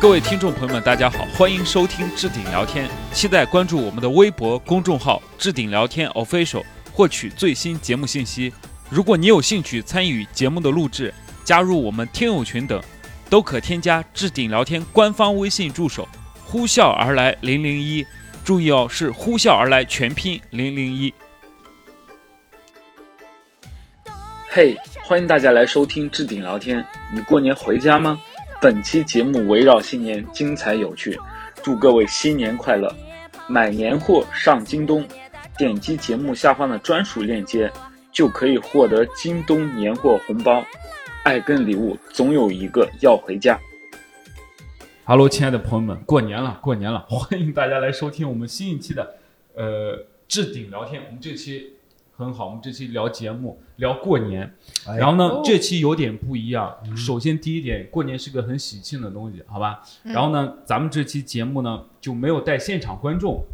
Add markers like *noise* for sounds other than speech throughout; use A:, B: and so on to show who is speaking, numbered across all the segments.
A: 各位听众朋友们，大家好，欢迎收听置顶聊天，期待关注我们的微博公众号“置顶聊天 official”，获取最新节目信息。如果你有兴趣参与节目的录制，加入我们听友群等，都可添加置顶聊天官方微信助手“呼啸而来零零一”，注意哦，是“呼啸而来”全拼零零一。嘿、欢迎大家来收听置顶聊天。你过年回家吗？本期节目围绕新年精彩有趣，祝各位新年快乐！买年货上京东，点击节目下方的专属链接，就可以获得京东年货红包。爱跟礼物总有一个要回家。
B: Hello，亲爱的朋友们，过年了，过年了！欢迎大家来收听我们新一期的呃置顶聊天。我们这期很好，我们这期聊节目，聊过年。
C: 哎
B: 然后
D: 哦
B: 呢，这期有点不一样。首先第一点，过年是个很喜庆的东西，好吧？
D: 嗯
B: 然后呢，咱们这期节目呢就没有带现场观众。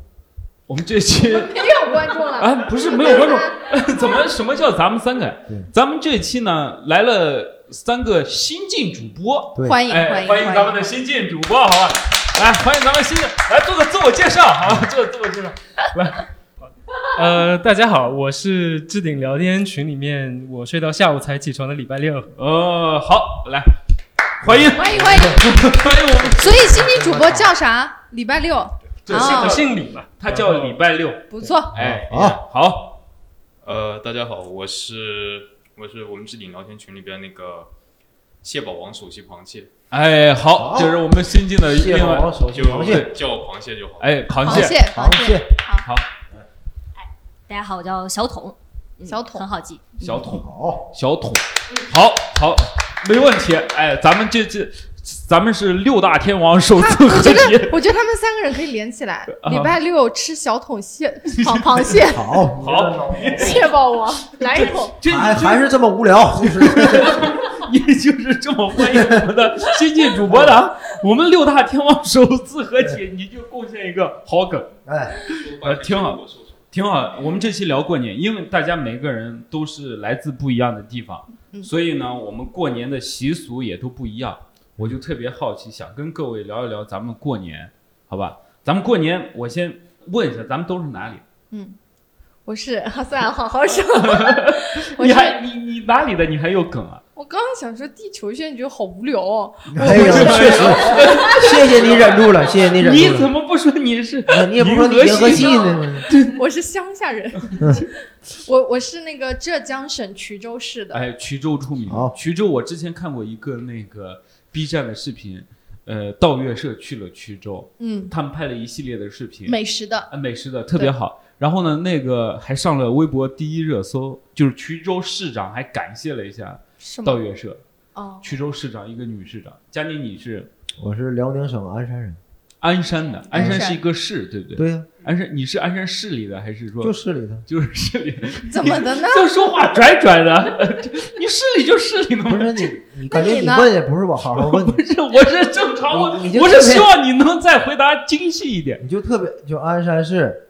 B: 我们这
D: *laughs*
B: 期
D: 没有观众了。
B: 啊，不是没有观众， *laughs* 怎么什么叫咱们三个
C: 对？
B: 咱们这期呢来了三个新晋主播。
C: 对
D: 欢迎
B: 哎，
D: 迎
B: 欢迎咱们的新晋主播，好吧？来，欢迎咱们新的，来做个自我介绍，好
D: 嗯
B: 吧？做个自我介绍。
E: *laughs* 呃，大家好，我是置顶聊天群里面我睡到下午才起床的礼拜六。
B: 呃，好，来，欢迎
D: 欢迎哦欢迎。
B: *laughs* 欢迎我们，
D: 所以新晋主播叫啥？礼拜六，
B: 对
D: 哦
B: 是
E: 我
B: 的
E: 姓李嘛，
B: 他叫礼拜六，
D: 不错。
B: 哎，
C: 啊
B: 好，
F: 呃，大家好，我是我是我们置顶聊天群里边那个蟹堡王首席螃蟹，
B: 哎，好，这是我们新进的
C: 蟹
B: 呃另外，
C: 黄首席
F: 就
C: 螃蟹，
F: 叫我螃蟹就好。
B: 哎，螃
D: 螃
B: 蟹，
D: 蟹，
C: 螃蟹，
G: 大家好，我叫小桶，嗯
D: 小桶
G: 很好记。
B: 小桶，
C: 好，
B: 小桶，好好，没问题。哎，咱们这这，咱们是六大天王首次
D: 我
B: 合
D: 觉
B: 体，
D: 得，我觉得他们三个人可以连起来。
B: 啊
D: 礼拜六吃小
B: *laughs*
D: 桶蟹、螃螃蟹、
B: *laughs*
C: 好，
B: 好，哎
D: 蟹堡
B: *laughs*
D: 王，来一桶。
B: 这
C: 还还是这么无聊，就是
B: 也就是这么欢迎我们的新晋主播的 *laughs* 啊，我们六大天王首次合体，你就贡献一个好梗，
C: 哎，
B: 呃挺好挺好。我们这期聊过年，因为大家每个人都是来自不一样的地方，
D: 嗯
B: 所以呢，我们过年的习俗也都不一样。我就特别好奇，想跟各位聊一聊咱们过年，好吧？咱们过年，我先问一下，咱们都是哪里？
D: 我是 *laughs* 啊算了，好好说。
B: *laughs*
D: 我
B: 你
D: 是
B: 还你你哪里的？你还有梗啊？
D: 我刚刚想说地球轩，你觉得好无聊哦。
C: 哎呀，确实，谢谢你忍住了，谢谢
D: 哎
C: 你忍
B: 你
C: 住
B: 怎
C: 了，
B: 么不说你
D: *laughs*
B: 是？
C: 啊你也不说你
B: 银
C: 银
B: 河
C: 河
B: 系
C: 系呢？
D: 我是乡下人，
B: 嗯
D: *laughs* 我我是那个浙江省衢州市的。
B: 哎，衢州出名
C: 好。
B: 衢州，我之前看过一个那个 B 站的视频，呃，盗月社去了衢州，
D: 嗯，
B: 他们拍了一系列的视频，
D: 美食的。
B: 呃美食的特别好。然后呢，那个还上了微博第一热搜，就是衢州市长还感谢了一下
D: 什
B: 盗
D: 么？
B: 月社，
D: 哦，
B: 衢州市长一个女市长。佳宁，你是
C: 我是辽宁省鞍山人，
B: 鞍山的，鞍山
D: 鞍山
B: 是一个市，对不对？
C: 对呀，
B: 鞍山，你是鞍山市里的还是说
C: 就市里头，
B: 就是市里 *laughs* 的？
D: 怎么的呢？
B: 就说话拽拽的， *laughs* 你市里就市里的
C: 不
B: 嘛。
C: 是你，你感觉
D: 那你
C: 你
D: 呢
C: 问也不是我好好问你，
B: 不是，我是正常，我
C: 你你就
B: 我是
C: 特别
B: 希望你能再回答精细一点。
C: 你就特别就鞍山市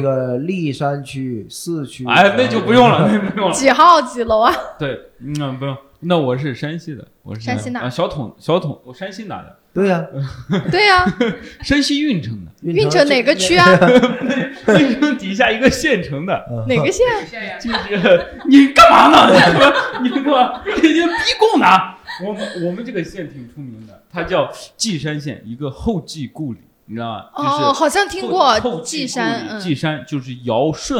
B: 个，
C: 个历山区四区，
B: 哎，那就不用了，那就不用了。
D: 几号几楼啊？
B: 对，嗯，不用。那我是山西的，我是
D: 山西哪
B: 啊？小桶，小桶，我山西哪的？
C: 对呀，
D: 对啊呀、
B: 山西运城的，
D: 运城哪个区啊？
B: 运城底下一个县城
D: *laughs*
B: 的，
C: 嗯
D: 哪个县？
B: 就是你干嘛呢？ *laughs* 你干嘛？你干嘛？你逼供呢？我们我们这个县挺出名的，它叫稷山县，一个后稷故里，你知道吗？就是
D: 哦，好像听
B: 后
D: 过
B: 后
D: 稷
B: 故
D: 山，
B: 里
D: 嗯，
B: 稷山就是尧舜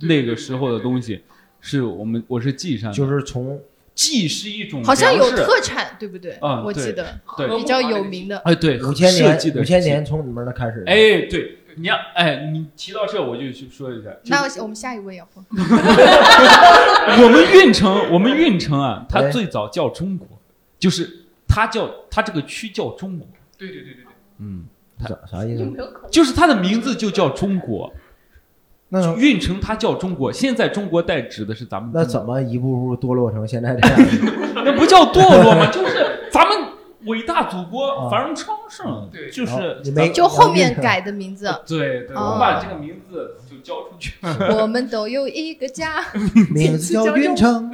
B: 那个时候的东西，是我们我是稷山的，
C: 就是从
B: 稷是一种
D: 好像有
B: 粮食
D: 特产，对不对？
B: 嗯
D: 我记
B: 对
D: 得
B: 对
D: 比较有名的。
B: 哎对
C: 五千
B: 设
C: 年
B: 计的
C: 五千年从你们那开始，
B: 哎对。你要哎，你提到这我就去说一下，
D: 那我们下一位要不？
B: 我们运城，我们运城啊，它
C: 哎
B: 最早叫中国，就是它叫它这个区叫中国，
E: 对对对对对，
B: 嗯，
C: 啥啥意思？
B: 就是它的名字就叫中国，
C: 那
B: 运城它叫中国，现在中国代指的是咱们
C: 嗯那
B: 中
C: 怎么一步步堕落成现在
B: *laughs*
C: 这样？
B: 国，那不叫堕落吗？
C: *laughs*
B: 就是咱们伟大祖国
C: 啊
B: 繁荣昌盛，
E: 对
B: 就
C: 好
B: 是
C: 哦你没啊
D: 就后面改的名字，
B: 对对，
D: 哦
B: 我们把这个名字就叫出去。
D: 我们都有一个家。
B: *laughs*
C: 名字叫运城，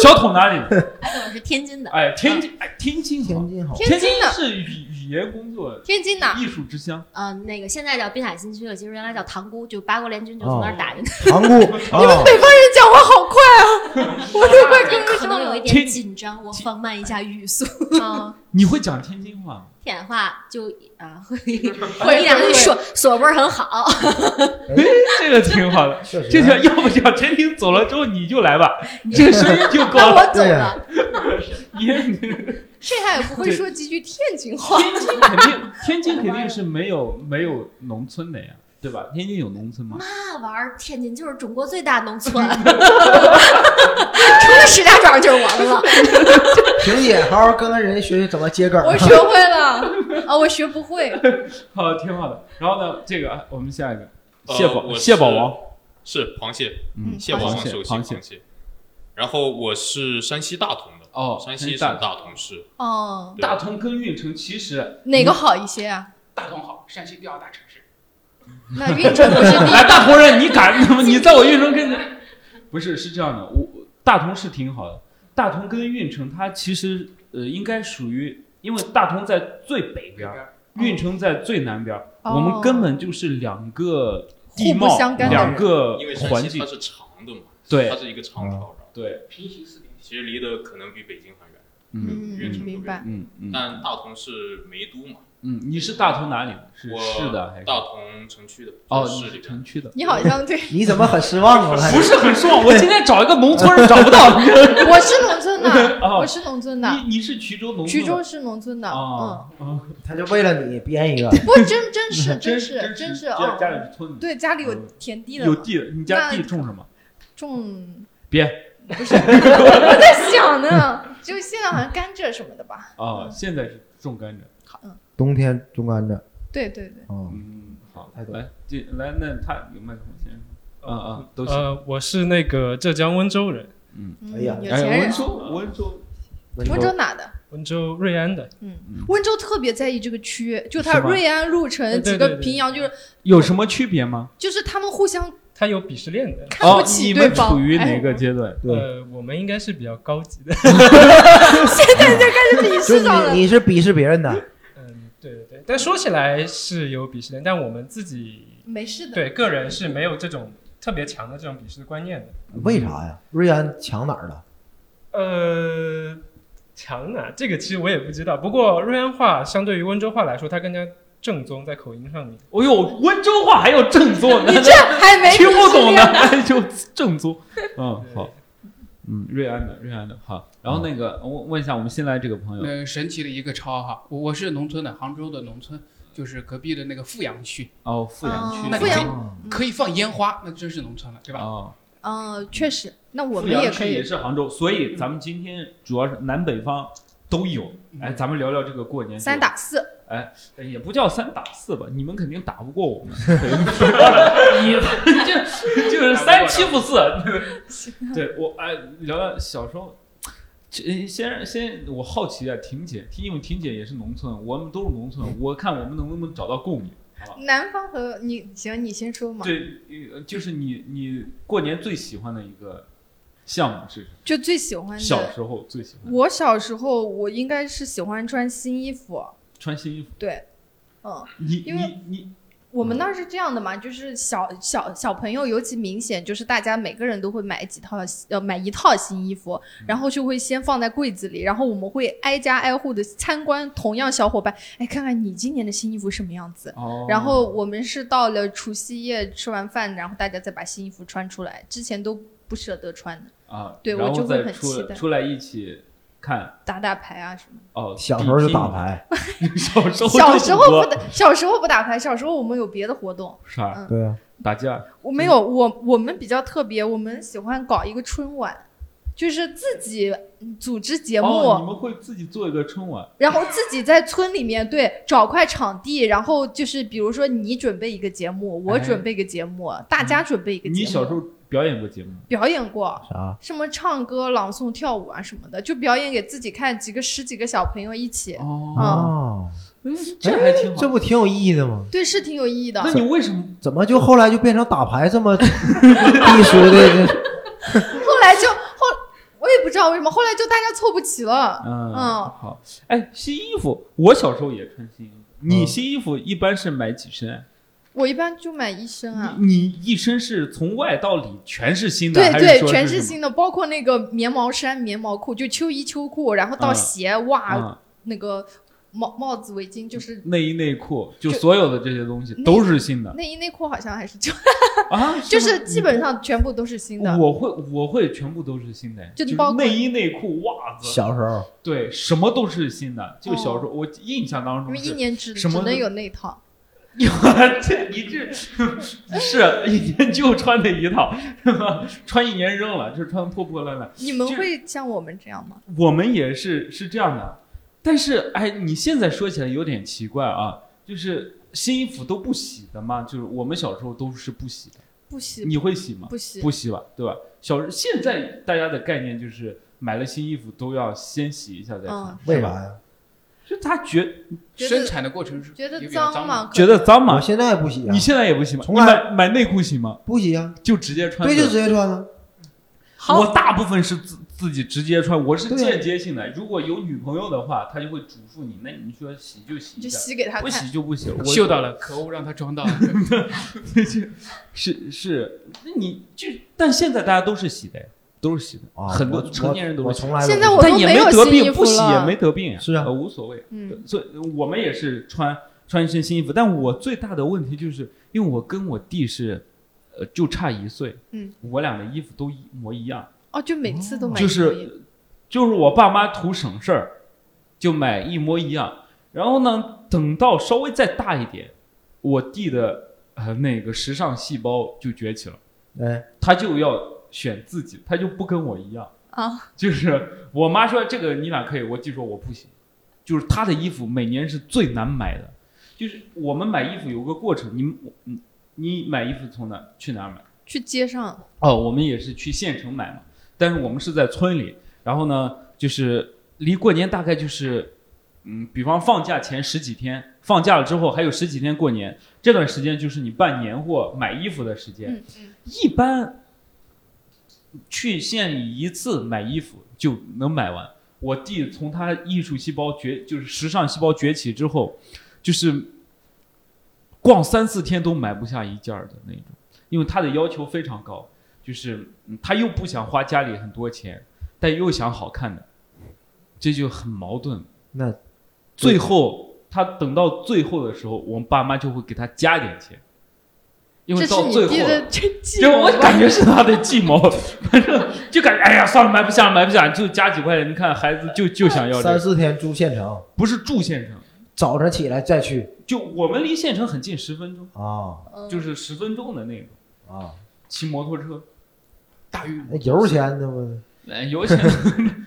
B: 小桶哪
C: *laughs*
B: 里？
G: 艾总是天津的，
B: 哎，天津，哎，天津好，
C: 天津好，
D: 天津的，
B: 是语语言工作
D: 天津
E: 啊
D: 的，
B: 艺术之乡。
G: 呃，那个现在叫滨海新区了，其实原来叫塘沽，就八国联军就
D: 哦
G: 从那儿
D: *laughs*
G: 打进去，
B: *laughs*
C: 塘沽
D: 你们
C: 啊，
D: 北方人讲话好快啊，我都快跟不
G: 可
D: 上
G: 能有一
D: 了。
G: 点紧张，我放慢一下
D: *laughs*
G: 语速。
D: 啊，
B: 你会讲天津话吗？
C: *laughs*
G: 天津话就啊会
D: 会
G: 一两句锁锁味儿很好，
B: 这个挺好的，
C: 确实
B: 这条
D: *laughs*
B: 要不讲陈婷走了之后你就来吧，你这个声音就够
G: 那
B: *laughs* 了。
G: 我走
C: 对
G: 了。
B: 你你
D: 这还也不会说几句天津
B: *laughs*
D: 话。
B: 天津肯定，天津肯定是没有没有农村的呀，对吧？天津有农村吗？
G: 那玩意儿，天津就是中国最大农
D: *laughs*
G: 村，除了石家庄就是我们了。
C: 萍姐，好好跟人家学学怎么接梗儿。
D: 我学会了啊，我学不会。
B: 好，挺好的。然后呢，这个我们下一个
F: 呃
B: 蟹堡
F: 我是
B: 蟹堡王，
F: 是螃蟹，
B: 嗯
F: 蟹堡王
B: 螃蟹
F: 首席
B: 螃
F: 螃
B: 蟹
F: 然后我是山西大同的，
B: 哦，
F: 山西省
B: 大
F: 大同市。
D: 哦，
F: 对
B: 大同跟运城其实
D: 哪个好一些啊？
H: 大同好，山西第二大城市。
D: 那运城不是第
B: *laughs* 哎，大活人，你 *laughs* 敢你在我运城跟前？不是，是这样的，我大同是挺好的，大同跟运城它其实呃应该属于，因为大同在最北边儿，运城在最南边儿，我们根本就是两个地
D: 哦互
B: 貌
D: 不相干
C: 的
B: 两个
F: 因为
B: 环
F: 山西它
B: 境，
F: 是长的嘛，
B: 对嗯
F: 它是一个长条的，
B: 对，
H: 平行四点
F: 其实离得可能比北京还远，
B: 嗯
D: 嗯，
F: 运城
D: 明白。
B: 嗯嗯
F: 但大同是梅都嘛，
B: 嗯，你是大同哪里的？是
F: 我
B: 市的还是？
F: 大同城区的
B: 哎哦，
F: 市
B: 你
F: 里
B: 是
F: 边
B: 城区的，
D: 你好像对， *laughs*
C: 你怎么很失望啊？我看
B: 不是很爽。我今天找一个农村人找不 *laughs* 到，
D: 我是农
B: *laughs*
D: 村的，
B: 哦
D: 我是农村的，
B: 你你是衢州农村的，
D: 衢州是农村的，嗯，
B: 啊，啊
C: 他就为了你编一个，
D: 不，真真是
B: 真
D: 是真是
B: 家
D: 啊，
B: 家里是村里
D: 对，家里有田地的
B: 有
D: 嘛，
B: 地，你家
D: 那嗯
B: 地种什么？
D: 种
B: 别
D: 不是， *laughs* 我在想呢，就现在好像甘蔗什么的吧，
B: 啊，现在是种甘蔗。
C: 冬天种甘蔗
D: 对对对，
C: 啊，
B: 嗯，好
C: 太，多
B: 来这来，那他有麦克风先生，嗯嗯，都行。
E: 呃，我是那个浙江温州人，
D: 嗯
C: 哎呀
D: 有
B: 哎，
D: 钱人啊
B: 温，州，温州，
D: 温州哪的？
E: 温州瑞安的。
D: 温州特别在意这个区，就它
B: 是吗
D: 瑞安、鹿城
E: 对
D: 几
E: 对
D: 个
E: 对对
D: 平遥，就是
B: 有什么区别吗？
D: 就是他们互相
E: 他有鄙视链的，
D: 看不
B: 哦你
D: 起对
B: 们
D: 方。
B: 处于哪
D: 哎
B: 个阶段？
C: 对
E: 呃，我们应该是比较高级的， *laughs*
D: 这鄙
C: 就
D: 视到了
C: 你你是鄙视别人的，
E: 嗯，对对对。但说起来是有鄙视链，但我们自己
D: 没事的，
E: 对个人是没有这种特别强的这种鄙视观念的。
C: 为啥呀？瑞安强哪儿了？
E: 呃，强哪？这个其实我也不知道。不过瑞安话相对于温州话来说，它更加正宗，在口音上面。
B: 哦呦，温州话还有正宗，
D: 你这还
B: *laughs*
D: 没
B: 听不懂
D: 呢。
B: 的 *laughs* 就正宗。嗯，好，嗯，瑞安的，瑞安的，好。然后那个，我问一下，我们新来这个
C: 嗯
B: 朋友，
H: 呃，神奇的一个超哈，我我是农村的，杭州的农村，就是隔壁的那个富阳区，
B: 哦，富阳区
D: 哦
B: 的，
D: 富阳
C: 啊
H: 可以放烟花，那真是农村了，对吧？
B: 哦，
D: 嗯，确实，那我
B: 富
D: 们
B: 阳
D: 也
B: 区
D: 可
B: 也
D: 以。
B: 是杭州，所以咱们今天主要是南北方都有。哎，咱们聊聊这个过年
D: 嗯三打四，
B: 哎也不叫三打四吧，你们肯定打不过
D: *laughs*
B: 我们，你们 *laughs* 就就是三欺负四。
D: *laughs* 啊
B: 对我哎，聊聊小时候，这先先我好奇啊，婷姐，因为婷姐也是农村，我们都是农村，我看我们能不能找到共鸣。
D: 南方和你行，你先说嘛。
B: 对，呃就是你你过年最喜欢的一个项目是什么
D: 就最喜欢的，
B: 小时候最喜欢的
D: 我小时候我应该是喜欢穿新衣服，
B: 穿新衣服。
D: 对，嗯，
B: 你
D: 因为
B: 你你
D: 我们那儿是这样的嘛，就是小小小朋友尤其明显，就是大家每个人都会买几套呃买一套新衣服，然后就会先放在柜子里，然后我们会挨家挨户的参观同样小伙伴，哎，看看你今年的新衣服什么样子。
B: 哦，
D: 然后我们是到了除夕夜吃完饭，然后大家再把新衣服穿出来，之前都不舍得穿的，
B: 啊，
D: 对我
B: 然后
D: 就会
B: 再
D: 很
B: 出
D: 期
B: 来
D: 待
B: 出来一起看
D: 打打牌啊什么的。
B: 哦，
C: 小时候就
B: 比拼
C: 打牌，
B: *laughs* 小时候
D: 小时候不
B: 打
D: 打，小时候不打牌，小时候我们有别的活动。
B: 啥
C: 对啊，
B: 打架
D: 我
B: 嗯
D: 没有，我我们比较特别，我们喜欢搞一个春晚，就是自己组织节目，
B: 哦，你们会自己做一个春晚
D: 然后自己在村里面对找块场地，然后就是比如说你准备一个节目，我
B: 哎
D: 准备一个节目，大家准备一个节目。
B: 你小时候表演过节目吗？
D: 表演过
C: 啥？
D: 什么唱歌、朗诵、跳舞啊什么的，就表演给自己看，几个十几个小朋友一起，
B: 哦，
H: 嗯
C: 哦，
B: 这还挺
C: 这
B: 好。
C: 不挺有意义的吗？
D: 对，是挺有意义的
B: 那。你为什么
C: 怎么就后来 *laughs* 就变成打牌这么低俗的？
D: 后来就后，我我也不知道为什么，后来就大家凑不齐了。
B: 嗯，
D: 嗯
B: 好。哎，新衣服，我小时候也穿新衣服。你
C: 嗯
B: 新衣服一般是买几身啊？
D: 我一般就买一身啊，
B: 你你一身是从外到里全是新的，
D: 对
B: 还
D: 对，
B: 说
D: 全
B: 是什
D: 是
B: 么。
D: 新的，包括那个棉毛衫、棉毛裤，就秋衣秋裤，然后到
B: 嗯
D: 鞋、袜、
B: 啊，
D: 那个帽帽子、围巾，就是
B: 内衣内裤就
D: 就
B: 所有的这些东西
D: 内
B: 都是新的
D: 内衣内裤好像还是就
B: 啊，
D: 就
B: 嗯吗
D: 是基本上全部都是新的。
B: 我会我会全部都是新的，
D: 就
B: 就是
D: 包括
B: 内衣内裤袜子，
C: 小时候
B: 对，什么都是新的。就小时候
D: 哦
B: 我印象当
D: 因
B: 中
D: 为一
B: 是，
D: 年只只
B: 什么
D: 能有那一套，
B: *laughs* 这你这是一年就穿那一套， *laughs* 是吧穿一年扔了，就是穿得破破烂烂。
D: 你们
B: 就
D: 会像我们这样吗？
B: 我们也是是这样的，但是哎，你现在说起来有点奇怪啊，就是新衣服都不洗的吗？就是我们小时候都是不洗的，
D: 不洗
B: 你会洗吗？
D: 不洗，
B: 不洗吧，对吧？小时现在大家的概念就是买了新衣服都要先洗一下再穿，
D: 嗯，
C: 为啥呀？
B: 就他觉
D: 觉
H: 生
D: 得
H: 产的过程是
D: 觉
H: 也
D: 得
H: 比较
D: 脏
H: 嘛
D: 嘛，，可
B: 觉得脏
C: 我
B: 嘛？
C: 现在不洗啊
B: 你，现在也不洗吗？
C: 从
B: 你
C: 来
B: 买买内裤洗吗？
C: 不洗啊，
B: 就直接穿？
C: 对，就直接穿啊。
B: 我大部分是自自己直接穿，我是
C: 对啊
B: 间接性的。如果有女朋友的话，她就会嘱咐你，那你说洗就洗
D: 你
B: 一
D: 就
B: 下，
D: 洗给他
B: 不
D: 看。
B: 洗就不洗。我
H: 嗅到了，可恶，让他
D: *laughs*
H: 装到了。
B: 是是，那你就但现在大家都是洗的呀，都是洗的，
C: 啊
B: 很多
C: 我
B: 成年人都
C: 我
B: 是洗
C: 从
B: 的。
C: 来
D: 现在我都
B: 但也
D: 没有
B: 得
D: 新衣
B: 病，
D: 服
B: 不洗也
D: 了
B: 没得病呀，
C: 是啊
B: 呃无所谓。
D: 嗯，
B: 所以我们也是穿穿一身新衣服，但我最大的问题就是，因为我跟我弟是，呃，就差一岁，
D: 嗯，
B: 我俩的衣服都一模一样，
D: 哦，就每次都买
B: 就
D: 一模一样
B: 是就是我爸妈图省事儿，就买一模一样。然后呢，等到稍微再大一点，我弟的呃那个时尚细胞就崛起了。
C: 哎，
B: 他就要选自己，他就不跟我一样
D: 啊。
B: 就是我妈说这个你俩可以，我弟说我不行。就是他的衣服每年是最难买的，就是我们买衣服有个过程，你我你你买衣服从哪去哪儿买？
D: 去街上，
B: 哦，我们也是去县城买嘛，但是我们是在村里，然后呢，就是离过年大概就是，嗯，比方放假前十几天，放假了之后还有十几天过年，这段时间就是你办年货买衣服的时间。
D: 嗯嗯，
B: 一般去县里一次买衣服就能买完。我弟从他艺术细胞崛，就是时尚细胞崛起之后，就是逛三四天都买不下一件儿的那种，因为他的要求非常高，就是嗯他又不想花家里很多钱，但又想好看的，这就很矛盾。
C: 那
B: 最后他等到最后的时候，我爸妈就会给他加点钱，因为
D: 这
B: 到
D: 是你
B: 最后
D: 弟的真
B: *laughs*
D: 计
B: 就我
D: 谋吧？
B: 感觉是他的计谋， *laughs* 反正就感觉哎呀，算了，买不下，买不下，就加几块钱。你看孩子就就想要这
C: 三
B: 个，
C: 四天住县城，
B: 不是住县城，
C: 早上起来再去
B: 就我们离县城很近，十分钟，
C: 啊
D: 嗯
B: 就是十分钟的那个，
C: 啊，
B: 骑摩托车。
H: 大运
C: 那油钱那不
B: 哎，有钱，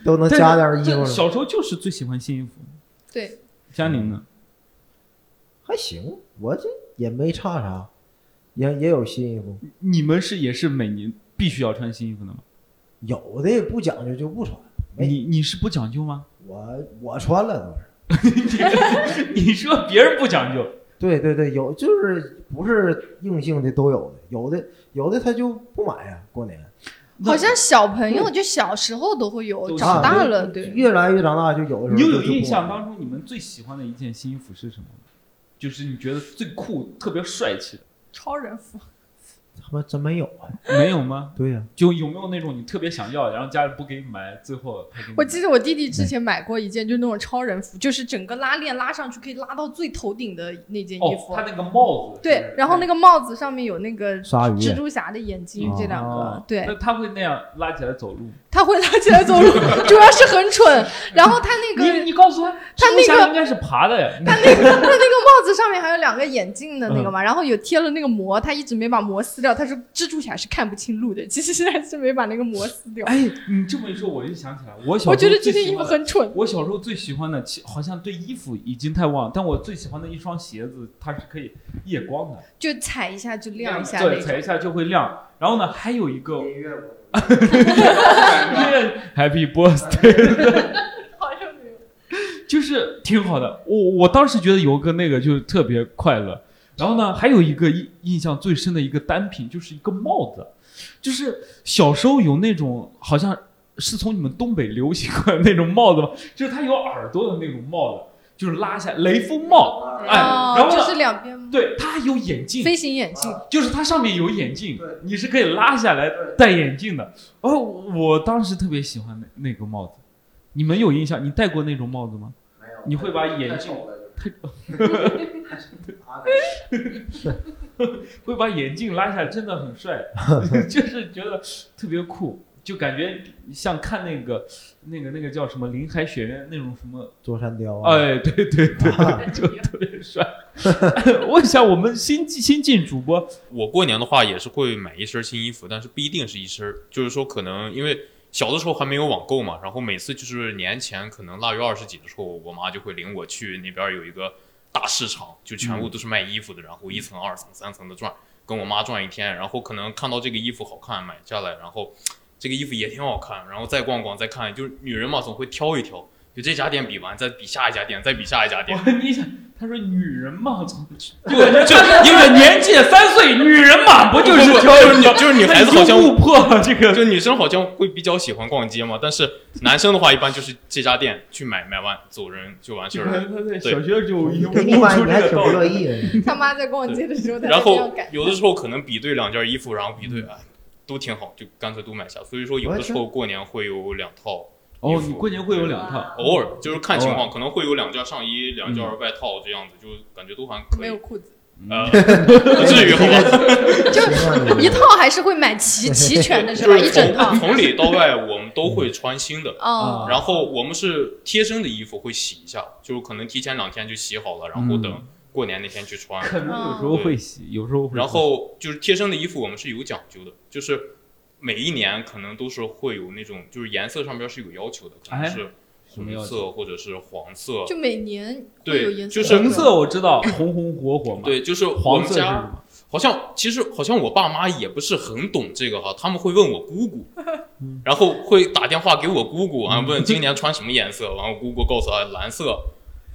C: 都能加点衣服
B: 这
C: 了吗？
B: 小时候就是最喜欢新衣服。
D: 对，
B: 佳宁呢？
C: 还行，我这也没差啥，也也有新衣服，
B: 你们是也是每年必须要穿新衣服的吗？
C: 有的不讲究就不穿，没
B: 你你是不讲究吗？ *laughs*
C: 我我穿了都是。
B: 你说别人不讲究，
C: 对对对，有就是不是硬性的都有的，有的有的他就不买呀、过年
D: 嗯好像小朋友就小时候都会有，
B: 嗯都
D: 长
B: 是
D: 大
C: 对
D: 了对。
C: 啊越来越长大就有的
B: 你
C: 时
B: 又
C: 候
B: 有
C: 就
B: 印象
C: 不买
B: 当中你们最喜欢的一件新衣服是什么吗？就是你觉得最酷、特别帅气的，
D: 超人服，
C: 他妈真没有啊！
B: 没有吗？
C: 对呀、
B: 就有没有那种你特别想要，然后家里不给你买，最后他给你买
D: *laughs* 我记得我弟弟之前买过一件，就那种超人服，就是整个拉链拉上去可以拉到最头顶的那件衣
B: 哦，
D: 服
B: 他。那个帽子是
D: 对，然后那个帽子上面有那个
C: 鲨鱼
D: 蜘蛛侠的眼睛，这两个
B: 哦，
D: 对，
B: 那他会那样拉起来走路吗？
D: 他会拉起来走路， *laughs* 主要是很蠢。然后他那个
B: 你你告诉他，
D: 他那个
B: 蜘蛛侠应该是爬的呀，
D: 他那个他那个帽子上面还有两个眼镜的那个嘛，然后有贴了那个膜，他一直没把膜撕掉。他说蜘蛛侠是看不清路的，其实还是没把那个膜撕掉。
B: 哎，你这么一说，我就想起来，我小时候
D: 我觉得这
B: 最
D: 件
B: 喜
D: 衣服
B: 欢的
D: 很蠢。
B: 我小时候最喜欢的，其好像对衣服已经太忘了，但我最喜欢的一双鞋子，它是可以夜光的，
D: 就踩一下就亮一下那
B: 对，
D: 种。
B: 踩一下就会亮。然后呢，还有一个
C: 音
B: *laughs*
C: 乐
B: Happy Birthday，
D: 好 *laughs* 像没有。
B: *laughs* 就是挺好的。我我当时觉得有个那个就特别快乐。然后呢，还有一个印印象最深的一个单品，就是一个帽子，就是小时候有那种好像是从你们东北流行过来的那种帽子吗？就是它有耳朵的那种帽子，就是拉下雷锋帽，哎，
D: 哦
B: 然后
D: 就
B: 呢
D: 是两边
F: 嗯
B: 对，它还有眼镜，
D: 飞行眼镜，
B: 就是它上面有眼镜
C: 对，
B: 你是可以拉下来戴眼镜的。哦，我当时特别喜欢那那个帽子，你们有印象？你戴过那种帽子吗？
C: 没有
B: 你会把眼镜
C: 太
B: 会把眼镜拉下来，真的很帅，就是觉得特别酷，就感觉像看那个那个那个叫什么林海雪原那种什么，
C: 座山雕啊，
B: 哎，对对对，就特别帅。我想我们新进新进主播，
F: 我过年的话也是会买一身新衣服，但是不一定是一身儿，就是说可能因为小的时候还没有网购嘛，然后每次就是年前可能腊月二十几的时候，我妈就会领我去那边有一个大市场，就全部都是卖衣服的，然后一层、二层、三层的转，跟我妈转一天，然后可能看到这个衣服好看买下来，然后这个衣服也挺好看，然后再逛逛再看，就是女人嘛总会挑一挑。就这家店比完，再比下一家店，再比下一家店，
B: 我你想，他说女人嘛，操就就因为年纪三岁，女人嘛，不就是
F: 不不
B: 挑
F: 就是你就是女孩子好像
B: 那你就误破了这
F: *laughs*
B: 个
F: 就女生好像会比较喜欢逛街嘛，但是男生的话，一般就是这家店去买，买完走人就完事儿了。
B: 他在小学就已经
C: 给你
B: 悟
C: 买
B: 出
C: 你还
B: 这个
C: 挺
B: 道
C: 不乐
B: 理。
C: 意的，
D: 他妈在逛街的时候，他
F: 嗯然
D: 这样
F: 后
D: 感。
F: 有的时候可能比对两件衣服，然后比对哎，都挺好，就干脆都买下。所以说有的时候过年会有两套，
B: 哦，你过年会有两套，
F: 嗯偶尔就是看情况，可能会有两件上衣、两件外套这样子，就感觉都还可
D: 没
F: 以
D: 有。
F: *laughs*
D: 裤子，
F: 呃，不至于好吧？
D: *laughs*
F: *laughs*
D: 就
C: 行啊你
D: 一套还是会买
C: *laughs*
D: 齐齐全的是吧？
F: 就是
D: 一整套
F: 从。从里到外我们都会穿新的。 *laughs* 啊
D: 哦，
F: 然后我们是贴身的衣服会洗一下，就是可能提前两天就洗好了，然后等过年那天去穿。
B: 可能有时候会洗，有时候会。
F: 然后就是贴身的衣服，我们是有讲究的，就是每一年可能都是会有那种，就是颜色上边是有要求的，可能
B: 哎
F: 是
B: 什么
F: 红
B: 要求
F: 色或者是黄色。
D: 就每年会有
F: 啊对，
D: 颜
F: 就
D: 色
F: 是
B: 红色我知道，红红火火嘛。，
F: 对，就是我
B: 黄
F: 们
B: 色是什
F: 家
B: 么？
F: 好像其实好像我爸妈也不是很懂这个哈，他们会问我姑姑，
B: 嗯
F: 然后会打电话给我姑姑啊，
B: *laughs*
F: 问今年穿什么颜色，然后姑姑告诉他蓝色、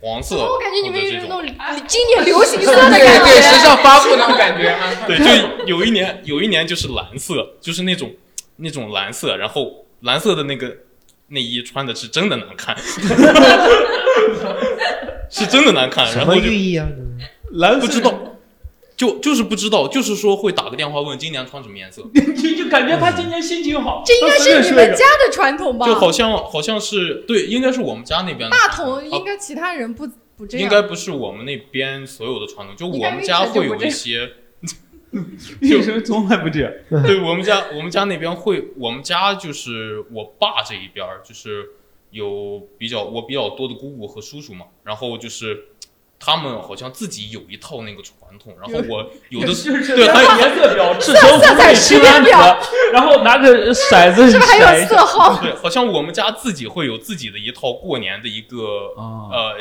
F: 黄色
D: 怎
F: 或
D: 么哦我
F: 者
D: 感觉你们有
F: 这
D: 一
F: 种。
D: 种经典流行色的
H: 对
D: 感
H: 对，时
D: 觉。
H: 尚发布那种感
B: *laughs*
H: 觉啊。
F: *laughs* 对，就有一年，有一年就是蓝色，就是那种那种蓝色，然后蓝色的那个内衣穿的是真的难看， *laughs* 是真的难看，
C: 什
F: 然
C: 么
F: 后就
C: 寓意啊？
B: 蓝
F: 不知道，就就是不知道，就是说会打个电话问今年穿什么颜色，
B: 就就感觉他今年心情好。
D: *laughs* 这应该是你们家的传统吧？
F: 就好像好像是对，应该是我们家那边的
D: 大同
F: 啊
D: 应该其他人不不这
F: 应
D: 样。
F: 该不是我们那边所有的传统，就
D: 应
F: 我
D: 该
F: 们
D: 那
F: 家
D: 边就
F: 会
D: 不
F: 有
D: 这
F: 一
D: 样
F: 些。
B: 为什么从来不这样？ *laughs*
F: 对我们家，我们家那边会，我们家就是我爸这一边儿，就是有比较我比较多的姑姑和叔叔嘛，然后就是他们好像自己有一套那个传统，然后我有的
B: 就是 *laughs*
F: 对还有
B: 颜色表、赤橙
D: 色
B: 红
D: 彩
B: 绿
D: 识
B: 青
D: 别
B: 蓝紫
D: 表，
B: 然后拿个骰子
D: 是不是还
B: 骰
D: 有
B: 一下
D: 色号？
F: 对，好像我们家自己会有自己的一套过年的一个
B: 啊
F: 呃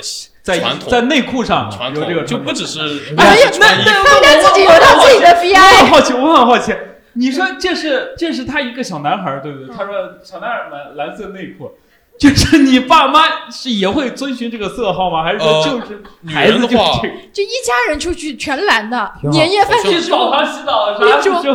B: 在
F: 传
B: 在
F: 统
B: 内裤上
F: 传
B: 有这个
F: 统，就
B: 传统啊
F: 不只是
D: 哎呀，那
F: 穿衣
D: 那大家自己有他自己的
B: 我
D: VI。
B: 很好奇，我很好奇，你说这是这是他一个小男孩儿，对不对？
D: 嗯
B: 他说小男孩儿买蓝色内裤，就是你爸妈是也会遵循这个色号吗？还是说
F: 呃
B: 就是
F: 女
B: 孩子
F: 人的
B: 就是
F: 话
B: 这，个？
D: 就一家人出去全蓝的，
C: 挺好
D: 年夜饭
F: 好像
D: 去
B: 去澡堂洗澡 *laughs* 啥时候？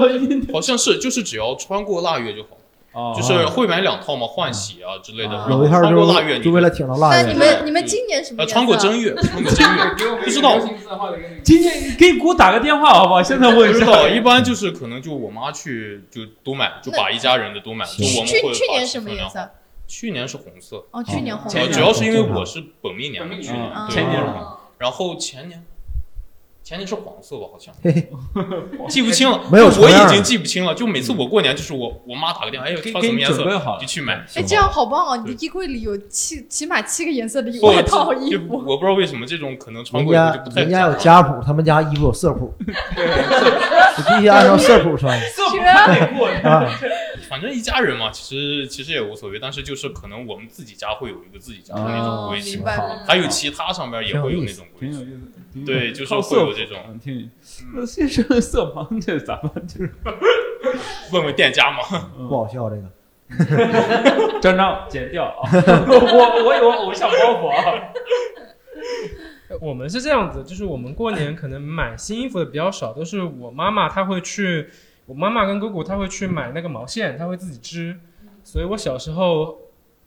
F: 好像是就是只要穿过腊月就好了。
B: 哦
F: 就是会买两套嘛，换洗啊之类的。
B: 啊
F: 然
C: 有
F: 后
C: 一套
F: 穿过腊
C: 就
F: 月，
C: 是就为了挺到腊
D: 那
C: 月
D: 你
F: 对，
D: 们你们
F: 对
D: 今年什么
F: 呃
D: 颜色？啊
F: 穿过正月，穿过正月，
H: 给我们
F: 不知
H: 一个
F: 道
H: 流行色号的一个那个
B: 今天给姑打个电话好不好？现在问
F: 不
B: 一
F: *laughs* 知
B: 下。
F: 道，一哎般就是可能就我妈去就都买，就把一家人的都买了，就我们
D: 去
F: 会
D: 去
F: 把
D: 年什么
F: 分
D: 颜
F: 量？
D: 色？
F: 去年是红色，
D: 哦，去年红
B: 前
F: 呃，
B: 年
F: 主
D: 色。
F: 要是因为我是本命年嘛，
H: 嗯
F: 去年
B: 嗯
F: 对
B: 前年
F: 吧然后前年。前年是黄色吧，好像
C: 嘿嘿
F: *laughs* 记不清了，
C: 没有
F: 我
C: 重样
F: 已
C: 儿
F: 经记不清了。就每次我过年，就是我我妈打个电话，哎，
B: 给
F: 穿
B: 给
F: 什么
B: 你
F: 颜
B: 准
F: 色
B: 备好了
F: 就，去买。
D: 哎，这样好棒哦！你的衣柜里有七起码七个颜色的外套和衣
F: 就
D: 服。 *laughs*
F: 我不知道为什么这种可能穿
C: 人
F: 过以后就
C: 家
F: 不太
C: 人家有
F: 搭
C: 家谱，他们家衣服有色谱，你 *laughs* 必须按照色谱穿
B: 色不穿内裤，
C: 啊。
F: 反正一家人嘛，其实其实也无所谓，但是就是可能我们自己家会有一个自己家的那种
D: 哦
F: 规，矩
D: 明
F: 嘛，
D: 白了。
F: 还有其他上边也会有那种规
B: 挺有
F: 矩。
B: 意思。挺有意思
F: 对，就是
B: 靠
F: 会
B: 色
F: 有这种
B: 嗯挺，那这是色盲，这咱们就是
F: 问问店家嘛。
B: 嗯
C: 不好笑这个。
B: 张张剪掉啊！ *laughs* 我我有偶像包袱啊！
E: 我们是这样子，就是我们过年可能买新衣服的比较少，都是我妈妈她会去，我妈妈跟姑姑她会去买那个毛线，她会自己织，所以我小时候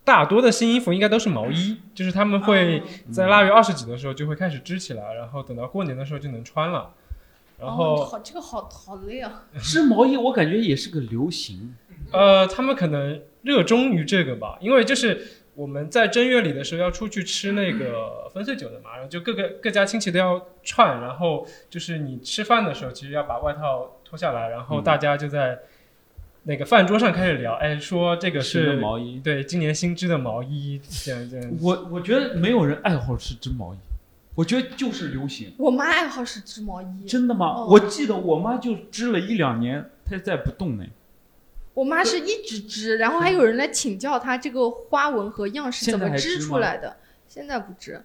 E: 大多的新衣服应该都是毛衣，就是他们
D: 哦
E: 会
D: 嗯
E: 在腊月二十几的时候就会开始织起来，然后等到过年的时候就能穿了。然
D: 哦
E: 后
D: 好，这个好好累啊！
B: 织毛衣，我感觉也是个流行。
E: 呃，他们可能热衷于这个吧，因为就是我们在正月里的时候要出去吃那个分碎酒的嘛，然后就各个各家亲戚都要串，然后就是你吃饭的时候，其实要把外套脱下来，然后大家就在那个饭桌上开始聊，哎，说这个
B: 织的
E: 是
B: 毛衣，
E: 对今年新织的毛衣，这样这样。
B: 我我觉得没有人爱好是织毛衣，我觉得就是流行。
D: 我妈爱好是织毛衣，
B: 真的吗？
D: 哦
B: 我记得我妈就织了一两年，她再不动呢。
D: 我妈是一直织，然后还有人来请教她这个花纹和样式怎么织出来的。现在不织，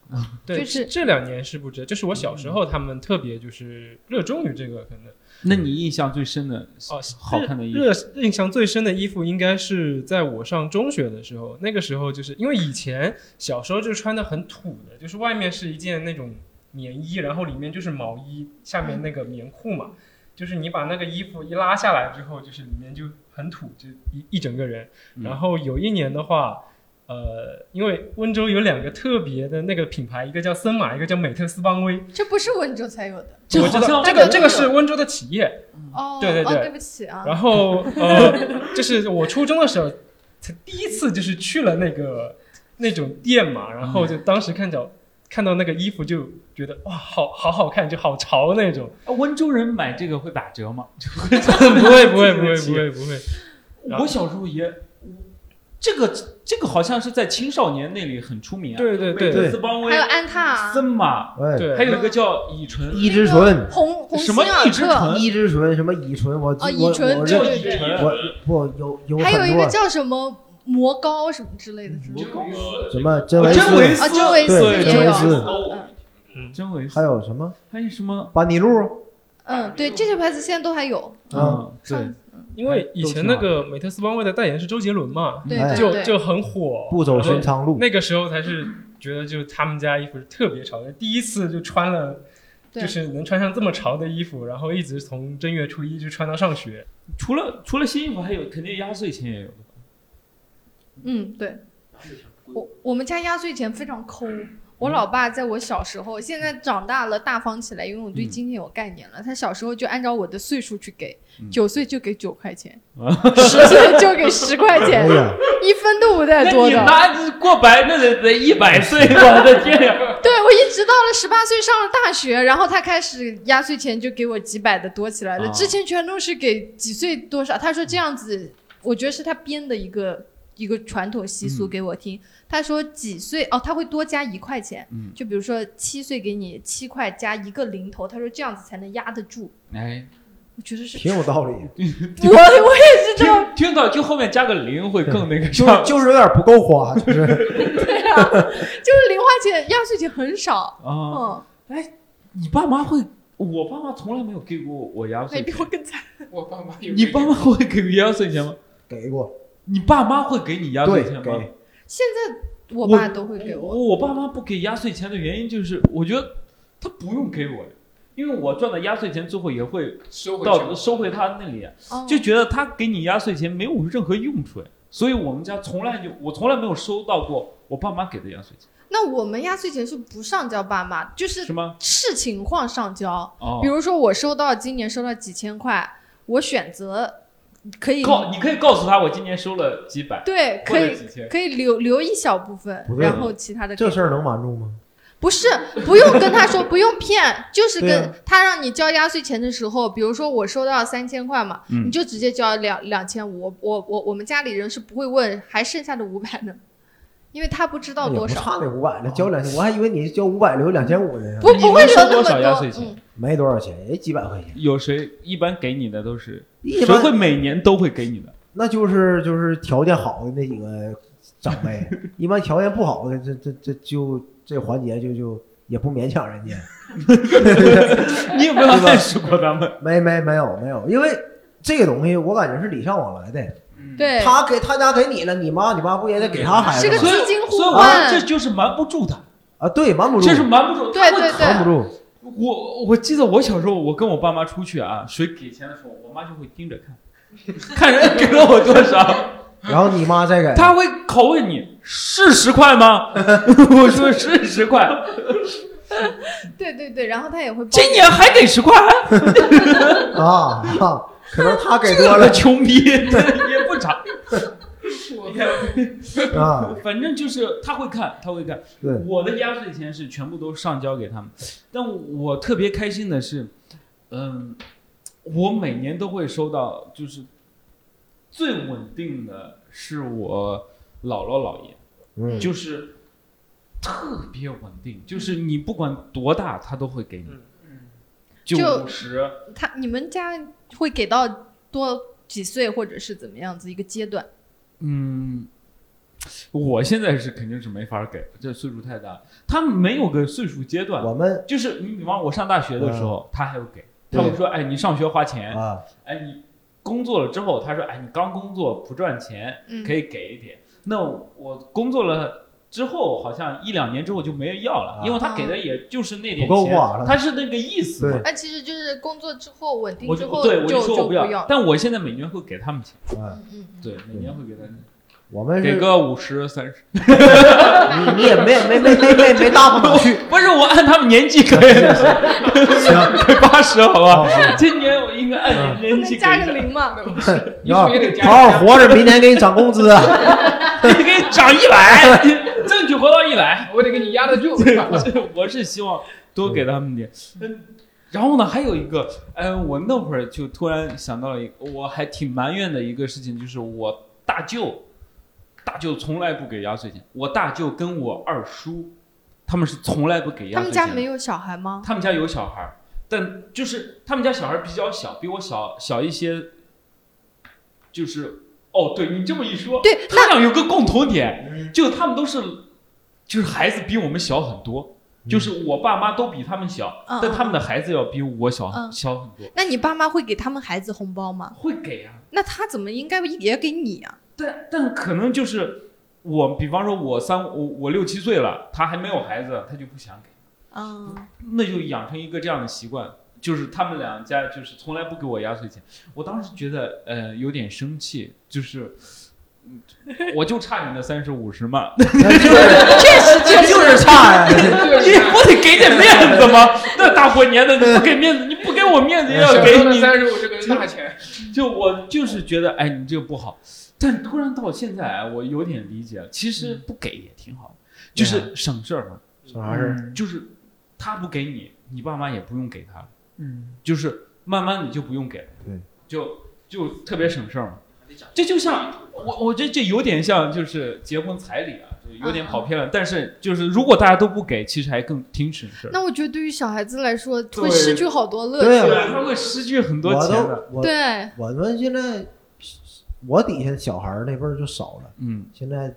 D: *laughs*
E: 对，
D: 就是
E: 这两年是不知，就是我小时候他们特别就是热衷于这个，可能
B: 那你印象最深的
E: 哦，
B: 好看的衣服
E: 热印象最深的衣服应该是在我上中学的时候，那个时候就是因为以前小时候就穿的很土的，就是外面是一件那种棉衣，然后里面就是毛衣，下面那个棉裤嘛，就是你把那个衣服一拉下来之后，就是里面就很土，就一一整个人。
B: 嗯
E: 然后有一年的话。呃，因为温州有两个特别的那个品牌，一个叫森马，一个叫美特斯邦威。
D: 这不是温州才有的
B: 这
E: 我知
B: 好像
E: 道这
D: 大家
E: 个
D: 都
E: 这个
D: 有
E: 是温州的企业，
D: 哦。
E: 对对对
D: 哦，对不起啊。
E: 然后呃，
D: *laughs*
E: 就是我初中的时候，才第一次就是去了那个那种店嘛，然后就当时看着看到那个衣服就觉得哇，好好好看，就好潮
D: *laughs*
E: 那种。
B: 啊温州人买这个会打折吗？就会
E: 不会不会不会不会不会，然后
B: 我小时候也，这个这个好像是在青少年那里很出名啊。
E: 对对
B: 美
E: 对
B: 特斯邦威
D: 还有、安踏啊、
B: 森马，
C: 哎，
E: 对，
B: 还有一个叫乙醇，
C: 一之醇，
D: 红红
B: 什
D: 星
B: 么
D: 尔
B: 一只
D: 克，
B: 唇
C: 一之醇，什么乙醇，我
D: 嗯哦
C: 我
D: 乙醇
C: 我
D: 对
B: 叫
C: 认
D: 对
B: 乙
D: 对
B: 醇。
C: 我不有有
D: 还有
C: 很
D: 一个
C: 多
D: 叫什么魔膏什么之类的，是吗
C: 什么真
B: 哦
C: 维
B: 真维
C: 斯，
D: 啊，
B: 斯，
D: 真维斯
C: 对
D: 也
C: 真维
D: 有，
C: 斯
D: 嗯
B: 真维斯，
C: 还有什么
B: 还有什么？
C: 班尼路
D: 嗯，对，这些牌子现在都还有，
C: 啊，
B: 嗯，对，
E: 因为以前那个美特斯邦威的代言是周杰伦嘛，
D: 对
C: 哎
D: 对
E: 就
D: 对，
E: 就很火，
C: 不走寻常路，
E: 那个时候才是觉得就是他们家衣服是特别潮的，第一次就穿了，
D: 对
E: 就是能穿上这么潮的衣服，然后一直从正月初一就穿到上学。
B: 除了除了新衣服，还有肯定压岁钱也有。
D: 嗯，对。我我们家压岁钱非常抠，我老爸在我小时候，现在长大了大方起来，因为我对
B: 嗯
D: 金钱有概念了。他小时候就按照我的岁数去给
B: 嗯，
D: 九岁就给九
C: *laughs*
D: 块钱，十岁就给十块
C: 哎
D: 钱，
C: 呀，
D: 一分都不带
B: 那
D: 多
B: 你
D: 的。
B: 拿过百，那得得一百岁，
C: *laughs*
B: 我的天呀！
D: 对我一直到了十八岁上了大学，然后他开始压岁钱就给我几百的多起来了，
B: 啊
D: 之前全都是给几岁多少。他说这样子，我觉得是他编的一个一个传统习俗
B: 嗯
D: 给我听。他说几岁哦，他会多加一块钱，
B: 嗯
D: 就比如说七岁给你七块加一个零头，他说这样子才能压得住。
B: 哎，
D: 我觉得是，
C: 挺有道理，
D: 我我也是这么
B: 听听到就后面加个零会更那个
C: 就
B: 啥
C: 就是有点不够花，就是
D: 对啊，就是零花钱压岁钱很少，
B: 啊。
D: 嗯，
B: 你爸妈会？我爸妈从来没有给过我压
D: 那
B: 岁
D: 比
B: 钱
C: 哎
D: 我。更惨。
H: *laughs* 我爸妈
B: *laughs*
H: 有
B: 你
H: 这
B: 爸
H: 个
B: 妈会给压岁钱吗？
C: 给
D: *laughs*
C: 过，
B: 你爸妈会给你压岁
C: 对
B: 钱，吗？
C: 给
D: 现在我爸都会给我，
B: 我爸妈不给压岁钱的原因就是，我觉得他不用给我，因为我赚的压岁钱最后也会
H: 收回
B: 到
H: 去，
B: 收回他那里，啊
D: 哦
B: 就觉得他给你压岁钱没有任何用处，哎所以我们家从来就我从来没有收到过我爸妈给的压岁钱，
D: 那我们压岁钱是不上交爸妈，就是
B: 是吗？
D: 视情况上交。
B: 哦
D: 比，如说我收到今年收到几千块，我选择可以
B: 告你可以告诉他我今年收了几百
D: 对
B: 或
D: 可
B: 者
D: 以
B: 几千，
D: 可以留留一小部分
C: 不，对
D: 然后其他的
C: 这
D: 给
C: 事儿能瞒住吗？
D: 不是不用跟他说，不用骗，就是
C: 对啊
D: 跟他让你交压岁钱的时候，比如说我收到三千块嘛，
B: 嗯
D: 你就直接交两两千五，我我我我们家里人是不会问还剩下的五百呢，因为他不知道
C: 也不
D: 多
C: 哎差
D: 少，
C: 那五百了，交两千，我还以为你交五百留两千五呢，
D: 不不会
B: 你能收
D: 留那么
B: 多少压岁
D: 多，
B: 钱
D: 嗯，
C: 没多少钱，也几百块钱，
B: 有谁一般给你的都是
C: 一
B: 谁
C: 般
B: 会每年都会给你
D: *laughs*
B: 的？
C: 那就是就是条件好的那几个长辈，一般条件不好的这这这就这环节就就也不勉强人家，
B: 你有没有
C: 对吧
B: 暗示过他们？
C: 没没没有没有，因为这个东西我感觉是礼尚往来的，
D: *laughs* 对，
C: 他给他家给你了，你妈你妈不也得给他孩
D: 是
C: 子
D: 个
C: 吗？
B: 嗯所以
D: 资金互
B: 所以我
D: 换
B: 说这就是瞒不住他，
C: 啊，对，瞒不住，
B: 这是瞒不住，
D: 对
B: 他会
D: 对对
C: 瞒不住，
B: 我我记得我小时候，我跟我爸
D: *laughs*
B: 妈出去啊，谁给钱的时候，我妈就会盯着看，看人家给了我多少。
C: 然后你妈再
B: *laughs*
C: 给，
B: 他会拷问你是十块吗？ *laughs* 我说是十块，
D: 对对对，然后他也会包
B: 今年还给十块，
C: 啊啊，可能他给多
B: 这个
C: 了
B: 穷逼 *laughs* 也不长。
C: 啊，
B: *laughs* 反正就是他会看，他会看。
C: 对
B: 我的压岁钱是全部都上交给他们，但我特别开心的是，嗯，我每年都会收到，就是最稳定的是我姥姥姥爷，
C: 嗯
B: 就是特别稳定，就是你不管多大，他都会给你
E: 嗯，
B: 就
D: 就
B: 五十，
D: 他你们家会给到多几岁，或者是怎么样子一个阶段？
B: 嗯，我现在是肯定是没法给了，这岁数太大了，他没有个岁数阶段，
C: 我嗯们
B: 就是你比方我上大学的时候，他还会给，
C: 对
B: 他会说，哎，你上学花钱，
C: 啊，
B: 哎，你工作了之后，他说，哎，你刚工作不赚钱，
D: 嗯
B: 可以给一点。那我工作了之后，好像一两年之后就没人要了
C: 啊，
B: 因为他给的也就是那点
C: 不够
B: 钱
C: 花了，
B: 他是那个意思嘛
C: 对。
D: 那其实就是工作之后稳定
B: 我
D: 之
B: 就
D: 后
B: 对我
D: 就
B: 说我
D: 不
B: 要，
D: 要。
B: 但我现在每年会给他们钱，
C: 嗯，
D: 嗯嗯嗯，
B: 对，每年会给他们
C: 我们
B: 给
C: 是
B: 个五十三十，
C: 你你也没没没没没没大不
B: *laughs*
C: 去，
B: 不是我按他们年纪给，给
C: 行，
B: 八十好吧
C: 好？好嗯
B: 今年我应该按年
D: 不
B: 纪给一
D: 能加
B: 下
D: 个，零嘛？
C: 你好
E: 也得加
C: 啊好好活着，明年给你涨工资啊！
B: *laughs* 你给涨一百， *laughs* 争取活到一百。
E: 我得给你压
B: *laughs*
E: 得住。
B: 我是我是希望多给他们点。嗯，然后呢，还有一个，哎，我那会儿就突然想到了一个，我还挺埋怨的一个事情，就是我大舅，大舅从来不给压岁钱。我大舅跟我二叔，他们是从来不给
D: 他
B: 压岁
D: 们
B: 钱
D: 家
B: 的。
D: 没有小孩吗？
B: 他们家有小孩儿，但就是他们家小孩儿比较小，比我小小一些。就是哦，对你这么一说，
D: 对，
B: 他俩有个共同点，就他们都是，就是孩子比我们小很多，就是我爸妈都比他们小，
D: 嗯
B: 但他们的孩子要比我小很
D: 嗯
B: 小很多。
D: 那你爸妈会给他们孩子红包吗？
B: 会给啊，
D: 那他怎么应该也给你啊？
B: 但但可能就是我，比方说我三我我六七岁了，他还没有孩子，他就不想给，
D: 啊，
B: 那就养成一个这样的习惯。就是他们两家就是从来不给我压岁钱，我当时觉得呃有点生气，就是，嗯我就差你那三十五十嘛，
D: 确实确实
C: 就是
B: *laughs*
C: 差呀，
B: 你不得给点面子吗？那大过年的，你不给面子，你不给我面子也要给你。
E: 三十五是个大钱，
B: 就我就是觉得，哎，你这个不好。但突然到现在，哎我有点理解了，其实不给也挺好，就是省事儿嘛。
C: 什么玩意儿？
B: 就是他不给你，你爸妈也不用给他，
E: 嗯，
B: 就是慢慢你就不用给了。
C: 对，
B: 就就特别省事儿嘛。这就像我，我觉得这有点像就是结婚彩礼啊，就有点跑偏了。但是就是如果大家都不给，其实还更挺省事儿。
D: 那我觉得对于小孩子来说
B: 对
D: 会失去好多乐
C: 对
D: 趣。
B: 对，他会失去很多
C: 我
B: 钱
C: 都
B: 的。
C: 我
D: 对，
C: 我们现在我底下小孩儿那辈儿就少了，
B: 嗯
C: 现在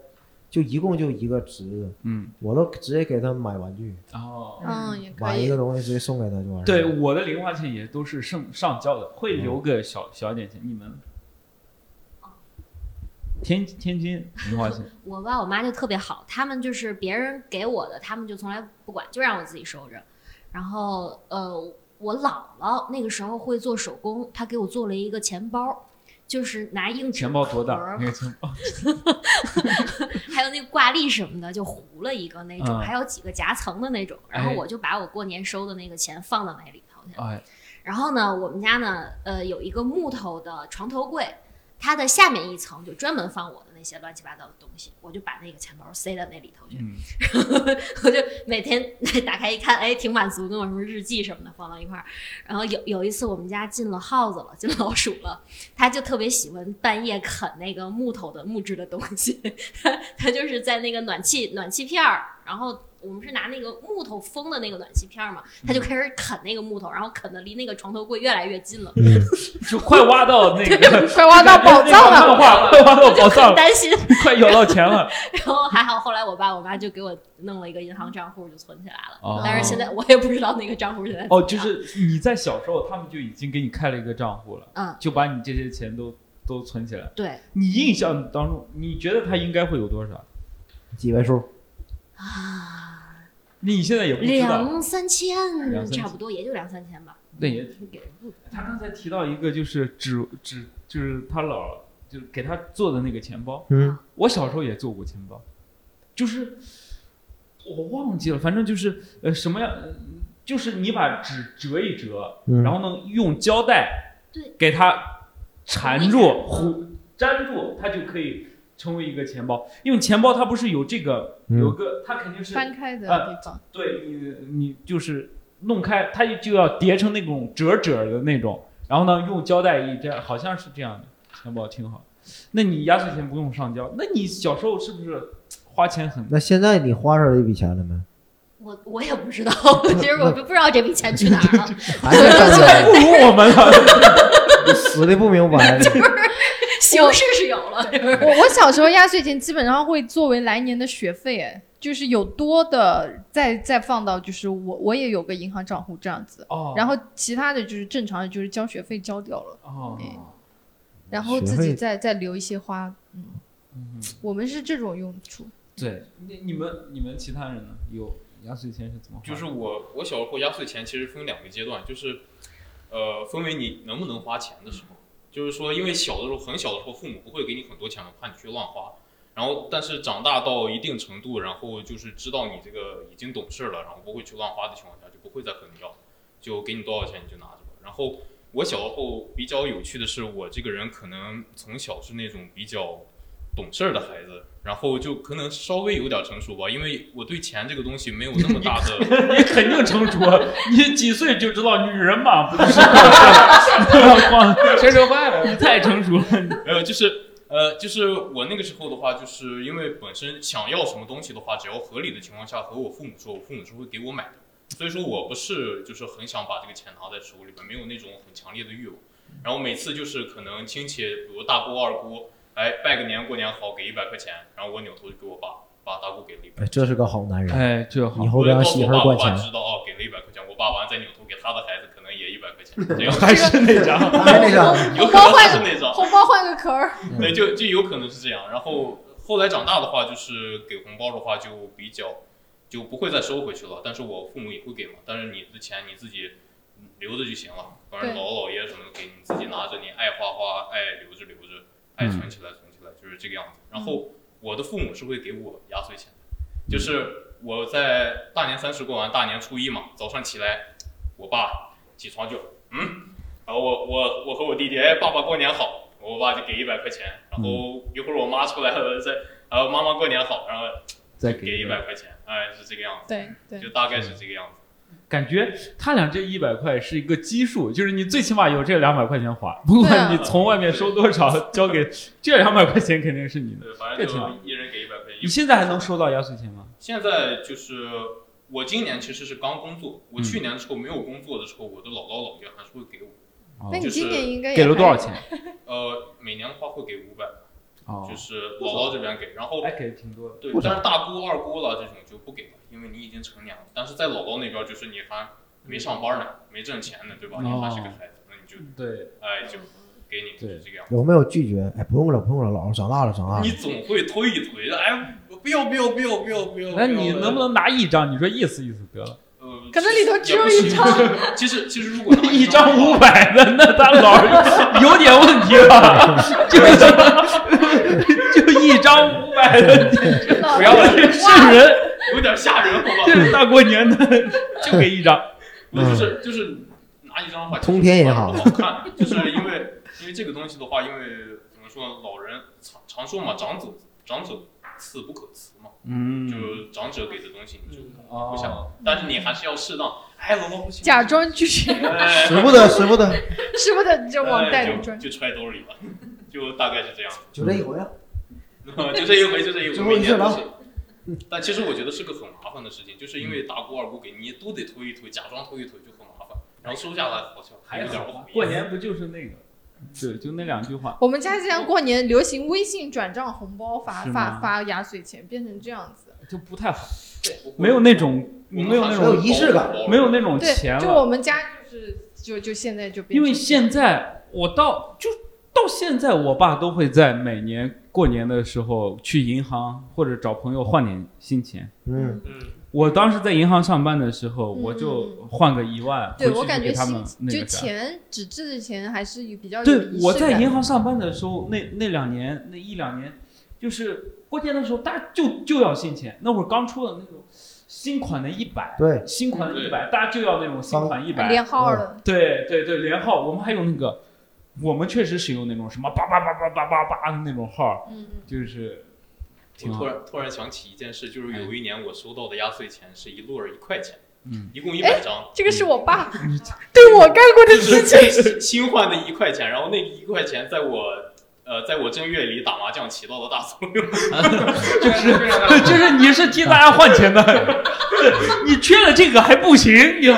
C: 就一共就一个侄子，
B: 嗯，
C: 我都直接给他买玩具，
B: 哦，
D: 嗯，也可
C: 买一
D: 以 *laughs*
C: 个。东西直接送给他就完事儿。
B: 对，我的零花钱也都是上上交的，会
C: 嗯
B: 留个小小一点钱。你们？天天津零花钱，
G: 我爸我妈就特别好，他们就是别人给我的，他们就从来不管，就让我自己收着。然后呃，我姥姥那个时候会做手工，她给我做了一个钱包，就是拿硬纸
B: 钱包多
G: 盒
B: 大？
G: 儿
B: 那个钱包，
G: 还有那个挂历什么的，就糊了一个那种，
B: 嗯
G: 还有几个夹层的那种。然后
B: 哎
G: 我就把我过年收的那个钱放到那里头去。
B: 哎，
G: 然后呢，我们家呢，呃，有一个木头的床头柜，它的下面一层就专门放我的那些乱七八糟的东西，我就把那个钱包塞到那里头去，
B: 嗯，
G: 我就每天 *laughs* 打开一看，哎，挺满足，跟我什么日记什么的放到一块儿。然后有有一次我们家进了耗子了，进老鼠了，它就特别喜欢半夜啃那个木头的木质的东西，它它就是在那个暖气暖气片儿，然后。我们是拿那个木头封的那个暖气片儿嘛，它
B: 嗯
G: 就开始啃那个木头，然后啃的离那个床头柜越来越近了。
B: 就快挖到那个 *laughs*
D: 快 *laughs* 挖到宝藏了，
B: 漫画，快挖到宝藏
G: 很
B: 了，
G: 担心。
B: 快咬到钱了。
G: 然后还好，后来我爸我妈就给我弄了一个银行账户，就存起来了。
B: 哦
G: 但是现在我也不知道那个账户现在怎么
B: 哦，
G: 样
B: 就是你在小时候，他们就已经给你开了一个账户了，
G: 嗯，
B: 就把你这些钱都都存起来。
G: 对
B: 你印象当中，你觉得他应该会有多少？
C: 几位数？
G: 啊，
B: 你现在也不知道。
G: 两三
B: 两
G: 千
B: 三千
G: 差不多，也就两三千吧。
B: 那也
G: 给
B: 他刚才提到一个，就是指指，就是他姥就是给他做的那个钱包。
C: 嗯，
B: 我小时候也做过钱包，就是我忘记了，反正就是呃什么样，呃就是你把纸折一折，
C: 嗯
B: 然后呢用胶带
G: 对
B: 给它缠住、
G: 嗯
B: 糊粘住，它就可以成为一个钱包。因为钱包它不是有这个
C: 嗯
B: 有个，它肯定是
D: 翻开的地方，
B: 对你，你就是弄开，它就要叠成那种褶褶的那种，然后呢，用胶带一这样，好像是这样的，钱包挺好。那你压岁钱不用上交，那你小时候是不是花钱
C: *laughs*
B: 很？
C: 那现在你花出来这笔钱了没？
G: 我我也不知道，其实我就不知道这笔钱去哪儿了，
C: *laughs* 还在干
B: 还
C: 这
B: 不如我们了。
C: 个，死的不明白。 *laughs*
G: 形式是有了，就是
D: *laughs* 我我小时候压岁钱基本上会作为来年的学费，哎，就是有多的再再放到就是我我也有个银行账户这样子，
B: 哦
D: 然后其他的就是正常的就是交学费交掉了，
B: 哦，
D: 然后
C: 学
D: 自己
C: 费
D: 再再留一些花，嗯，
B: 嗯，
D: 我们是这种用处，
B: 对，那你们你们其他人呢？有压岁钱是怎么花的？
F: 就是我我小时候压岁钱其实分两个阶段，就是呃分为你能不能花钱的时候，就是说因为小的时候很小的时候父母不会给你很多钱，怕你去乱花。然后，但是长大到一定程度，然后就是知道你这个已经懂事了，然后不会去乱花的情况下，就不会再和你要，就给你多少钱你就拿着吧。然后我小时候比较有趣的是，我这个人可能从小是那种比较懂事儿的孩子，然后就可能稍微有点成熟吧，因为我对钱这个东西没有那么大的。
B: 你肯定成熟，啊你几岁就知道女人嘛，不是光
H: 谁说话了？
B: 你太成熟了。
F: 没有，就是呃，就是我那个时候的话，就是因为本身想要什么东西的话，只要合理的情况下和我父母说，我父母是会给我买的。所以说我不是就是很想把这个钱拿在手里边，没有那种很强烈的欲望。然后每次就是可能亲戚，比如大姑二姑，哎，拜个年过年好，给一百块钱，然后我扭头就给我爸，爸大姑给了一百
C: 哎，，这是个好男人，
B: 哎，这好
C: 以。后
F: 我
C: 得
F: 就
C: 让
F: 告诉
C: 媳
F: 我
C: 妇儿
F: 爸，我
C: 管
F: 爸
C: 钱。
F: 知道哦，给了一百块钱，我爸完再扭头给他的孩子可能也一百块钱，这样
B: 还是那张，
C: 哎，那个，
F: 有可能还是那种。
D: 红包换个壳儿，
F: 对，就就有可能是这样。然后后来长大的话，就是给红包的话就比较就不会再收回去了，但是我父母也会给嘛。但是你的钱你自己留着就行了，反正
D: 对
F: 姥姥姥爷什么的给你自己拿着，你爱花花，爱留着留着，爱存起来存起来，就是这个样子。然后我的父母是会给我压岁钱的，就是我在大年三十过完大年初一嘛，早上起来，我爸起床就嗯。然后我我我和我弟弟，哎，爸爸过年好，我爸就给一百块钱，然后一会儿我妈出来了，再然后妈妈过年好，然后
B: 再
F: 给一百块钱，哎，是这个样
D: *laughs*
F: 子，
D: 对
B: 哦
D: 对
F: 就大概是这个样子。
B: 感觉他俩这一百块是一个基数，就是你最起码有这两百块钱花，不
D: 对啊
B: 管你从外面收多少，交给这两百块钱肯定是你的。
F: 对，反
B: 这
F: 正
B: 挺好
F: 就一人给一百块
B: 你
F: 钱。
B: 现在还能收到压岁钱吗？
F: 现在就是我今年其实是刚工作，
B: 嗯
F: 我去年的时候没有工作的时候，我的姥姥姥爷还是会给我，
D: 那你
F: 就是
D: 今年应该也
B: 哎给了
D: 还
B: 多少？钱？
F: 呃，每年的话会给五百，
B: 哦哎
F: 就，是姥姥这边给，然后
B: 还给的挺多的。
F: 对
C: 不，少
F: 但是大姑二姑了这种就不给了，因为你已经成年了。但是在姥姥那边就是你还没上班
B: 哦
F: 呢，没挣钱呢，对吧？你还是个孩子，那你就
B: 对，
F: 哎就给你就是这个样子。
C: 有没有拒绝？哎，不用了，不用了，姥姥长大了，长
B: 啊
C: 大了
F: 你。总会推一推的，哎，不要不要不要不要不要。
B: 那你能不能拿一张？你说意思意思得了。
F: 呃，
D: 可能里头只有
F: 也不
D: 一
F: 是
D: 张。
F: 其实其实如果拿
B: *laughs* 一
F: 张
B: 张五百的，那他老是有点问题 *laughs* 了，就是就一张五百的，
D: 不
F: 不要了，
B: 是人。 *laughs*
F: 有点吓人，好
B: 这
F: 吧？
B: 是大过年 *laughs* 的，就给一张。
F: 不是就是就是拿一张的话，
C: 嗯通天也好
F: 好好看，就是因为因为这个东西的话，因为怎么说，老人常常说嘛，长者长者赐不可辞嘛。
B: 嗯
F: 就长者给的东西，你就
B: 哦
F: 不想，但是你还是要适当。哎，老婆不行，
D: 假装拒绝，
F: 哎，
C: 舍不得，舍不得，
D: 是不是就往
F: 哎
D: 袋
F: 就
D: 里装？
F: 就揣兜里吧， *laughs* 就大概是这样。
C: 就这一回啊。
F: *laughs* 就这一回，就这一
C: 最
F: 回，
C: 后一
F: 每
C: 次
F: 年
C: 了
F: 都是。但其实我觉得是个很麻烦的事情，就是因为大姑二姑给你都得推一推，假装推一推就很麻烦，然后收下来好像
B: 还
F: 有点
B: 好
F: 不
B: 吧
F: 好意思。
B: 过年不就是那个，对，就那两句话。
D: 我们家现在过年流行微信转账红包发
B: 是
D: 发
B: 吗
D: 发压岁钱，变成这样子。
B: 就不太好，
F: 不会
B: 没有那种
F: 我们
B: 没有
F: 还
B: 那
F: 是
C: 没有
B: 种
C: 仪式感
F: 包容
B: 没有那种钱
D: 对，就我
B: 了，
D: 们家就是就就现在就变成这
B: 因
D: 样，
B: 为现在我到就到现在，我爸都会在每年过年的时候去银行或者找朋友换点新钱。
C: 嗯，
F: 嗯，
B: 我当时在银行上班的时候，
D: 嗯
B: 我就换个一万，
D: 对
B: 回去
D: 我感
B: 就给
D: 觉
B: 他们
D: 新
B: 那
D: 就
B: 个啥。
D: 钱纸质的钱还是比较有
B: 对
D: 仪，
B: 我
D: 式
B: 在
D: 感
B: 银行上班的时候，那那两年，那一两年，就是关键的时候，大家就就要信钱。那会儿刚出的那种新款的一百，
C: 对，
B: 新款的
F: 对
B: 一百，大家就要那种新
C: 刚
B: 款一百，
D: 连号了，
B: 对对对，连号，我们还有那个，我们确实使用那种什么叭叭叭叭叭叭叭的那种号，
D: 嗯，
B: 就是挺
F: 我
B: 好
F: 突。然突然想起一件事，就是有一年我收到的压岁钱是一摞儿一块钱，
B: 嗯，
F: 一共一百张，
D: 这个是我爸对我干过的
F: 就
D: 事
F: 是
D: 情。
F: 新新换的一块钱，然后那一块钱在我呃在我正月里打麻将起到了大作用。
H: *laughs*
B: *laughs* 就是就是你是替大家换钱的，你缺了这个还不行，你哦，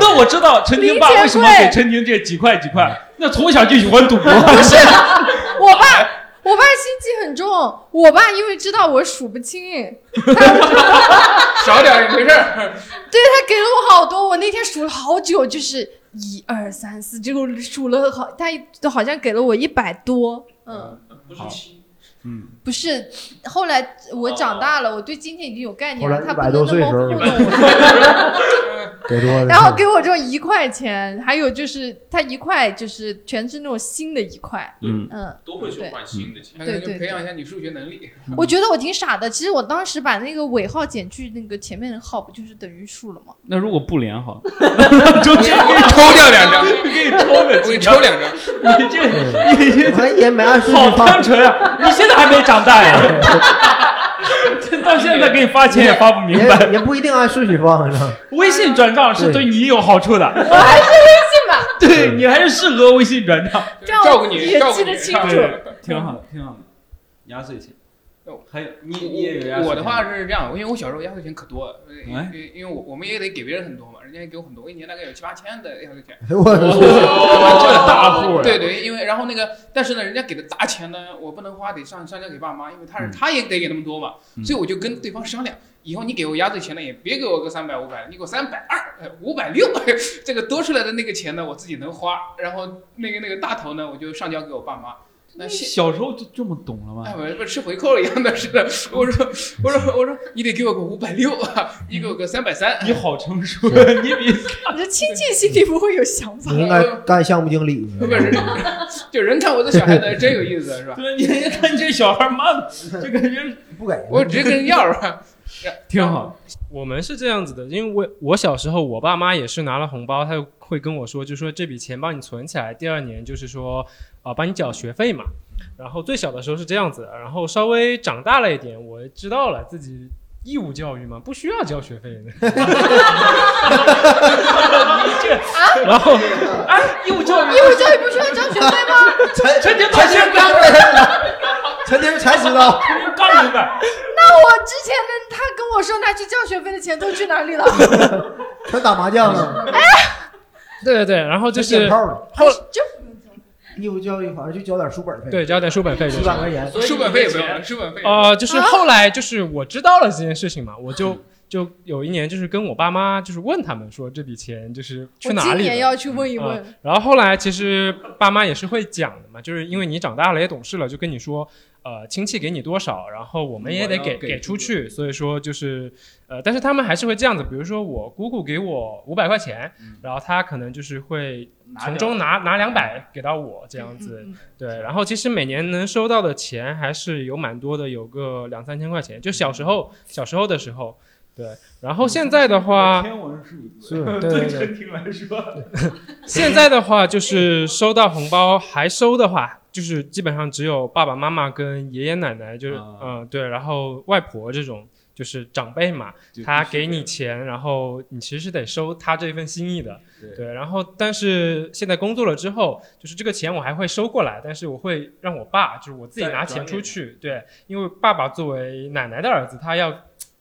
B: 那我知道陈婷爸为什么给陈婷这几块几块，那从小就喜欢赌博，
D: 我爸，我爸心机很重。我爸因为知道我数不清，
H: 少点也没事儿。
D: 对他给了我好多。我那天数了好久，就是一二三四，结果数了好，他好像给了我一百多。嗯，
B: 好，嗯，
D: 不是，后来我长大了，我对金钱已经有概念
C: 后来
D: 了，他不
C: 100
D: 能
C: 多
D: 那
C: 岁
D: 么
C: 时候
D: 糊弄 *laughs* 我。
C: 给多了。
D: 然后给我这种一块钱，还有就是他一块就是全是那种新的一块，
B: 嗯
D: 嗯。
F: 都会去换新的钱。
H: 那个就
D: 对对
H: 培养一下你数学能
D: *laughs*
H: 力。
D: 我觉得我挺傻的，其实我当时把那个尾号减去那个前面的号，不就是等于数
H: *laughs*
D: 了吗？
B: 那如果不连好，就这样
H: 抽掉两张，
B: 你给你抽了
H: 我给
B: 几
H: 你
B: 张
H: 抽，两
D: *laughs*
H: 张。
B: 你这你这
C: 我还也没按顺序
B: 好
C: 放
B: 单，纯啊！你现在还没长大呀，到现在给你发钱也发 *laughs* 不明白。
C: 也也不一定按顺序放，是吧？
B: 微信转账是对你有好处 *laughs* 的，
D: 我还是微信吧，
B: 对你还是适合微信转账，
D: 这样
H: 照顾你，
D: 也
H: 照顾
D: 记
H: 你。
D: 得清
H: 照顾
D: 楚
H: *laughs* 你。
B: 挺好的，挺好的。压岁钱
H: 哦，
B: 还有你你也有压岁钱
H: 我我的话是这样，因为我小时候压岁钱可多了，因
B: 哎
H: 为因为我我们也得给别人很多嘛，人家也给我很多，一年大概有七八千的压岁钱。
C: 哎我
B: 这个大户呀
H: 对对，因为然后那个，但是呢，人家给的大钱呢，我不能花，得上上交给爸妈，因为他是、
B: 嗯
H: 他也得给那么多嘛，
B: 嗯
H: 所以我就跟对方商量，以后你给我压岁钱呢，也别给我个三百五百，你给我三百二、哎五百六， *laughs* 这个多出来的那个钱呢，我自己能花，然后那个那个大头呢，我就上交给我爸妈。那现
B: 小时候就这么懂了吗
H: 哎，？我不吃回扣了一样的似的。我说，我说，我说，你得给我个五百六啊，你给我个三百三。
B: 你好成熟， *laughs* 你比
D: *laughs* 你这亲戚心里不会有想法
E: 嗯
C: 你。应该干项目经理
H: 不是， *laughs* 就人看我这小孩子真有意思，是吧？
B: 对，你看你这小孩慢，就感觉
C: 不给。
H: 我直接跟人要是吧？
B: 挺好。
E: 我们是这样子的，因为我我小时候，我爸妈也是拿了红包，他会跟我说，就说这笔钱帮你存起来，第二年就是说啊、帮你缴学费嘛。然后最小的时候是这样子，然后稍微长大了一点，我知道了自己义务教育嘛，不需要交学费
D: 啊
E: 的。然后
B: 哎，义务教育
D: 啊义务教育不需要交学费吗？ *laughs*
C: 陈
B: 陈婷
C: 陈婷刚才知道，陈婷才知道，
B: 刚明白，
D: 那我之前跟他跟我说他去交学费的钱都去哪里
E: *laughs*
D: 了？
C: 全打麻将呢，
E: 对对对，然后就
C: 捡
E: 是
C: 炮呢。
D: 还是就
C: 义务教育好像就交点书本费，，
E: 对交点书本费就
C: 几
E: 是。
C: 百块钱。
H: 书本费也不用了，书本费。
E: 呃，
D: 啊
E: 就是后来就是我知道了这件事情嘛，我
D: *laughs*
E: 就就有一年就是跟我爸妈就是问他们说这笔钱就是去
D: 我
E: 哪
D: 今
E: 里
D: 年
E: 了。嗯
D: 要去问一问。
E: 然后后来其实爸妈也是会讲的嘛，就是因为你长大了也懂事了，就跟你说，呃，亲戚给你多少，然后我们也得
B: 我要
E: 给
B: 给
E: 给出
B: 出
E: 去，所以说就是，呃，但是他们还是会这样子，比如说我姑姑给我五百块钱，然后他可能就是会从中拿拿两百给到我这样子，
D: 嗯，嗯
E: 对，然后其实每年能收到的钱还是有蛮多的，有个两三千块钱，就小时候
B: 嗯
E: 小时候的时候，对，然后现在的话。
B: 天文数 *laughs*
C: 是
B: 字，
E: 对对对
B: 陈婷来说，
E: *laughs* 现在的话，就是收到红包还收的话，就是基本上只有爸爸妈妈跟爷爷奶奶，就是
B: 啊
E: 嗯、对，然后外婆这种就是长辈嘛，他给你钱，然后你其实是得收他这份心意的，
B: 对
E: 对。然后，但是现在工作了之后，就是这个钱我还会收过来，但是我会让我爸，就是我自己
B: 再
E: 拿
B: 转
E: 钱
B: 给
E: 出
B: 你
E: 去，对，因为爸爸作为奶奶的儿子，他要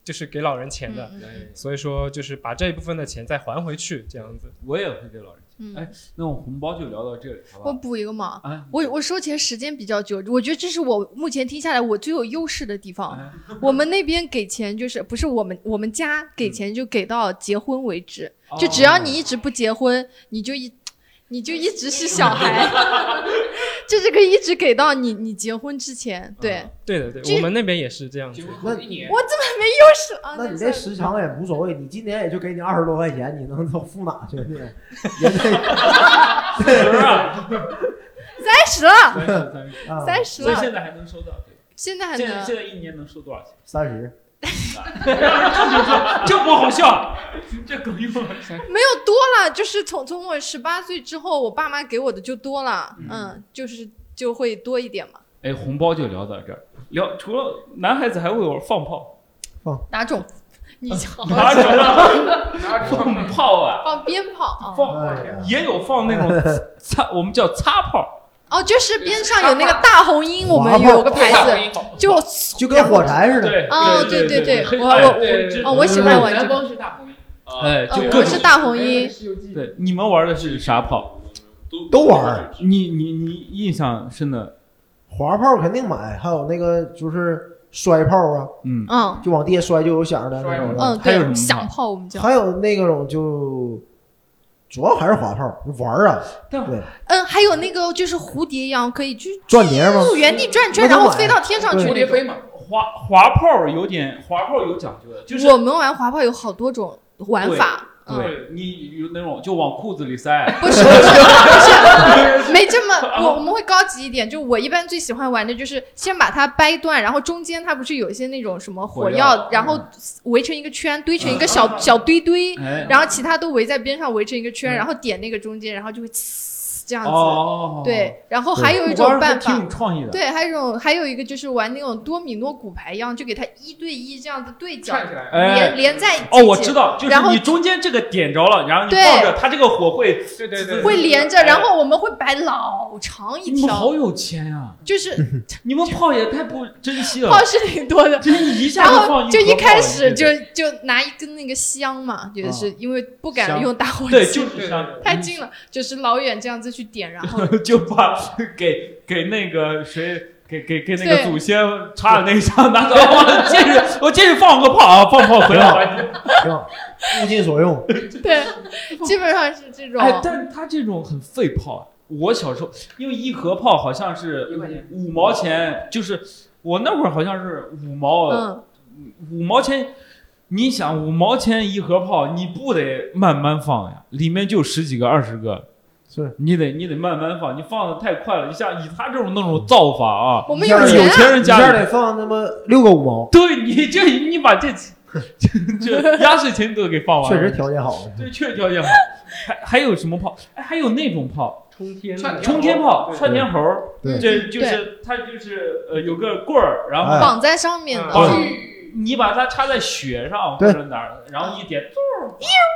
E: 就是给老人钱的，
D: 嗯嗯
E: 所以说就是把这一部分的钱再还回去，这样子。
B: 我也会给老人。
D: 嗯
B: 哎那我红包就聊到这里，好
D: 我
B: 吧？
D: 补一个嘛，
B: 啊，
D: 我我收钱时间比较久，我觉得这是我目前听下来我最有优势的地方。
B: 哎
D: *laughs* 我们那边给钱就是不是我们我们家
E: 嗯
D: 给钱就给到结婚为止，
E: 哦
B: 哦
D: 就
E: *laughs*
D: 只要你一直不结婚，你就一。你就一直是小孩， *laughs* 就这个一直给到你，你结婚之前，对、
E: 对的，
D: 这
E: 对，我们那边也是这样子
H: 结。婚后一年，
D: 我怎么没有手啊？
C: 那你
D: 算
C: 这
D: 了
C: 时长也无所谓，你今年也就给你二十多块钱，你能都付哪
D: *laughs*
C: 去？对，也得
B: *laughs*
D: 三十了，
C: 啊，
D: 三十
B: 所以
D: 了，
B: 现在还能收到这个。
D: 现在还
B: 现在
D: 能
B: 现在一年能收多少钱？
C: 三十，
B: *laughs* 这不好
D: *laughs*
B: 笑，这梗用了。
D: 没有多了，就是从从我十八岁之后，我爸妈给我的就多了，嗯，就是就会多一点嘛。
B: 哎，红包就聊到这儿。聊除了男孩子，还会有放
D: *laughs*
B: 炮，
D: 哪种？你好，
B: 哪种
H: 拿出
B: 放炮啊？
D: 放鞭炮啊？
B: 放
C: 哎呀
B: *laughs* 也有放那种擦，我们叫擦
D: *laughs*
B: 炮，
D: 哦，就是边上有那个大红鹰，我们
C: 划
D: 有个牌子，就
C: *laughs* 就跟火柴似的。
B: 对
D: 哦
B: 对
D: 对对
B: 对，
D: 我
B: 哎
D: 我
B: 对这
D: 哦，我喜欢玩这
H: 南
D: 个。
H: 方是大红衣，
F: 啊
B: 哎，
D: 哦
B: 就，各
D: 我
B: 种
D: 是大红鹰，
B: 对，你们玩的是
F: 嗯
B: 啥炮？
C: 都玩儿
B: 你你你印象深的，
C: 滑炮肯定买，还有那个就是摔炮啊，
B: 嗯，
D: 嗯
C: 就往地下摔就有响儿的那种的。
D: 嗯，
B: 还有什么
D: 对，
B: 炮
D: 响炮我们叫，
C: 还有那种就主要还是滑炮玩儿啊，
D: 嗯，还有那个就是蝴蝶一样可以去
C: 转碟嘛。
D: 就原地转圈，
C: 那
D: 然
C: 都
D: 后
C: 买
D: 飞到天上去
C: 对
H: 蝴蝶
D: 那种。
H: 飞嘛，
B: 滑滑炮有点滑炮有讲究的，就是
D: 我们玩滑炮有好多种玩法，嗯，
B: 对你有那种就往裤子里塞，
D: 不是不是
B: *laughs*
D: 不是，没这么，我我们会高级一点。就我一般最喜欢玩的就是先把它掰断，然后中间它不是有一些那种什么火
B: 火药嗯
D: 药，然后围成一个圈，堆成一个小小堆堆，
B: 哎，
D: 然后其他都围在边上围成一个圈，
B: 嗯
D: 然后点那个中间，然后就会呲 *laughs* 这样子。
B: 哦，
D: 对，然后还有一
B: 玩
D: 种
B: 儿
D: 办
B: 还
D: 法
B: 挺，有创意的，
D: 对，还有一种还有一个就是玩那种多米诺骨牌一样，就给它一对一这样子对角
H: 串起来，
B: 哎
D: 连。连在一起。
B: 哦，我知道，就是
D: 然后
B: 你中间这个点着了，然后你
D: 对
B: 抱着它，这个火会，
H: 对对对，
D: 会连着，然后我们会摆老长一
B: 你们
D: 条，
B: 好有钱呀！
D: 就是
B: 你们炮也太不珍惜了
D: 炮，是挺多的。
B: 真一下
D: 然
B: 就放
D: 后就
B: 一
D: 一
B: 盒
D: 开
B: 炮
D: 始
B: 你
D: 就
B: 这
D: 就拿一根那个香嘛，也是因为不
B: 啊香
D: 敢用打火
B: 对，
D: 机，
B: 就是像
D: 太近了，就是老远这样子去点，然
B: *laughs*
D: 后
B: 就把给给那个谁。给给给那个
D: 对
B: 祖先插的那一枪拿走，
D: *laughs*
B: 我接着我接着放个炮啊，放炮回来。
C: 行，物尽所用。
D: 对，基本上是这种。
B: 哎，但是他这种很费炮啊。我小时候因为一盒炮好像
H: 一
B: 是
H: 块钱，
B: 五毛钱，就是我那会儿好像是五毛，
D: 嗯，
B: 五毛钱，你想五毛钱一盒炮，你不得慢慢放呀？里面就十几个、二十个，
C: 是
B: 你得你得慢慢放，你放的太快了。你像以他这种那种造法啊，
D: 我们
C: 一
D: 有
C: 下
B: 有
D: 钱啊，
B: 钱人
C: 一下
B: 家里，
C: 得放他妈六个五毛，
B: 对你这你把这 *laughs* 这这压岁钱都给放完
C: 确实
B: 了，
C: 条件好。
B: 对，确实条件好。还还有什么炮？哎，还有那种炮，
E: 冲天
H: 串
B: 冲天炮、
H: 对
B: 窜天猴儿，
C: 对
B: 这就
D: 对
B: 是它就是呃有个棍儿，然后
C: 哎
D: 绑在上面
B: 绑
D: 的，
B: 着你把它插在雪上或
C: 对
B: 者哪儿，然后一点，嗯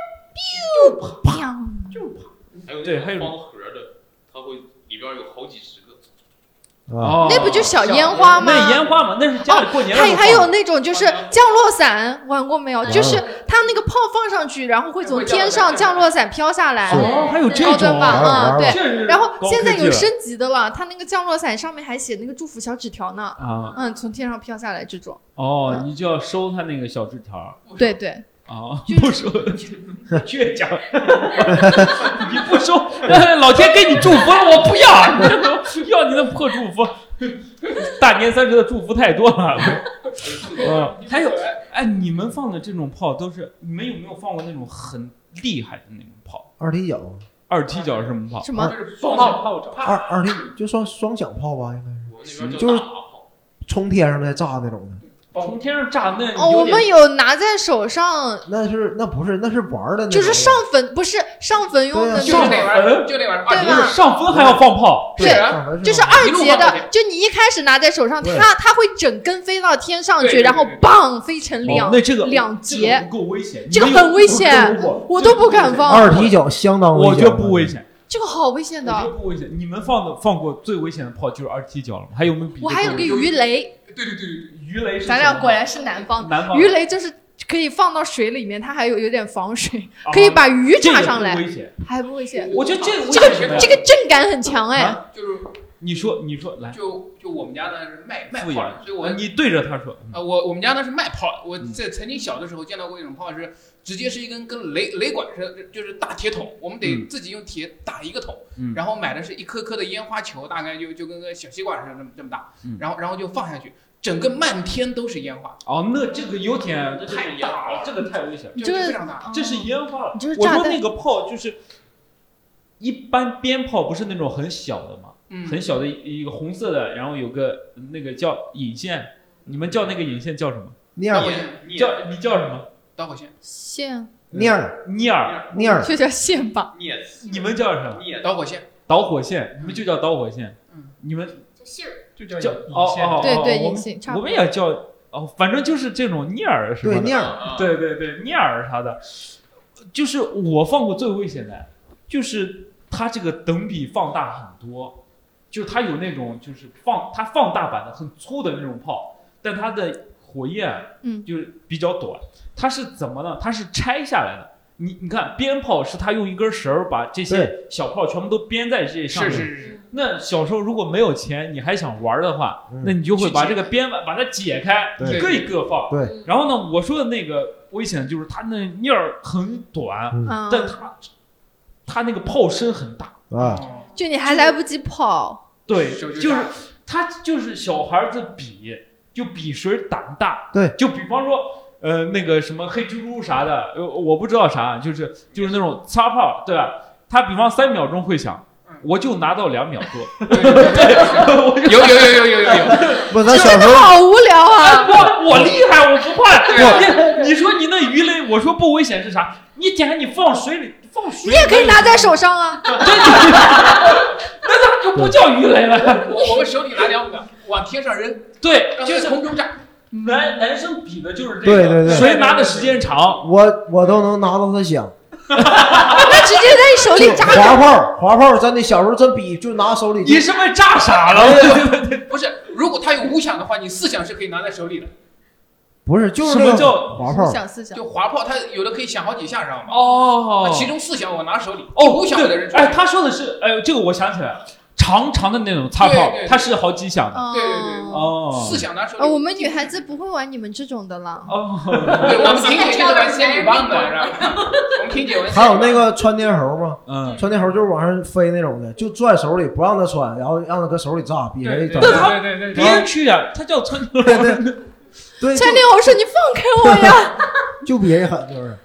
D: 砰
F: 还有
B: 对还有
F: 方盒的，它会里边有好几十个。
C: 啊，
B: 哦
D: 那不就是小
H: 小
D: 烟花吗？
B: 那烟花嘛，那是家里过年的时
D: 哦还
B: 候放
D: 还
B: 嗯
D: 有
B: 的
D: 那种就是降落伞，玩过没有？就是它那个炮放上去，然后会从天上降落伞飘下来，
C: 是
B: 哦，还有这
D: 高
B: 种
D: 端
B: 啊，
C: 玩儿
D: 吧？嗯，
C: 玩儿
D: 对。
B: 这是
D: 然后
B: 高
D: 现在
B: 科技
D: 有
B: 了
D: 升级的了，它那个降落伞上面还写那个祝福小纸条呢。
B: 啊，
D: 嗯，从天上飘下来这种，
B: 哦，你就要收他那个小纸条儿
H: 哦
D: 对对，
B: 啊
D: 就，
B: *laughs* 不收，倔强， *laughs* 你不收，哎老天给你祝福了，我不要， *laughs* 你这个要你的破祝福，大年三十的祝福太
D: *laughs*
B: 多了，嗯，还有，哎，你们放的这种炮都是，你们有没有放过那种很厉害的那种炮？
C: 二踢脚，
B: 二踢脚是什么
H: 哦
B: 炮？
D: 什么
H: 放炮炮仗，
C: 二二踢就算双响炮吧，应该是
F: 我们那边
C: 就是
F: 大炮，
C: 冲天上再炸那种的。
B: 从天上炸那
D: 哦，
B: 有
D: 我
B: 点
D: 们有拿在手上，
C: 那是那不是那是玩儿的那种，
D: 就是上坟不是上坟用的
H: 就是
D: 那
H: 那
D: 种，
H: 玩意儿，就那玩意儿，
D: 对吧
H: 二十
B: 上分还要放炮，
D: 对
H: 对
C: 上坟
D: 就是啊
C: 上
D: 二
H: 一路
D: 节
H: 放过
D: 的，就你一开始拿在手上，
C: 对
D: 它它会整根飞到天上
H: 对
D: 去，
H: 对
D: 然后
H: 对对
D: 棒飞成两
B: 哦那这个
D: 两节，
B: 不够危险，
D: 这个很危险，我都不敢放。
C: 二踢脚相当危
B: 我
C: 险，
B: 觉得不危。险，
D: 这个好危险
B: 我觉得
D: 的。
B: 不危险。你们放的放过最危险的炮就是二踢脚了吗？还有没有比这
D: 我还有
B: 更
D: 个鱼雷，
H: 对对对对对，
B: 鱼雷是什么，
D: 咱俩果然是南方的。
B: 南方
D: 鱼雷就是可以放到水里面，它还有有点防水，
B: 啊
D: 可以把鱼
B: 这个
D: 炸上
B: 不
D: 来，
B: 危险。
D: 还不危险。
B: 我觉得这个
D: 这
B: 为什么
D: 个
B: 呀
D: 这个震感很强哎，
B: 啊
H: 就是
B: 你说，你说，来，
H: 就就我们家呢是卖卖
B: 敷
H: 炮
B: 衍
H: 的，所以我
B: 你对着他说，嗯
H: 啊，我我们家呢是卖炮，我
B: 嗯
H: 在曾经小的时候见到过一种炮是直接是一根跟雷雷管似的，就是大铁桶，我们得
B: 嗯
H: 自己用铁打一个桶，
B: 嗯
H: 然后买的是一颗颗的烟花球，大概就就跟个小西瓜似的这么这么大
B: 嗯，
H: 然后然后就放下去，整个漫天都是烟花，
B: 哦，那这个有点这
H: 太大了
B: 这个太危险了，
D: 你
H: 就
D: 这
H: 是
D: 个
H: 非常大。
B: 这是烟花了。
D: 你哦就是
B: 我
D: 炸
B: 说
D: 弹
B: 那个炮就是，一般鞭炮不是那种很小的吗？
H: 嗯，
B: 很小的一一个红色的，然后有个那个叫引线，你们叫那个引线叫什么？
C: 那
H: 导
C: 样
H: 火
C: 的
H: 线，
B: 叫你叫什么？
H: 导火线，
D: 线
C: 那样的
B: 尼尔，
C: 那样的
D: 就叫线吧，
F: 孽
B: 你们叫什么？
F: 孽
H: 导火线，
B: 导火线，你们就叫导火线
H: 嗯。
B: 你们
G: 就信儿，
E: 就叫
B: 叫
E: 引
B: 哦
E: 线
B: 哦
D: 对对，
B: 我们
D: 银杏差
B: 我
D: 不
B: 们
D: 多。
B: 也叫哦，反正就是这种尼尔什么
C: 对
B: 的。
C: 那样的
F: 啊
B: 对对对，聂耳啥的，就是我放过最危险的，就是它这个等比放大很多，就是它有那种就是放它放大版的很粗的那种炮，但它的火焰
D: 嗯
B: 就是比较短，它是怎么呢？它是拆下来的。你你看，鞭炮是它用一根绳儿把这些小炮全部都编在这上
H: 是
B: 面。
H: 是是是，
B: 那小时候如果没有钱，你还想玩儿的话，
C: 嗯
B: 那你就会把
H: 去解
B: 这个鞭把把它解开，
C: 对
B: 一个一个放。
C: 对
G: 嗯
B: 然后呢，我说的那个危险就是它那叶儿很短，
D: 啊，
B: 但它它那个炮声很大。
C: 啊，
H: 哦
D: 就你还来不及跑，
B: 对，
H: 手
B: 就
H: 就是大
B: 它就是小孩儿的比，就比谁胆大。
C: 对，
B: 就比方说。呃，那个什么黑蜘蛛啥的，呃，我不知道啥，就是就是那种擦炮，对吧？它比方三秒钟会响
H: 嗯，
B: 我就拿到两秒
H: *laughs*
B: 多，
H: 对对对
B: 我
H: *laughs* 有有有有有有有，
C: 不，咱
D: 真
C: 小时
D: 的
C: 候
D: 好无聊啊！
B: 我我厉害，我不怕。
H: *laughs* 对啊
B: 我你说你那鱼雷，我说不危险是啥？你点你放水里，放水里
D: 你也可以拿在手
B: *laughs*
D: 上啊，
B: 那
D: *laughs*
B: 就不叫鱼雷了。
H: 我我们手里拿两个往天上扔，
B: 对，
H: 然后
B: 就
H: 在
B: 是
H: 空中炸，
B: 男男生比的就是这个，
C: 对对对
B: 谁拿的时间长？
C: 我我都能拿到它响，
D: 那直接在你手
C: 就
D: 里扎着。
C: 滑炮滑炮真的小时候真比就拿手里
B: 你
C: 就是
B: 被炸傻了？ *laughs*
H: 不是，如果它有五响的话，你四响是可以拿在手里的，
C: 不是就是
B: 什
C: 那
B: 么
C: 个
B: 叫
C: 滑炮，
D: 想思想，
H: 就滑炮，它有的可以响好几下，知道吗？
B: 哦
H: 那其中四响我拿手里，
B: 哦
H: 五响我的
B: 对，
H: 人
B: 哎，他说的是，哎，这个我想起来了，长长的那种擦炮
H: 对对对，
B: 它是好几响的。
D: 哦
H: 对对对
B: 啊
H: 哎
B: 哦，
H: 四响拿手里。
D: 呃，我们女孩子不会玩你们这种的了。
B: 哦，
H: 对，我们萍姐就是玩仙女棒的，知道吗？我们萍姐玩仙女
C: 还
H: 棒
C: 有那个穿天猴嘛，
B: 嗯，
C: 穿天猴就是往上飞那种的，就攥手里不让它穿，然后让它搁手里炸，比谁
E: 对对
C: 炸
E: 对
B: 那。他
E: 对对对
B: 别去呀，他叫村
C: 对
B: *laughs*
C: 对对，
D: 蔡天猴说：“你放开我呀
C: *laughs* 就就比人狠，就是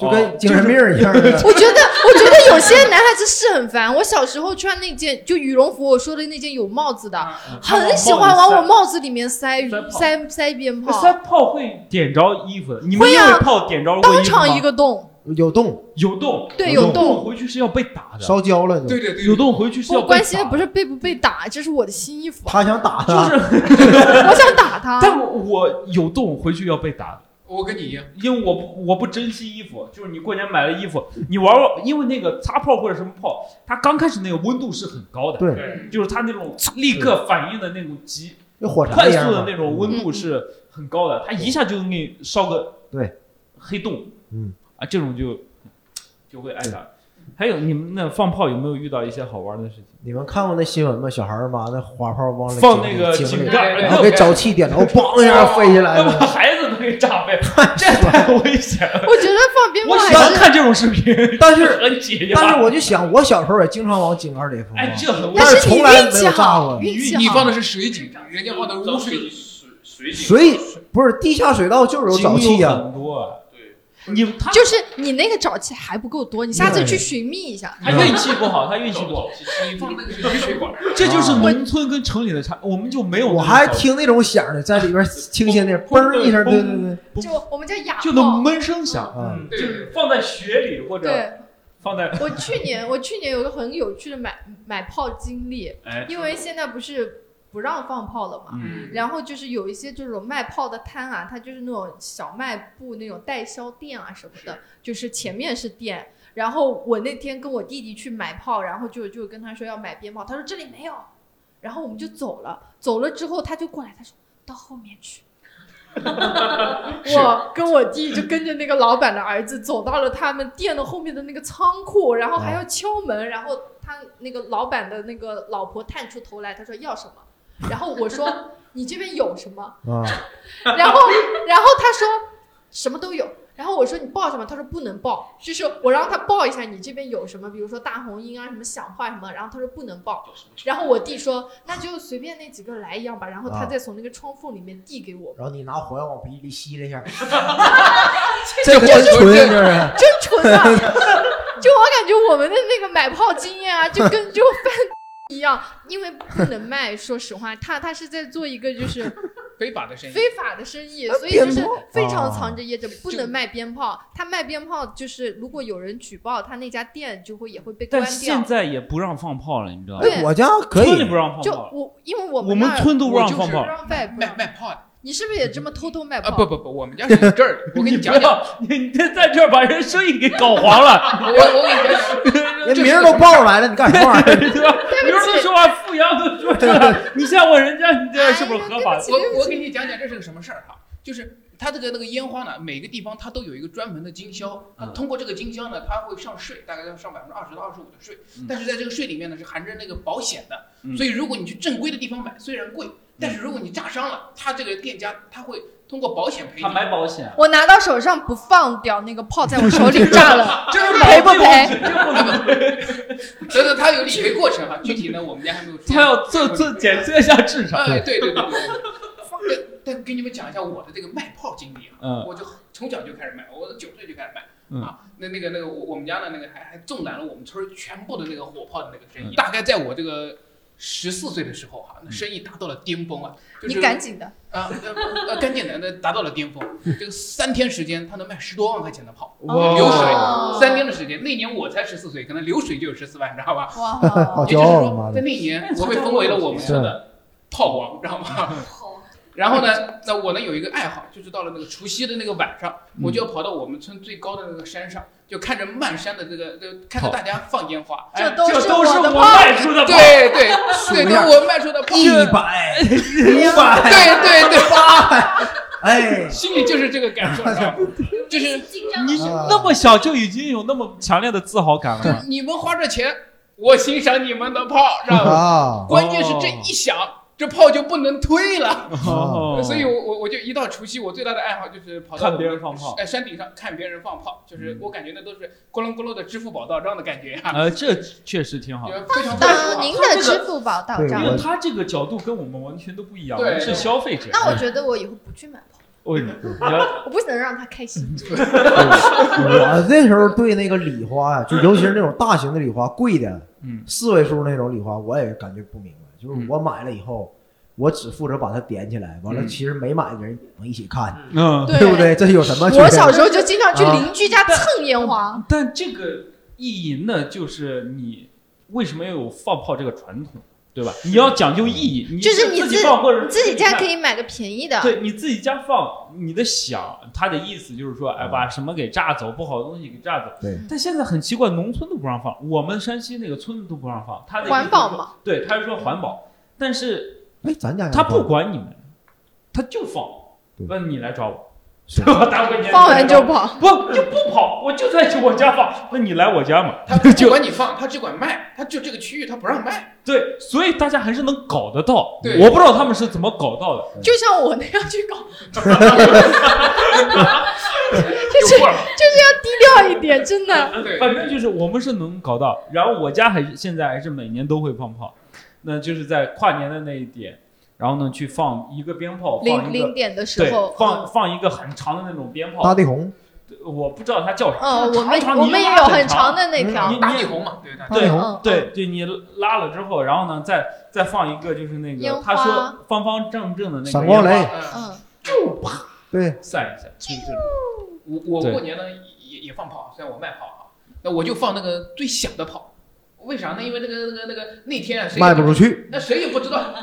C: 就
B: 哦
C: 跟精神病一样的！”。
D: 我觉得，我觉得有些男孩子是很烦。我小时候穿那件就羽绒服，我说的那件有帽子的，很喜欢往我帽子里面塞
B: 塞炮
D: 塞塞鞭
B: 那
D: 炮，
B: 三炮会点着衣服的，你们
D: 会
B: 因
D: 啊
B: 为炮点着过
D: 当
B: 衣服吗？
D: 场一个洞。
C: 有洞
B: 有洞，
D: 对，
C: 有
D: 有洞。
B: 回去是要被打的，
C: 烧焦了就
H: 对，对对，
B: 有洞回去是要
D: 我
B: 被
D: 关心
B: 打
D: 的不是被不被打，这是我的新
B: *laughs*
D: 衣服，
C: 他想打
B: 就
C: 他，
B: 是，
D: 我想打他。
B: 但我有洞回去要被打的。
H: 我跟你一样，
B: 因为我不我不珍惜衣服，就是你过年买了衣服，你玩玩，因为那个擦炮或者什么炮，它刚开始那个温度是很高的，
C: 对
H: 对
B: 就是它那种立刻反应的那种急
C: 就火柴
B: 快
C: 一样啊
B: 速的
C: 嘛
B: 那种温度是很高的，它一下就能给你烧个
C: 对
B: 黑洞，
C: 嗯
B: 啊，这种就就会挨打。还有你们那放炮有没有遇到一些好玩的事情？
C: 你们看过那新闻吗？小孩儿妈那花炮往里
B: 放那个哦
C: 井
B: 井
C: 里，
B: 盖儿，
H: 对
C: 然后给沼气点着，嘣一下
B: *laughs*
C: 飞起来
B: 那把
C: 了。
B: 孩子都给炸
C: *laughs*
B: 飞，这太危险了。
D: 我觉得放鞭炮
B: 我喜
D: 还
B: 欢
D: 是
B: 看这种视频，
C: 但是
B: *laughs* 很解压。
C: 但是我就想，我小时候也经常往井盖里啊放，
B: 哎，这很危
D: 但
B: 险。
C: 但是
D: 你
C: 从来
D: 运
C: 没
D: 气
C: 有炸过
D: 好，运气好。
H: 你放的是水井，人家放的是污水，
F: 水
C: 水不是地下水道就是有沼气
B: 有
C: 呀。
B: 很多啊。
F: 对，
B: 你他
D: 就是你那个沼气还不够多，你下次去寻觅一下。
B: 他运气不好，他运气不好，
H: 你放那个是雨水管，
B: *laughs* 这就是农村跟城里的差，我们就没有那种
C: 我
B: 小。
C: 还听那种响的，在里边清新的，
B: 砰
C: 嘣一声，对对对，
B: 不
D: 就我们叫哑
B: 就能
D: 炮。
B: 哦闷声响，
C: 啊，
E: 嗯
H: 对
B: 就
H: 对
B: 是放在雪里或者
D: 对
B: 放在
D: 我去年，我去年有个很有趣的买买炮经历，
B: 哎，
D: 因为现在不是不让放炮了嘛。
B: 嗯，
H: 对，
D: 然后就是有一些这种卖炮的摊啊，它就是那种小卖部那种代销店啊什么的，就是前面是店。然后我那天跟我弟弟去买炮，然后就就跟他说要买鞭炮，他说这里没有，然后我们就走了。走了之后他就过来，他说到后面去。我跟我弟就跟着那个老板的儿子走到了他们店的后面的那个仓库，然后还要敲门，然后他那个老板的那个老婆探出头来，他说要什么？然后我说你这边有什么？
B: 嗯
C: 啊，
D: 然后 *laughs* 然后他说什么都有。然后我说你报什么？他说不能报，就是我让他报一下你这边有什么，比如说大红鹰啊，什么响话什么。然后他说不能报。然后我弟说那就随便那几个来一样吧。然后他
C: 啊
D: 再从那个窗缝里面递给我，
C: 然后你拿火药往鼻子里吸了
B: *laughs*
C: 一下， *laughs*
D: 这
C: 真纯这是。
D: 真纯啊！就我感觉我们的那个买炮经验啊，就跟 *laughs* 就犯一样，因为不能卖。说实话，他他是在做一个就是
H: 非法的生意。
D: 非法的生意，
C: 呃
D: 所以就是
C: 鞭炮
D: 非常藏着掖着，不
B: 啊
D: 能卖鞭炮。他卖鞭炮就是如果有人举报，他那家店就会也会被关
B: 但现
D: 掉。
B: 在也不让放炮了，你知道吗？
D: 对
C: 哎，我家可
B: 村里
C: 以
B: 不让放
D: 就
B: 炮了，
D: 我，因为我
B: 我
D: 们
B: 们
D: 那儿
B: 村都不
H: 我
B: 让
H: 就
B: 放
H: 是
B: 炮。
D: 让卖不
H: 卖
D: 让，
H: 卖炮的
D: 你是不是也这么偷偷卖
H: 啊！
D: 炮？
H: 不不不，我们家是有证儿的。我给你讲讲，
B: 你不要，你这在这儿把人生意给搞黄
H: *laughs*
B: 了，
H: 我我给你讲讲，
C: 人哎名儿都报上来了，你干什么玩意
D: *laughs*
C: 儿？
B: 对吧？
D: 对
B: 人
D: 不
B: 都
D: 起，
B: 说话富阳都说出 *laughs* 来了，你现在问人家你这是不是合法
D: 哎呀对不？起 *laughs*
H: 我我给你讲讲这是个什么事儿哈，就是它这个那个烟花呢，每个地方它都有一个专门的经销，它
B: 嗯
H: 通过这个经销呢，它会上税，大概要上百分之二十到二十五的税
B: 嗯，
H: 但是在这个税里面呢是含着那个保险的
B: 嗯，
H: 所以如果你去正规的地方买，虽然贵，但是如果你炸伤了，他这个店家他会通过保险赔
B: 他
H: 你。
B: 买保险，啊
D: 我拿到手上不放掉，那个炮在我手里
B: *laughs*
D: 炸了，
B: 这是
D: *laughs* 赔不赔？
H: 等等，他有理赔过程哈，具体呢我们家还没有出现。
B: 他要测测检测一下智商。
H: 哎，对对对对对。 *laughs* 但但给你们讲一下我的这个卖炮经历啊，
B: 嗯
H: 我就从小就开始卖，我九岁就开始卖、
B: 嗯
H: 啊。那那个那个我我们家的那个还还纵览了我们村儿全部的那个火炮的那个生
C: 嗯
H: 意。大概在我这个十四岁的时候哈、那生意达到了巅峰啊，就是
D: 你赶紧的，
H: 啊呃呃干净的那达到了巅
C: *laughs*
H: 峰，这个三天时间他能卖十多万块钱的炮，
D: 哇
H: 流水、
D: 哦
H: 三天的时间，那年我才十四岁，可能流水就有十四万，你知道吧？
D: 哇，
C: 好
H: 也
C: 骄
H: 就是
C: 傲啊妈
H: 说，在
C: 的！
H: 那一
D: 哎
H: 年我被封为了
D: 啊
H: 我们村的炮王，知道吗？
C: *laughs*
H: 然后呢，那我呢有一个爱好，就是到了那个除夕的那个晚上，
C: 嗯
H: 我就跑到我们村最高的那个山上，就看着漫山的这个，这个看着大家放烟花。
D: 这
B: 哎
D: 都
B: 这
D: 是
B: 都
D: 我
B: 是
D: 的
B: 我
D: 炮
B: 卖出的炮，
H: 对对对，
C: 一
H: 对
C: 下
H: 我卖出的炮，
C: 一百、五
H: 对
C: 百、
H: 对
C: *laughs*
H: 对，
C: 八百，哎，
H: 心里就是这个感受，知道吗？
C: *laughs*
H: 就是
B: 你
C: 啊
B: 那么小就已经有那么强烈的自豪感了吗？
H: 你们花这钱，我欣赏你们的炮，知
C: *laughs*
H: 道吗？
C: 啊，
H: 关键是这一响，这炮就不能推了。
B: 哦
H: 所以我，我我就一到除夕，我最大的爱好就是跑到
B: 看别人放炮
H: 哎，山顶上看别人放炮，就是
B: 嗯
H: 我感觉那都是咕隆咕隆的支付宝到账的感觉啊，
B: 呃，这确实挺好
H: *laughs* 就。是非常特殊
D: 当
H: 啊。
D: 您的支付宝到
B: 因
D: 账
C: 对
B: 为
C: 我
D: 了，
B: 他这个角度跟我们完全都不一样，我
H: 对
B: 们是消费者。
D: 那我觉得我以后不去买炮，
B: 我 *laughs* 你
D: 我不能让他开心。
C: 我啊那时候对那个礼花呀，就尤其是那种大型的礼花，贵的，
B: 嗯，
C: 四位数那种礼花，我也感觉不明白。就是我买了以后，我只负责把它点起来，完了
B: 嗯
C: 其实没买的人也能一起看，
B: 嗯，
C: 对不？对？这有什么区别？
D: 我小时候就经常去
C: 啊
D: 邻居家蹭烟花，
B: 但这个意义呢，就是你为什么要有放炮这个传统，对吧？你要讲究意义，你
D: 就是你
B: 自
D: 自
B: 己放或者
D: 你自己家可
B: 以。
D: 以买个便宜的。
B: 对，你自己家放，你的响，它的意思就是说，哎，把什么给炸走，不好的东西给炸走。
C: 对。
B: 但现在很奇怪，农村都不让放，我们山西那个村子都不让放，它的意思
D: 环保
B: 就是说
D: 嘛，
B: 对，他是说环保，但是
C: 哎，咱家
B: 他不管你们，他就放
C: 对，
B: 问你来抓我，
C: 是
B: 吧？大过年
D: 放完就跑，
B: 不就不跑，我就在去我家放，那你来我家嘛？ *laughs*
H: 他不管你放，他只管卖，他就这个区域他不让卖。
B: 对，所以大家还是能搞得到。
H: 对
B: 我不知道他们是怎么搞到的。
D: 就像我那样
B: *laughs*
D: 去搞，就是
H: 有货了，
D: 就是要低调一点，真的。
H: 对，
B: 反正就是我们是能搞到，然后我家还是现在还是每年都会放炮，那就是在跨年的那一点，然后呢去放一个鞭炮，放
D: 零
B: 一
D: 零
B: 个
D: 点的时
B: 对
D: 候，，嗯
B: 放放一个很长的那种鞭炮
C: 大，地红，
B: 我不知道它叫啥。
D: 嗯，我们
B: 长长嗯
D: 我们也有很长的那条
B: 你，
H: 打地红嘛，对打
C: 大地
B: 对
C: 红，
D: 嗯，
B: 对，就你拉了之后，然后呢，再再放一个，就是那
D: 烟
B: 个
D: 花
B: 他说方方正正的那个
C: 闪光
B: 烟
C: 雷
B: 花，
H: 嗯，
D: 嗯，
C: 对，
B: 散一下，就是这种
H: 嗯我我
B: 对
H: 过年呢也也放炮，虽然我卖炮啊，那我就放那个最响的炮。为啥呢？因为那个那个那个那天啊，谁也
C: 卖不出去，
H: 那谁也不知道，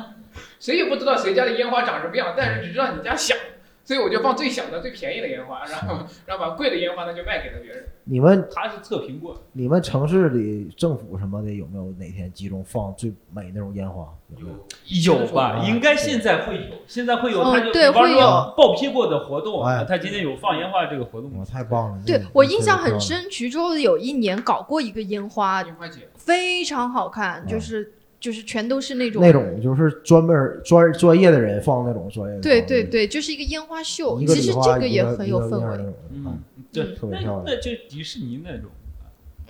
H: 谁也不知道谁家的烟花长什么样，但是只知道你家响，所以我就放最小的、最便宜的烟花，然后然后把贵的烟花呢就卖给了别人。
C: 你们
B: 他是测评过，
C: 你们城市里政府什么的有没有哪天集中放最美那种烟花？有没有？
B: 有吧？
C: 啊
B: 应该现在会有，现在会有，
D: 嗯
B: 他就
D: 对
B: 比方
D: 会
B: 说
D: 有
B: 报批过的活动，
C: 哎
B: 他今天有放烟花这个活动
C: 我。太棒了！
D: 对
C: 这
D: 我印象
C: 这
D: 很深，衢州有一年搞过一个烟花，
H: 烟花节，
D: 非常好看，就
C: 嗯
D: 是就是全都是那种
C: 那种就是专门儿专专业的人放那种专业的，
D: 对对，对，就是一个烟花秀，
C: 一个
D: 其实
C: 礼
D: 这
C: 花
D: 个
C: 一
D: 也
C: 个
D: 很
C: 一
D: 有
C: 个
D: 氛
C: 样儿
D: 围
C: 那。种，
B: 嗯
C: 嗯，
B: 对，
C: 特
B: 那
C: 别漂亮
B: 那就是迪士尼那种，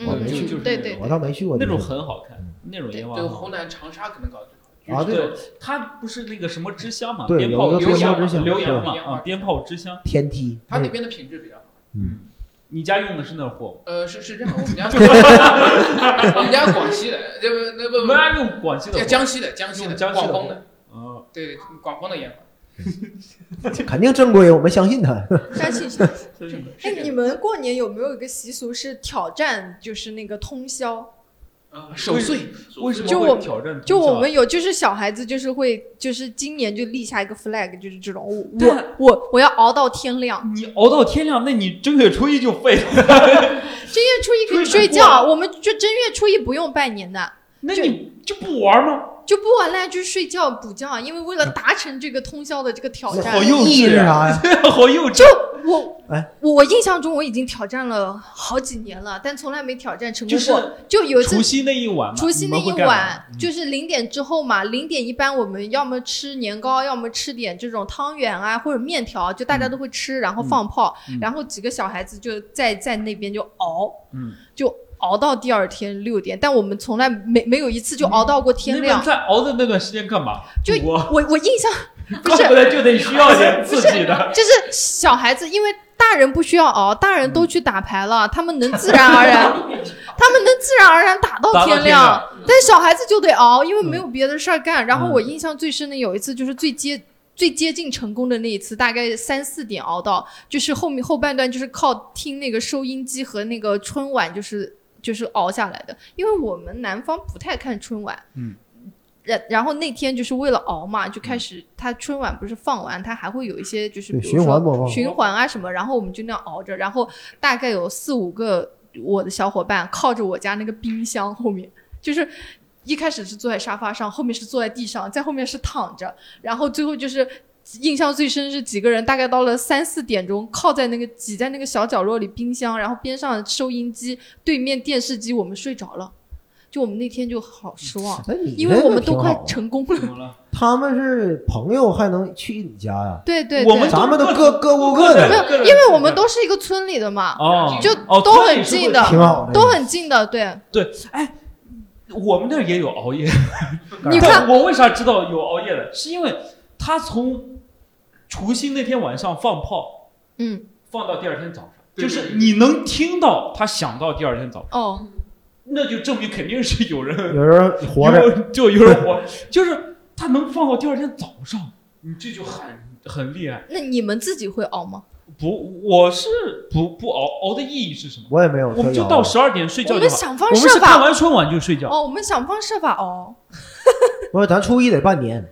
C: 我
D: 嗯，
C: 没
H: 去
D: 对对
C: 我
D: 对，
C: 倒没去过
B: 那
C: 地
B: 种
C: 方
B: 很好看，那种
D: 对
B: 烟花
H: 这
B: 很
H: 个
B: 好看。
H: 湖南长沙可能搞得最
C: 嗯啊，
H: 好。
C: 对，
B: 它不是那个什么之乡嘛，
C: 对
B: 鞭炮
C: 有
B: 之
C: 一个
H: 鞭炮之乡
B: 留洋嘛
H: 对
B: 啊，鞭炮之乡。
C: 天梯，
B: *laughs*
H: 它那边的品质比较好。
B: 你家用的是那货？
H: 呃，是是这样，我
C: *laughs*
H: 们家我们家广西的，这不那
B: 我
H: 不
B: 们家用广西的
H: 不，
B: 货。
H: 江西的，江西
B: 用
H: 的，
B: 江西
H: 广
B: 的
H: 东
B: 货
H: 的，
B: 嗯，
H: 对，广东的烟花。
C: 那肯定正规，我们相信他。
D: 相信。哎，你们过年有没有一个习俗是挑战，就是那个通宵？
B: 啊
H: 守岁，
B: 为什么
D: 就
B: 会
D: 我们
B: 挑战？
D: 就我们有，就是小孩子就是会，就是今年就立下一个 flag，就是这种，我
B: 对
D: 我我我要熬到天亮，
B: 你熬到天亮，那你正月初一就废了。
D: 正月初一可
B: 初一
D: 以睡
B: 不过
D: 觉，我们就正月初一不用拜年的。
B: 那你就不玩吗？ *laughs*
D: 就不玩了，就睡觉补觉啊！因为为了达成这个通宵的这个挑战，
B: 好幼稚啊
C: 意义是啥
D: *laughs*
C: 呀？
B: 好幼稚
D: 就。我
C: 哎
D: 我我印象中我已经挑战了好几年了，但从来没挑战成功
B: 就是
D: 过。就有一次
B: 除夕那一晚嘛，
D: 除夕那
B: 你们
D: 一
B: 会干嘛嗯
D: 晚，，就是零点之后嘛，零点一般我们要么吃年糕，要么吃点这种汤圆啊或者面条，就大家都会吃，然后放炮，
B: 嗯
D: 然后几个小孩子就在在那边就熬，
B: 嗯，
D: 就熬到第二天六点，但我们从来没没有一次就熬到过
B: 那
D: 天亮
B: 嗯们。在熬的那段时间干嘛？
D: 就
B: 我
D: 我我印象不
B: 怪
D: 是
B: 不得就得需要点刺激的。
D: 就是小孩子，因为大人不需要熬，大人都去打牌
B: *laughs*
D: 了，他们能自然而然，他们能自然而然打
B: 打
D: 到
B: 到
D: 天
B: 天亮嗯
D: 亮。但小孩子就得熬，因为没有别的事儿干。然后我印象最深的有一次，就是最接。最接近成功的那一次，大概三四点熬到，就是后面后半段就是靠听那个收音机和那个春晚，就是就是熬下来的。因为我们南方不太看春晚，
B: 嗯，
D: 然然后那天就是为了熬嘛，就开始他春晚不是放完，他还会有一些就是
C: 对
D: 比如
C: 循环
D: 说
C: 播放
D: 循环啊什么，然后我们就那样熬着，然后大概有四五个我的小伙伴靠着我家那个冰箱后面，就是。一开始是坐在沙发上，后面是坐在地上，在后面是躺着，然后最后就是印象最深是几个人，大概到了三四点钟，靠在那个挤在那个小角落里冰箱，然后边上收音机，对面电视机，我们睡着了。就我们那天就好失望，
C: 那你
D: 因为
C: 这
D: 我
C: 个
D: 们都
C: 挺
D: 快
C: 好嗯
D: 成功了。
B: 么了？
C: 他们是朋友，还能去你家呀？
D: 对对对，
B: 我们
D: 没
C: 咱们都各各过各
B: 没
C: 的，
D: 有，因为我们都是一个村里的嘛，
B: 哦，
D: 就
B: 哦
D: 都
B: 村里
D: 很
B: 是会
D: 近的，
C: 挺好的。
D: 都很近的。对，
B: 我们那儿也有熬夜。
D: *laughs* 你
B: 但
D: 看，
B: 我为啥知道有熬夜的？是因为他从除夕那天晚上放炮，
D: 嗯，
B: 放到第二天早上，
H: 对
B: 就是你能听到他响到第二天早上，
D: 哦，
B: 那就证明肯定是有人
C: 有人活着，
B: 有就有人活，就是他能放到第二天早上，你这就很很厉害。
D: 那你们自己会熬吗？
B: 不，我是不不熬熬的意义是什么？
C: 我也没有特啊意熬。
B: 我们就到十二点睡
D: 我
B: 觉就
D: 们
B: 好。
D: 想方
B: 我们
D: 设
B: 是看
D: 法
B: 完春晚就睡觉，
D: 哦，我们想方设法熬
C: 不是，咱初一得半年，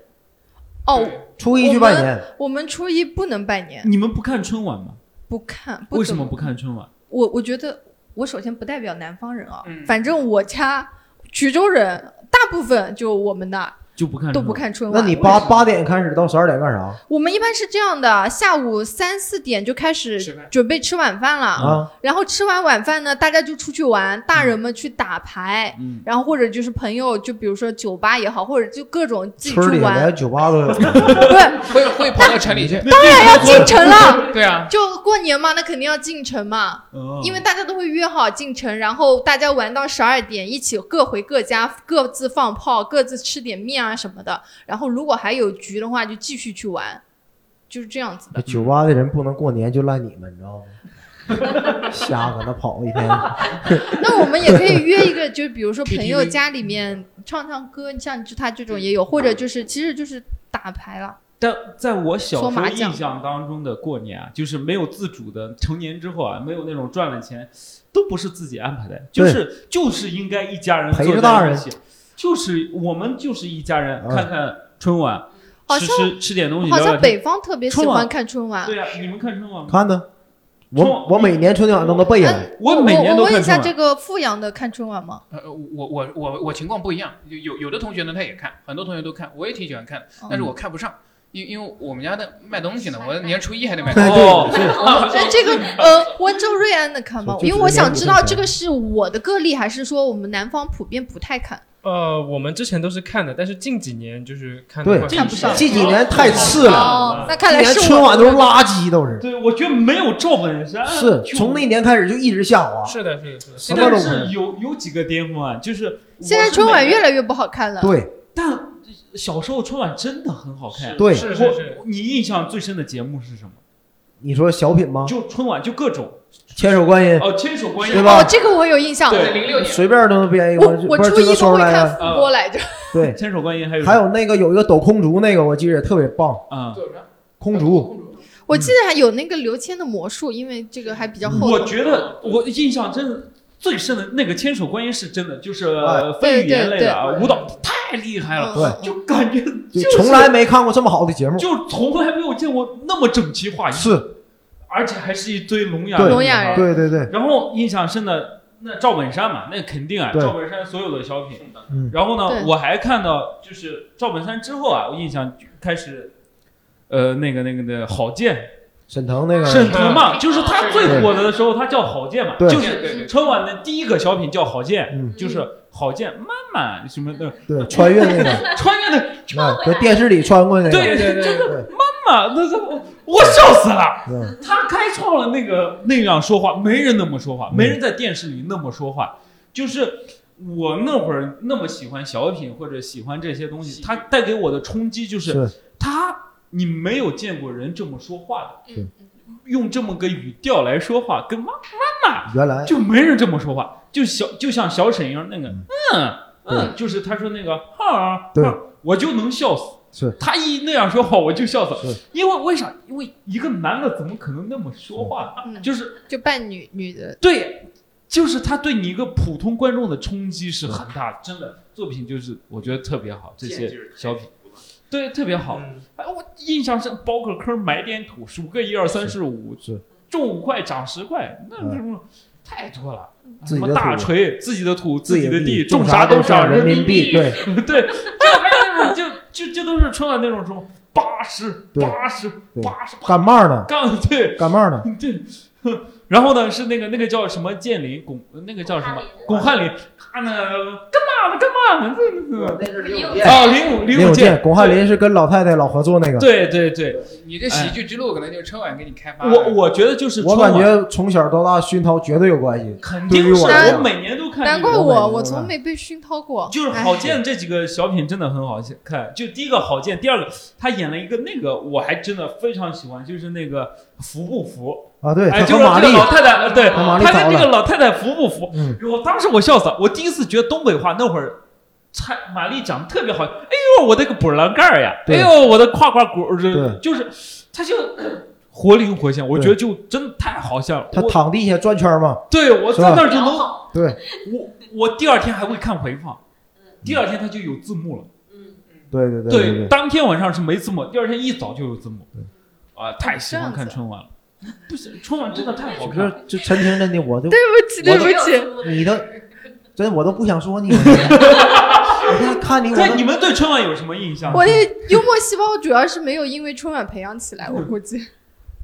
D: 哦。
C: 初一去半年。
D: 我们初一不能拜年，
B: 你们不看春晚吗？
D: 不看，不
B: 为什
D: 怎
B: 么不看春晚？
D: 我我觉得，我首先不代表南方人啊，
H: 嗯
D: 反正我家衢州人大部分就我们那儿
B: 就不看
D: 都不看春
C: 那
D: 晚。
C: 你八八点开始到十二点干啥
D: 我们一般是这样的，下午三四点就开始
H: 吃饭
D: 准备吃晚饭了，
C: 啊？
D: 然后吃完晚饭呢，大家就出去玩，大人们去打牌。
B: 嗯，
D: 然后或者就是朋友，就比如说酒吧也好，或者就各种自己
C: 村里
D: 去玩
C: 连，酒吧都有。
D: 不是
H: 会会跑到城里
C: *laughs*
H: 去。
B: *laughs*
D: 当然要进城了，
H: 对啊，
D: 就过年嘛，那肯定要进城嘛。
B: 哦
D: 因为大家都会约好进城，然后大家玩到十二点，一起各回各家，各自放炮，各自吃点面啊什么的。然后如果还有局的话，就继续去玩，就是这样子
B: *laughs*
D: 的。
C: 酒吧的人不能过年就赖你们，你知道吗？
D: *laughs*
C: 瞎搁那跑一天，
D: 那我们也可以约一个，就是比如说
H: PTV
D: 朋
B: *laughs*
D: 友家里面唱唱歌，像他这种也有，或者就是其实就是打牌了。
B: 但在我小
D: 搓
B: 时候
D: 麻
B: 印
D: 将
B: 象当中的过年啊，就是没有自主的，成年之后啊，没有那种赚了钱，都不是自己安排的，就
C: 对
B: 是就是应该一家人
C: 陪
B: 坐
C: 着
B: 在
C: 大
B: 一
C: 人
B: 起，就是我们就是一家人，
C: 嗯
B: 看看春晚，
D: 好
B: 吃
D: 像
B: 吃吃点东西，
D: 好
B: 嗯聊
D: 像
B: 聊
D: 北方特别喜
B: 春
D: 欢
B: 晚
D: 看春晚。
B: 对呀、你们看春晚吗？
C: 看呢，
B: 春
C: 我
B: 晚
C: 我每年春节晚都能背下来。
B: 我每年
D: 我
B: 都
D: 问
B: 看
D: 一下
B: 春
D: 这
B: 晚。
D: 个富阳的看春
C: *laughs*
D: 晚吗？
H: 呃，我我我我情况不一样，有有有的同学呢他也看，很多同学都看，我也挺喜欢看的，但是我看不上，因因为我们家的卖东西呢，我年初一还得
C: *laughs*
D: 哎
H: 买东西。
B: 哦，
D: 那这个呃，温州瑞安的看吗？
C: 哦就
D: 因为
C: 是
D: 我想
C: 那
D: 知
C: 个
D: 道
C: 是
D: 这个是我的个例，还是说我们南方普遍不太看？
E: 呃，我们之前都是看的，但是近几年就是看
C: 对
E: 的
D: 看不上
C: 这几年太次了，
D: 哦，那看来
C: 今年
D: 是我
C: 春晚都是垃圾，都是。
B: 对，我觉得没有赵本山，
C: 是
B: 哎就
C: 从那年开始就一直啊下滑，
E: 是的，是的，是的，
C: 什
B: 现
C: 么
B: 在
C: 都不
B: 是
C: 是。
B: 有有几个巅峰啊，就是
D: 现在春晚越
B: 来，
D: 来越不好看了。
C: 对
B: 但小时候春晚真的很好看。
C: 对，
E: 是是是，
B: 我你印象最深的节目是什么？
C: 你说小品吗？
B: 就春晚就各种
C: 千手观音，
B: 哦，千手观音
C: 对吧
D: 哦，这个我有印象。
B: 对
H: 零六年，
C: 随便都能编一个，
D: 我
C: 就
D: 我
C: 不是
D: 初
C: 就
D: 一
C: 能
D: 都
C: 说出
D: 会
C: 来
D: 看
C: 了。嗯
D: 复播来着。
C: 对，
B: 千手观音还有
C: 还有那个有一个抖空竹，那个我记得也特别棒，
B: 啊，
H: 做什么
C: 空竹。
D: 我记得还有那个刘谦的魔术，因为这个还比较
C: 嗯
D: 厚
B: 我。觉得我印象真的最深的那个千手观音是真的，就是
C: 哎
B: 非
D: 对
B: 语言类的啊
C: 对对对
B: 舞蹈太厉害了，
D: 嗯
B: 就感觉
C: 就
B: 就是
C: 从来没看过这么好的节目，
B: 就从来没有见过那么整齐划一，
C: 是
B: 而且还是一堆聋哑啊
C: 对
D: 聋哑人
C: 对对对，
B: 然后印象深的那赵本山嘛，那肯定啊，
C: 对
B: 赵本山所有的小品。
C: 嗯
B: 然后呢
D: 对，
B: 我还看到就是赵本山之后啊，我印象就开始，呃，那个那个那个郝建，
C: 沈腾那个
B: 沈腾嘛，就是他
H: 对
B: 最火的的时候，他叫郝建嘛，
C: 对
B: 就
H: 对
B: 是
H: 对对，
B: 春晚的第一个小品叫郝建，
C: 嗯
B: 就是郝建妈妈什么的，
C: 对穿越
B: *laughs*
C: 那个，
B: 穿越的
C: 那在电视里穿过那个，
B: 对
E: 对对对，
B: 妈妈，那个我我笑死了，
C: 嗯
B: 他开创了那个那样说话，没人那么说话，没人在电视里那么说话，就是。我那会儿那么喜欢小品或者喜欢这些东西，它带给我的冲击就是
C: 是
B: 他你没有见过人这么说话的，
C: 是
B: 用这么个语调来说话，跟妈
C: 原来
B: 就没人这么说话，就小就像小沈阳那个，
C: 嗯
B: 嗯嗯，就是他说那个哈，
C: 对
B: 哈我就能笑死。
C: 是
B: 他一那样说话，我就笑
C: 是
B: 死，因为为啥？因为一个男的怎么可能那么说话呢？
D: 嗯
B: 就是
D: 就扮女女的，
B: 对，就是他对你一个普通观众的冲击是很大的，真的作品就是我觉得特别好，这
F: 见
B: 些
F: 劲儿
B: 小品对特别好。
E: 嗯
B: 哎，我印象是包个坑埋点土，数个一二三四五，
C: 是
B: 中五块涨十块，那
C: 嗯
B: 什么太多了。
C: 自
B: 什
C: 己的
B: 么大
C: 土
B: 锤，自己的土，自己
C: 己
B: 的地，
C: 种
B: 啥
C: 都
B: 涨
C: 人
B: 民
C: 币，对，
B: 对，就还有那种就就就都是春晚那种什么八十
C: 对
B: 八十
C: 对
B: 八十八
C: 干嘛呢？
B: 杠，对
C: 干嘛呢？
B: 对。然后呢，是那个那个叫什么建林巩，那个叫什么巩汉林，他呢干嘛呢干嘛呢？这
C: 是
G: 零五
B: 这啊，零五
C: 林
B: 五
C: 永
B: 健
C: 健、，巩汉林是跟老太太老合作那个，
B: 对对对，
H: 你这喜剧之路可能就是春晚给你开发的。
B: 哎我我觉得就是
C: 啊我
B: 春
C: 感
B: 晚
C: 觉从小到大熏陶绝对有关系。
B: 肯
C: 对于
B: 定是
C: 我
D: 来
B: 我
C: 讲
B: 每年都看这个，
D: 难怪
C: 我
D: 我
C: 买
D: 我
C: 的
D: 从没被熏陶过。
B: 就是
D: 哎
B: 郝建这几个小品真的很好看，就第一个郝建，第二个他演了一个那个我还真的非常喜欢，就是那个服不服？
C: 啊，对，
B: 哎，
C: 他
B: 就
C: 和
B: 是
C: 马
B: 那
C: 丽
B: 个，老太太，呃对，
C: 和马丽
B: 他跟那
C: 嫂
B: 个
C: 子，
B: 老太太服不服？
C: 嗯，
B: 我当时我笑死了，我第一次觉得东北话那会儿。蔡马丽长得特别好，哎呦我的个波浪盖儿呀，哎
C: 对
B: 呦我的胯胯骨儿，
C: 对
B: 就是，他就 *coughs* 活灵活现，我
C: 对
B: 觉得就真的太好笑了。
C: 他
B: 我
C: 躺地下转圈嘛，
B: 对我
C: 是
B: 在
C: 吧
B: 那儿就能
C: 对
B: 我我第二天还会看回放，第二天它就有字幕了。
C: 对对对对，
B: 当天晚上是没字幕，第二天一早就有字幕。啊，太喜欢
D: 这样
B: 看
D: 子
B: 春晚
F: 啊
B: 了，不是春晚真的太好
C: 我
B: 看
C: 这
B: 了。
C: 这陈婷真的，我就
D: *laughs* 对不起，对不起，
C: 你都
B: *laughs*
C: 真我都不想说你，我看看你我
B: 对，
C: 都
B: 你们对春晚有什么印 *laughs* 象？
D: 我的幽默细胞主要是没有因为春晚培养起来，我估计。
B: *laughs*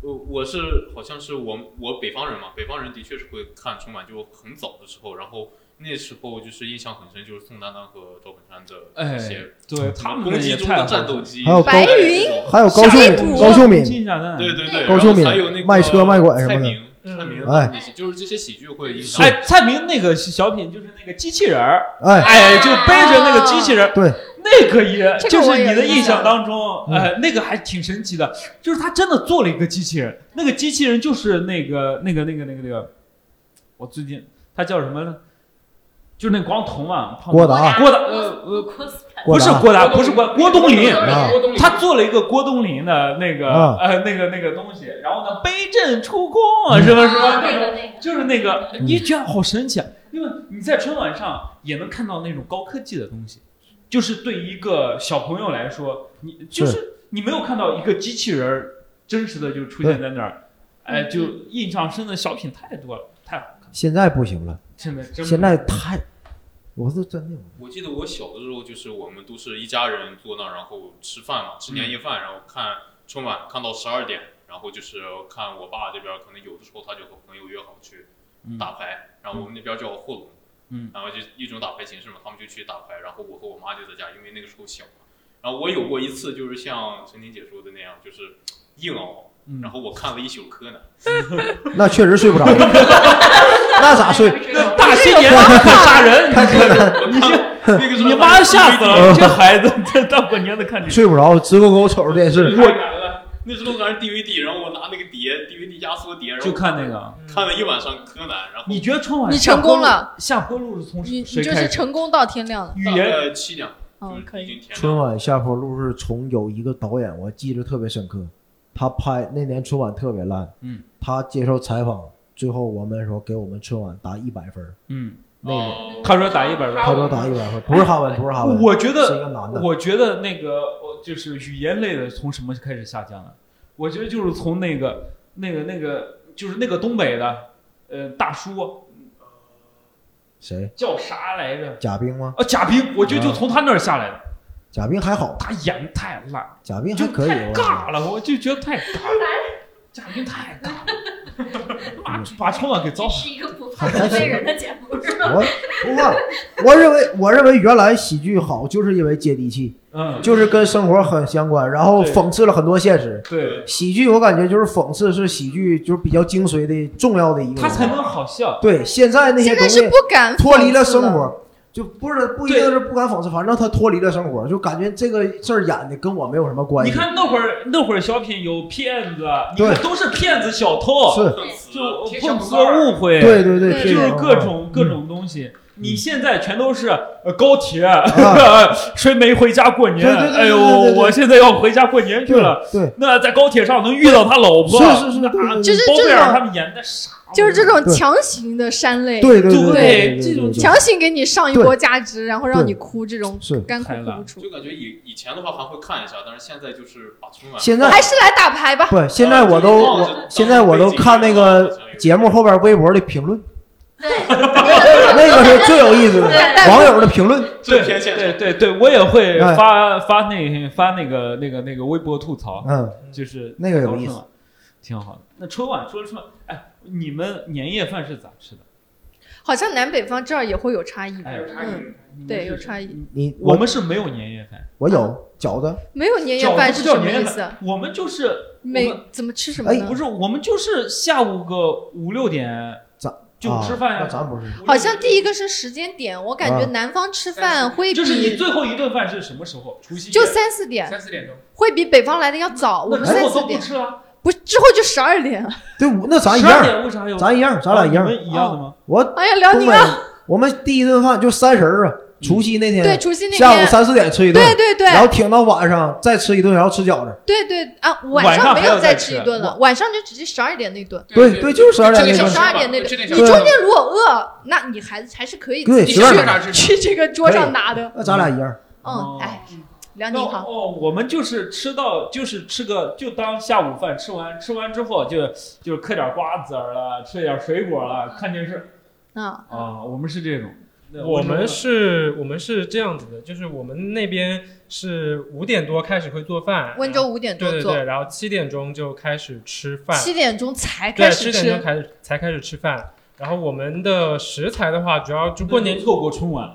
F: 我呃我是好像是我我北方人嘛，北方人的确是会看春晚，就很早的时候，然后那时候就是印象很深，就是宋丹丹和赵本山的
B: 哎
F: 一些
B: 对他们
F: 攻击
B: 也
F: 中
B: 太
F: 的
B: 好
F: 战
B: 看
F: 斗
B: 了。
F: 机，
C: 还有
D: 白云
C: 还有高秀敏，高秀敏，
B: 金甲蛋，
F: 对对对，
G: 高
F: 然
C: 秀
F: 后
C: 敏
F: 还有那个
C: 卖车卖拐什么的
F: 蔡明，蔡明，
C: 哎
F: 那些就是这些喜剧会影响。
B: 哎，蔡明那个小品就是那个机器人儿，*laughs*
C: 哎，
B: 哎，就背着那个机器人儿，
C: 对
B: 那个也
D: 这个
B: 就
D: 我
B: 是
D: 也
B: 你的
D: 印
B: 印
D: 象
B: 象当中，
C: 嗯
B: 呃，那个还挺神奇的，就是他真的做了一个机器人，那个机器人就是那个那个那个那个那个，我最近他叫什么呢？就是那光头嘛，胖
C: 郭
B: 子
C: 达啊
B: 郭达呃呃
C: 郭
B: 不是
C: 达
B: 郭达，不是郭郭冬临。
C: 啊
H: 郭冬临，
B: 他做了一个郭冬临的那个、
C: 啊
B: 呃那个那个东西，然后呢背阵出宫啊什么什么那种，就是那个
C: 嗯
B: 你觉得好神奇啊，因为你在春晚上也能看到那种高科技的东西，就是对一个小朋友来说，你就是你没有看到一个机器人儿真实的就出现在那儿，
C: 嗯
B: 哎，就印象深的小品太多了，太好看了，
C: 现在不行了，
B: 真的真
C: 现在太，我是真的，
F: 我记得我小的时候，就是我们都是一家人坐那儿，然后吃饭嘛，吃年夜饭，然后看春晚，看到十二点，然后就是看我爸这边，可能有的时候他就和朋友约好去打牌，然后我们那边叫后龙，
B: 嗯，
F: 然后就一种打牌形式嘛，他们就去打牌，然后我和我妈就在家，因为那个时候小嘛，然后我有过一次就是像陈婷姐说的那样，就是硬熬
B: 嗯。
F: 然后我看了一
B: *laughs*
F: 宿柯南，
C: 那确实睡不着， *laughs* 那咋睡？
B: 大新年的可杀人，你这
F: 我看了那个时候
B: 你妈吓死了，
C: *laughs*
B: 这孩子这大过年的看这，
C: 睡不着，直勾勾瞅着电视，
F: 太难了。那时候还是 DVD，然后我拿那个碟 DVD 压缩碟，然后
B: 就看那个。
F: 看了一晚上柯南，然后
B: 你觉得春晚
D: 你
B: 下
D: 成
B: 坡
D: 功
B: 路
D: 了？
B: 下坡路是从
D: 你你
B: 谁
D: 就
B: 开
D: 是
B: 始？
D: 成功到天亮了。
B: 语
F: 大
B: 言
F: 概七点，就
D: 嗯，可
F: 是已
D: 以。
F: 经天
C: 春
F: 亮了。
C: 晚下坡路是从有一个导演，我记得特别深刻，他拍那年春晚特别烂，
B: 嗯，
C: 他接受采访，最后我们说给我们春晚打一百分儿，
B: 嗯，
C: 那个
F: 哦
B: 他说打一百分。
C: 他说打一百分儿，不是哈文，不是哈文，
B: 我觉
C: 是一
B: 得，
C: 个男的，
B: 我觉得那个我就是语言类的，从什么开始下降的？我觉得就是从那个、那个、那个，就是那个东北的，呃，大叔
C: 谁？
B: 叫啥来着？
C: 贾冰吗？
B: 啊，贾冰，我觉得
C: 嗯
B: 就从他那儿下来的。
C: 贾冰还好，
B: 他演得太烂，
C: 贾冰还
B: 就
C: 可以，
B: 太
C: 我感
B: 尬了，我就觉得太尬了。贾冰太尬了，把把春晚给糟
G: 这
B: 蹋。
G: 是一个不怕得罪人的节目，是
C: 觉
G: 吧？
C: 我不怕，我认为我认为原来喜剧好就是因为接地气，
B: 嗯，
C: 就是跟生活很相关，然后
B: 对
C: 讽刺了很多现实。
B: 对，
C: 喜剧我感觉就是讽刺是喜剧就是比较精髓的重要的一个，
B: 他才能好笑。
C: 对现在那些
D: 现
C: 东
D: 在
C: 西
D: 是不敢
C: 脱离了
D: 讽刺
C: 生，活。就不是不一定是不敢讽刺，反正他脱离了生活，就感觉这个事儿演的跟我没有什么关
B: 你
C: 系。
B: 看那会儿那会儿小品有骗子，你
C: 对
B: 看都是骗子小偷，
C: 是，
B: 就呃
H: 贴小
B: 碰
H: 广
B: 瓷
H: 告儿
B: 误会，
C: 对对对，
D: 对
B: 就是各种各种东西。你现在全都是呃高铁，
C: 啊
B: 谁没回家过年？
C: 对对对对
B: 哎呦
C: 对对，对
B: 我现在要回家过 *laughs* 年去
C: 对
B: 了。
C: 对，
B: 那在高铁上能遇到他老婆，
C: 是是是，对
B: 那啊
C: 对
D: 就是
B: 包贝
D: 这
B: 尔
D: 种
B: 他们演的啥？
D: 就是这种
C: 对
D: 强行的煽泪，
C: 对对
B: 对
C: 对
B: 这种
D: 强行给你上一波价值，然后让
C: 对
D: 你哭，这种
C: 是
D: 干哭
B: 太烂
D: 哭不出
F: 就。感觉以以前的话还会看一下，但是现在就是把春晚
C: 现在
D: 还是来打牌
B: *laughs*
D: 吧，
C: 不，现在我都
F: 啊这个
C: 我现在我都看那个节目后边微博的评论，那个是最有意思的，
D: 但但
C: 网友的评论，
F: 这
B: 对
F: 偏现
B: 对
F: 实，
B: 对对，我也会
C: 哎
B: 发发那发那个那个那个微博吐槽，
C: 嗯，
B: 就是
C: 那个
B: 聊
C: 有意
B: 春
C: 思
B: 晚，挺好的。那春晚说春晚，哎，你们年夜饭是咋吃的？
D: 好像南北方这儿也会有差异吧。
B: 哎，
D: 嗯
B: 你们
D: 对，
B: 是
D: 有差异，
C: 你
B: 我们是没有年夜饭，
C: 我有饺子，
D: 没有年夜
B: 饺
D: 饭
B: 子不
D: 是
B: 叫
D: 什么
B: 年
D: 意
B: 夜
D: 思？
B: 我们就是
D: 每
B: 我们哎
D: 怎么吃什么呢
B: 不？是我们就是下午个五六点
C: 咱
B: 就吃饭
C: 啊那
B: 呀。
C: 咱不是
D: 好像第一个是时间点，我感觉南方吃饭会比
B: 啊就是你最后一顿饭是什么时候？除夕夜
D: 就三四点，
H: 三四点钟，
D: 会比北方来的要早。
B: 那
D: 我们
B: 之
D: 三
B: 后
D: 四
B: 都不
D: 点，
B: 吃了，
D: 不是之后就十二点了。
C: 对，我那咱一
B: 十二
C: 样，
B: 点为啥有？
C: 咱一样，咱俩一
B: 哦
C: 样
B: 你，们一样的吗？
C: 我
D: 哎呀，辽
C: 东
D: 宁
C: 北
D: 啊，
C: 我们第一顿饭就三十儿啊，除夕那
D: 对，
C: 天，
D: 除夕那
C: 下午
D: 天，
C: 三四点吃一顿
D: 对，对对，
C: 然后挺到晚上再吃一顿，然后吃饺子，
D: 对对啊，
B: 晚
D: 晚
B: 上
D: 上没
B: 还要
D: 有
B: 再
D: 再
B: 吃
D: 吃一顿了，晚上就直接十二点那顿。
C: 对对，就是十二点
H: 这
C: 那
H: 个
D: 就
C: 顿
H: 小时
D: 十
H: 候，
D: 二点那
H: 就那
D: 你
C: 对
H: 小时
D: 中
H: 候
D: 间如果饿，那你孩子还是可以
C: 对
D: 自己
C: 十
H: 你去
C: 二
D: 去
C: 点
H: 哪儿
D: *laughs*
H: 吃？
D: 去这个桌上拿的。
C: 那咱俩一样，
B: 哦
D: 嗯，哎，辽
B: 那
D: 宁好，
B: 哦，我们就是吃到就是吃个就当下午饭吃完，吃完之后就就是嗑点瓜子儿了，吃点水果了，看电视
D: 嗯，
B: 啊。我们是这种，那
E: 我们是，我们是这样子的，就是我们那边是五点多开始会做饭，
D: 温州五点
E: 对
D: 多
E: 对
D: 做，
E: 对，然后七点钟就开始吃饭，
D: 七点钟才
E: 对，
D: 开
E: 七
D: 始
E: 点钟
D: 吃。
E: 开始才开始吃饭。然后我们的食材的话，主要就过
B: 过
E: 年
B: 年错过春晚，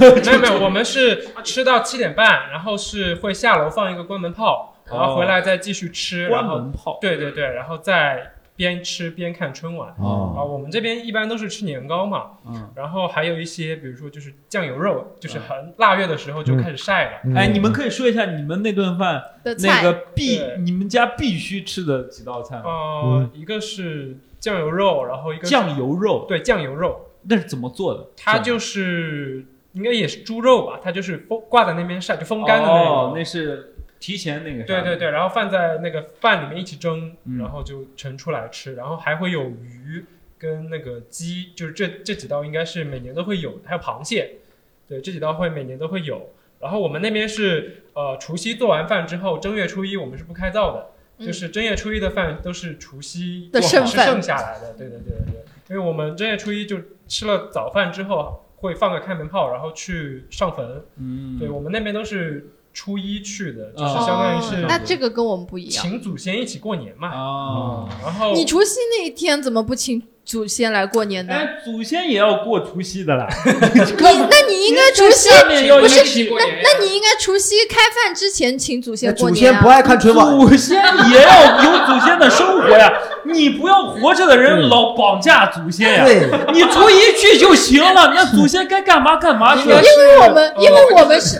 E: 没有没有，我们是吃到七点半，然后是会下楼放一个关门炮，然后回来再继续吃，
B: 哦关
E: 然后
B: 门炮
E: 对对对，然后再边吃边看春晚。啊，
C: 啊，
E: 我们这边一般都是吃年糕嘛，
B: 嗯，
E: 然后还有一些，比如说就是酱油肉，就是很腊月的时候就开始晒
C: 嗯
E: 了。
B: 哎，你们可以说一下你们那顿饭那
D: 的菜，
B: 个必
E: 对
B: 你们家必须吃的几道菜吗？
E: 呃，一个是酱油肉，然后一个
B: 嗯酱油肉
E: 对酱油肉，
B: 那是怎么做的？
E: 它就是应该也是猪肉吧，它就是风挂在那边晒，就风干的那种。
B: 哦，那是提前那个啥
E: 对对对，然后放在那个饭里面一起蒸，
B: 嗯
E: 然后就盛出来吃，然后还会有鱼跟那个鸡，就是这这几道应该是每年都会有的，还有螃蟹，对，这几道会每年都会有。然后我们那边是呃除夕做完饭之后，正月初一我们是不开灶的，
D: 嗯
E: 就是正月初一的饭都是除夕
D: 的
E: 做好
D: 剩
E: 吃
D: 饭
E: 剩下来的。对对对对对，因为我们正月初一就吃了早饭之后，会放个开门炮，然后去上坟。
B: 嗯
E: 对我们那边都是初一去的，就是
B: 哦
E: 相当于
D: 哦
E: 是、
D: 那这个跟我们不一样。
E: 请祖先一起过年嘛。
B: 啊，
E: 然后
D: 你除夕那一天怎么不请祖先来过年呢？
B: 哎，祖先也要过除夕的啦，
D: 你那你应该除夕，
B: *laughs* 下面要
D: 不是
B: 一
H: 起
B: 起
H: 过年呀，
D: 哎那你应该除夕开饭之前请祖
C: 那
D: 先过
C: 祖
D: 年
C: 先不
D: 啊。
C: 爱看春晚，
B: 哎 *laughs* 祖先也要有祖先的生活 *laughs* 呀，你不要活着的人老绑架祖先呀。
C: 对，
B: 你初一去就行 *laughs* 了，那祖先该干嘛干嘛去了。
D: 因为我们因为我
C: *laughs*
D: 们是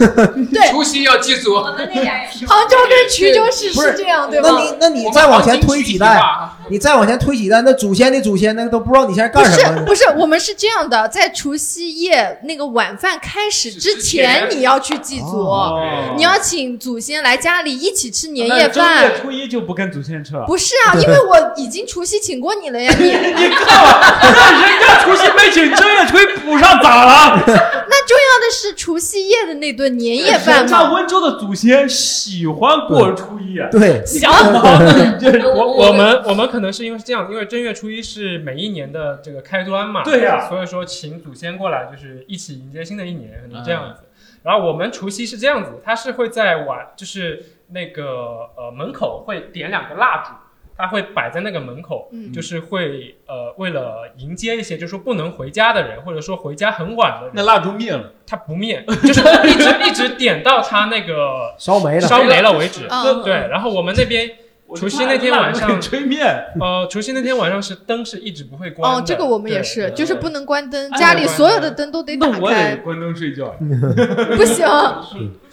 D: 对
H: 除夕要祭祖，
G: 我们那点是
D: 杭州跟衢州市是这样对
C: 那
D: 吗？
C: 你那你
H: 我们
C: 再往前
H: 黄金
C: 推
H: 区
C: 几
H: 一
C: 代，
H: 吧
C: 你再往前推几代，那祖先的祖先那个都不知道你现在
D: 不
C: 干什
D: 是
C: 么。
D: 不是，我们是这样的，在除夕夜那个晚饭开始之
H: 之前
D: 前，你要去祭祖，
C: 哦
B: 哦
D: 你要请祖先来家里一起吃年
B: 那
D: 夜
B: 正
D: 饭
B: 月。初一就不跟祖先吃了。
D: 不是啊，因为我已经除夕请过你了呀，你
B: *laughs* 你看吧，那人家除夕没请，正月初一补上咋了？
D: 那重要的是除夕夜的那顿年夜饭
B: 人家
D: 嘛。哦
B: 温州的祖先喜欢过初一啊。
C: 对，
B: 想好，你这
E: 我我们我们可能是因为是这样，因为正月初一是每一年的这个开端嘛，
B: 对呀
E: 所以说请祖先过来就是一起迎接新的一年，可能这样子。然后我们除夕是这样子，它是会在晚就是那个呃门口会点两个蜡烛，它会摆在那个门口，
D: 嗯
E: 就是会呃为了迎接一些就是说不能回家的人，或者说回家很晚的人，
B: 蜡烛灭了，
E: 它不灭，就是一直一直点到它那个
C: 烧没了。
E: 烧没了为止。
D: 嗯，
E: 对，然后我们那边。除夕那天晚上
B: 吹灭，
E: 呃，除夕那天晚上是灯是一直不会关的。
D: 哦，这个我们也
E: 对
D: 是，就是不能关灯，
B: 哎
D: 家里所有的灯都得打
B: 那我得
D: 开，
B: 关灯睡觉呀，
D: 不行，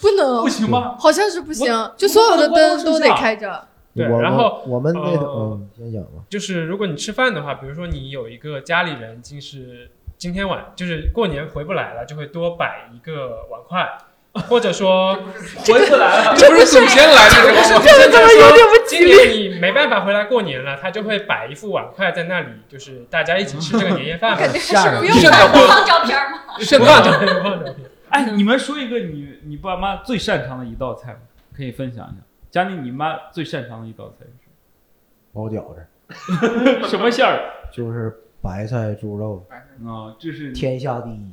D: 不能
B: 不，行吗？
D: 好像是不行
B: 我，
D: 就所有的灯都
B: 我
D: 得
B: 我我
D: 开着。
E: 对
C: 我
E: 然后
C: 我我们那个
E: 呃
C: 嗯，先讲吧。
E: 就是如果你吃饭的话，比如说你有一个家里人，就是今天晚就是过年回不来了，就会多摆一个碗筷，或
D: *laughs*
E: 者说
B: 回不来了，
H: 这不是祖先来的这个
E: 这个怎么有点不吉利？今年你没办法回来过年了，他就会摆一副碗筷在那里，就是大家一起吃这个年夜饭嘛。
D: *laughs*
C: 吓人
D: 不
H: 瘆
D: 用
H: 得
G: 不
H: 慌，
G: 放照片吗？
H: 瘆
E: 不
H: 得
E: 要
H: 慌。
E: 照片，不要照片。
B: 哎，你们说一个你你爸妈最擅长的一道菜吧，可以分享一下。佳妮，你妈最擅长的一道菜是
C: 包饺子
B: 什么什么馅儿？
C: 就是白菜猪肉，
B: 啊，这是
C: 天下第一，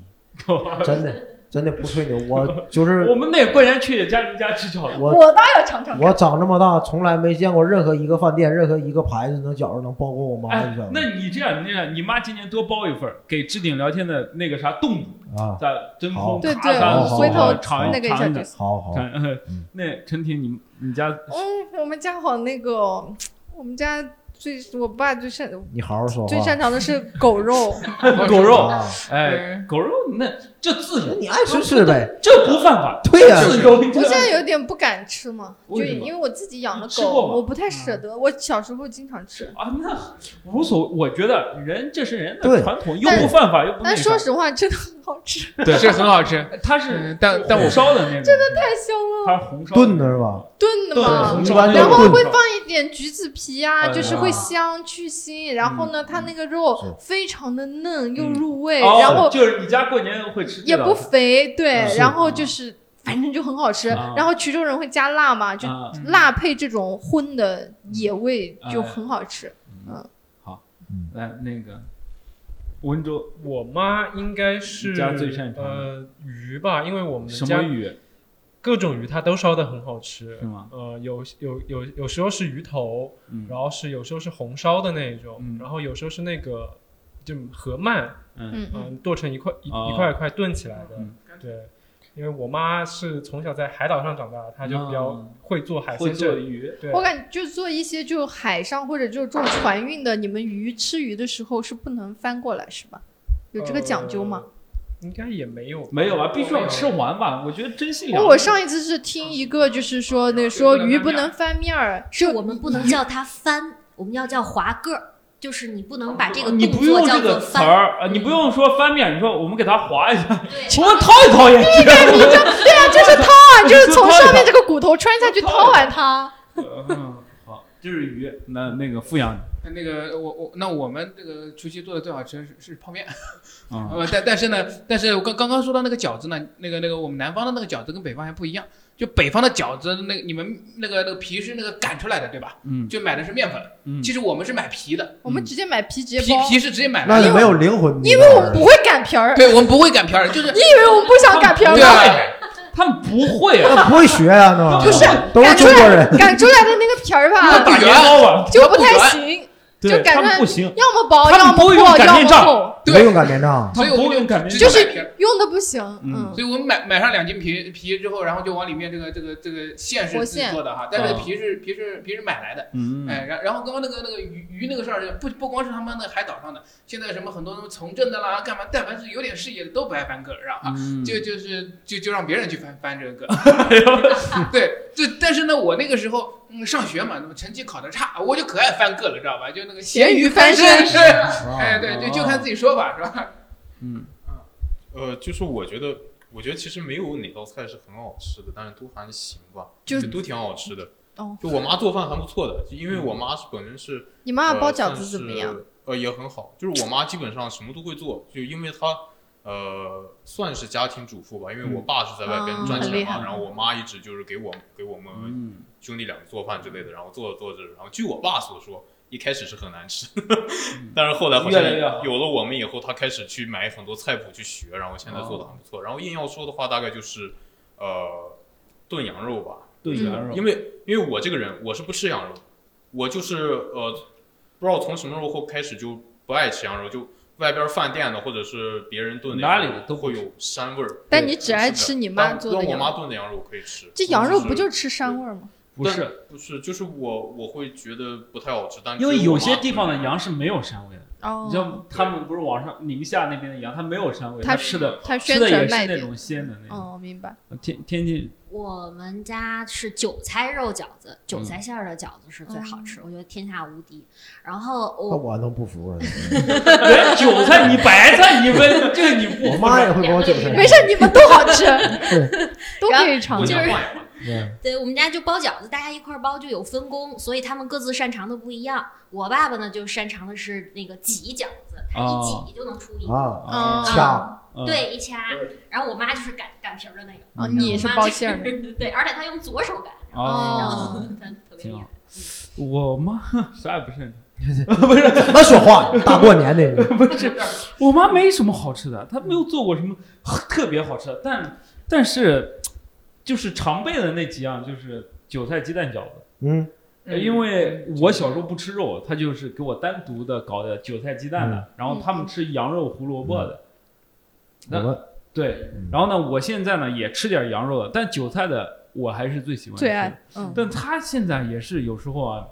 C: 真的真的不吹牛，我就是
B: 我们那过年去佳妮家吃饺子，
C: 我
D: 我倒要尝尝看。
C: 我长这么大从来没见过任何一个饭店任何一个牌子能饺子能包过我妈
B: 哎
C: 的饺，子
B: 那你这样，你这样，你妈今年多包一份儿，给置顶聊天的那个啥冻住，
C: 啊！
B: 在真
C: 好
B: 空
D: 对
B: 咔
D: 对
B: 嚓
C: 我回头
B: 尝一
D: 那个一下
B: 尝一
D: 就
B: 尝
D: 行
C: 好好，
B: 看呃
C: 嗯
B: 那陈婷，你你家
D: 嗯，我们家好那个哦，我们家最我爸最擅
C: 你好好说
D: 最
C: 话。
D: 擅长的是狗肉，
B: *laughs* 狗肉，
C: 啊，
B: 哎，狗肉那这自
C: 那
B: 由，
C: 你爱吃吃呗。
B: 这不犯法，
C: 对呀，
B: 自由。你
D: 我
B: 这
D: 现在有点不敢吃嘛，就
B: 为什么
D: 因为我自己养了
B: 你吃过
D: 狗，
B: 吗
D: 我不太舍得。我小时候经常吃，
B: 啊，那无所谓，我觉得人这是人的
C: 对
B: 传统，又不犯法，又不那
D: 但说
B: 啥，
D: 实话真的很好吃，
H: 对，是很好吃。
B: 它是
H: 嗯，但但我
B: 红烧的那种，真的
D: 太香了，
B: 它是红烧
C: 炖的是吧？
D: 炖的
B: 炖
D: 嘛。
B: 红
C: 一
B: 烧
C: 般
B: 那
D: 然
B: 种
D: 后
C: 炖
D: 会放一点橘子皮啊，
B: 哎
D: 就是会香去腥。然后呢，它那个肉
C: 是
D: 非常的嫩又
B: 嗯
D: 入味，
B: 哦
D: 然后
B: 就是你家过年会吃这啊
D: 也
B: 道
D: 不
B: 菜
D: 肥，对
B: 嗯，
D: 然后就是反正就很好吃。
B: 啊
D: 然后衢州人会加辣嘛，就
B: 啊，
H: 嗯
D: 辣配这种荤的野味
B: 嗯
D: 就很好吃。
B: 来那个 *laughs* 温州
E: 我妈应该是
B: 你家最擅长的
E: 呃鱼吧，因为我们
B: 什么
E: 家
B: 鱼
E: 各种鱼它都烧的很好吃
B: 是。吗？
E: 呃，有有有有时候是鱼头，
B: 嗯
E: 然后是有时候是红烧的那一种，
B: 嗯
E: 然后有时候是那个就河鳗，
B: 嗯，
D: 嗯嗯，
E: 嗯，剁成一块一、
B: 哦
E: 一块一块炖起来的。
B: 嗯
E: 对，因为我妈是从小在海岛上长大的，她就比较
B: 嗯
E: 会做海
B: 会
E: 鲜
B: 做
E: 这一。
B: 鱼，
E: 对
D: 我，感觉就做一些就海上或者就是这种船运的，你们鱼吃鱼的时候是不能翻过来是吧？有这个讲究吗？
E: 呃？应该也没有，
B: 没有吧？必须要吃
E: 完。
B: 完吧？我觉得真心
D: 因为
B: 凉。
D: 我上一次是听一个，就是说那说鱼不能翻面儿，
G: 是我们不能叫它翻，我们要叫划个儿，就是你不能把这个
B: 你不
G: 动
B: 用
G: 作
B: 这
G: 叫做
B: 个词
G: 翻。
B: 儿，呃你不用说翻面，你说我们给它划一下，
G: 对
B: 我讨厌讨厌这个。
D: 对啊，就是掏啊，就是从
B: 掏一
D: 上面这个骨头穿下去掏完它。
B: 嗯，好，这是鱼，那那个富养你
H: 那个我我那我们这个除夕做的最好吃是是泡面，
B: 啊、
H: *laughs* 呃，但但是呢，但是我刚刚刚说到那个饺子呢，那个那个我们南方的那个饺子跟北方还不一样，就北方的饺子，那你们那个那个皮是那个擀出来的，对吧？
B: 嗯
H: 就买的是面粉，
B: 嗯
H: 其实我们是买皮的，
D: 我们直接买皮直接
H: 嗯皮
D: 包，
H: 皮是直接买
C: 那
H: 的，
C: 你没有灵魂，
D: 因为我们不会擀皮儿。
H: 对我们不会擀皮儿，
B: *laughs*
H: 就是
D: 你以为我们不想擀皮儿
H: 对
D: 吗？
H: 啊，
B: 他们不会啊，
C: 那不会学呀，那玩意
D: 不是
C: 儿都是
D: 擀出
C: 中国人
D: 来，擀出来的那个皮儿
H: 那
D: 吧，
H: 打
B: 打
H: 圆
B: 圆包吧，
D: 就不太行，
B: 对
D: 就感
B: 他们
D: 觉
B: 不行，
D: 要么薄，
B: 他们
D: 要
B: 不
D: 么
B: 会用
D: 破，
B: 擀
D: 要
B: 面
D: 么
B: 杖
D: 厚，
C: 没
H: 对
C: 用，擀面杖，
H: 所以
B: 他
H: 我
B: 们
H: 们
B: 不用擀面
H: 直
B: 杖
H: 接
D: 就是
H: 买皮儿。
D: 用的不行。
B: 嗯
D: 嗯，
H: 所以我们买买上两斤皮皮之后，然后就往里面这个这个这个馅是
D: 活
H: 自己
D: 馅
H: 做的哈，但是
B: 啊
H: 皮是皮是皮是买来的。
B: 嗯，
H: 哎，然然后刚刚那个那个鱼鱼那个事儿，不不光是他们那海岛上的，现在什么很多什么从政的啦，干嘛，但凡是有点视野的都不爱翻个儿啊，
B: 嗯
H: 就就是就就让别人去翻翻这个个。对，这但是呢，我那个时候嗯上学嘛，那么成绩考得差，我就可爱翻个了，知道吧？就那个咸鱼翻身，是哎，对，就就看自己说法，是吧？
B: 嗯
F: 呃，就是我觉得，我觉得其实没有哪道菜是很好吃的，但是都还行吧，
D: 就
F: 都挺好吃
C: 嗯
F: 的。
D: 哦
F: 就我妈做饭还不错的，因为我妈是本身是
D: 你妈啊妈包
F: 呃
D: 饺
F: 算
D: 子怎么
F: 是
D: 样？
F: 呃，也很好，就是我妈基本上什么都会做，就因为她呃算是家庭主妇吧，因为
B: 嗯
F: 我爸是在外边
D: 啊
F: 赚
D: 很
F: 钱
D: 厉
F: 嘛，
D: 害
F: 然后我妈一直就是给我给我们
B: 嗯，
F: 兄弟两个做饭之类的，然后做着做着，然后据我爸所说，一开始是很难吃， *laughs* 但是后来好像
B: 嗯越来越好
F: 有了我们以后，他开始去买很多菜谱去学，然后现在做
B: 哦
F: 的很不错。然后硬要说的话，大概就是呃炖羊肉吧，
B: 炖
D: 嗯
B: 羊肉，
F: 因为因为我这个人我是不吃羊肉，我就是呃不知道从什么时候开始就不爱吃羊肉，就外边饭店的或者是别人炖的
B: 哪
F: 羊肉
B: 里的都
F: 会有膻味儿。
D: 但你只爱
F: 是的
D: 吃你妈
F: 但
D: 做的
F: 但我
D: 羊
F: 妈
D: 肉，
F: 炖的羊肉我可以吃，
D: 这羊肉
F: 是
D: 不就吃膻味儿吗？
B: 不是，
F: 不是，就是我我会觉得不太好吃，但
B: 因为
F: 只我
B: 有
F: 妈
B: 些地方的
F: 会
B: 羊是没有膻味的，你
D: 哦，
B: 像他们不是网上宁夏那边的羊，它没有膻味，
D: 它
B: 它吃的
D: 他
B: 吃
D: 宣
B: 的也
D: 传
B: 是
D: 卖
B: 那
D: 点。
B: 种鲜的那种，
D: 哦，明白。
B: 天天津
G: 我们家是韭菜肉饺子，韭菜馅儿的饺子是最好
D: 嗯
G: 吃，我觉得天下无敌。然后
C: 那
G: 我
C: 我能不服啊？
B: 人韭菜你白菜你分，这你
C: *laughs* 我
B: 不
C: 妈也会包韭菜，
D: 没事，你们都好吃， *laughs* 都可以尝
F: 我
G: 就
F: 想
G: 是
F: 换一换，
C: 对
G: 对我们家就包饺子，大家一块儿包就有分工，所以他们各自擅长的不一样。我爸爸呢就擅长的是那个挤饺子，他
B: 哦
G: 一挤就能出一个，
C: 啊，
B: 啊
D: 啊
C: 掐
B: 嗯
G: 对，一掐。然后我妈就是擀擀皮儿的那个，
D: 哦，你是包馅儿的，
G: *laughs* 对，而且她用左手擀，然
B: 哦
G: 后，她特别厉害。
B: 我妈啥也不是，
C: 那说话大过年 *laughs* 的，
B: 不是，我妈没什么好吃的，她没有做过什么特别好吃的，但但是就是常备的那几样就是韭菜鸡蛋饺子。
C: 嗯，
B: 呃因为我小时候不吃肉，他就是给我单独的搞的韭菜鸡蛋的，啊然后他们吃羊肉胡萝卜的，
C: 我
B: 那
C: 们
B: 对
C: 嗯。
B: 然后呢，我现在呢也吃点羊肉的，但韭菜的我还是最喜欢吃
D: 最
B: 的。
D: 爱。嗯，
B: 但他现在也是有时候啊，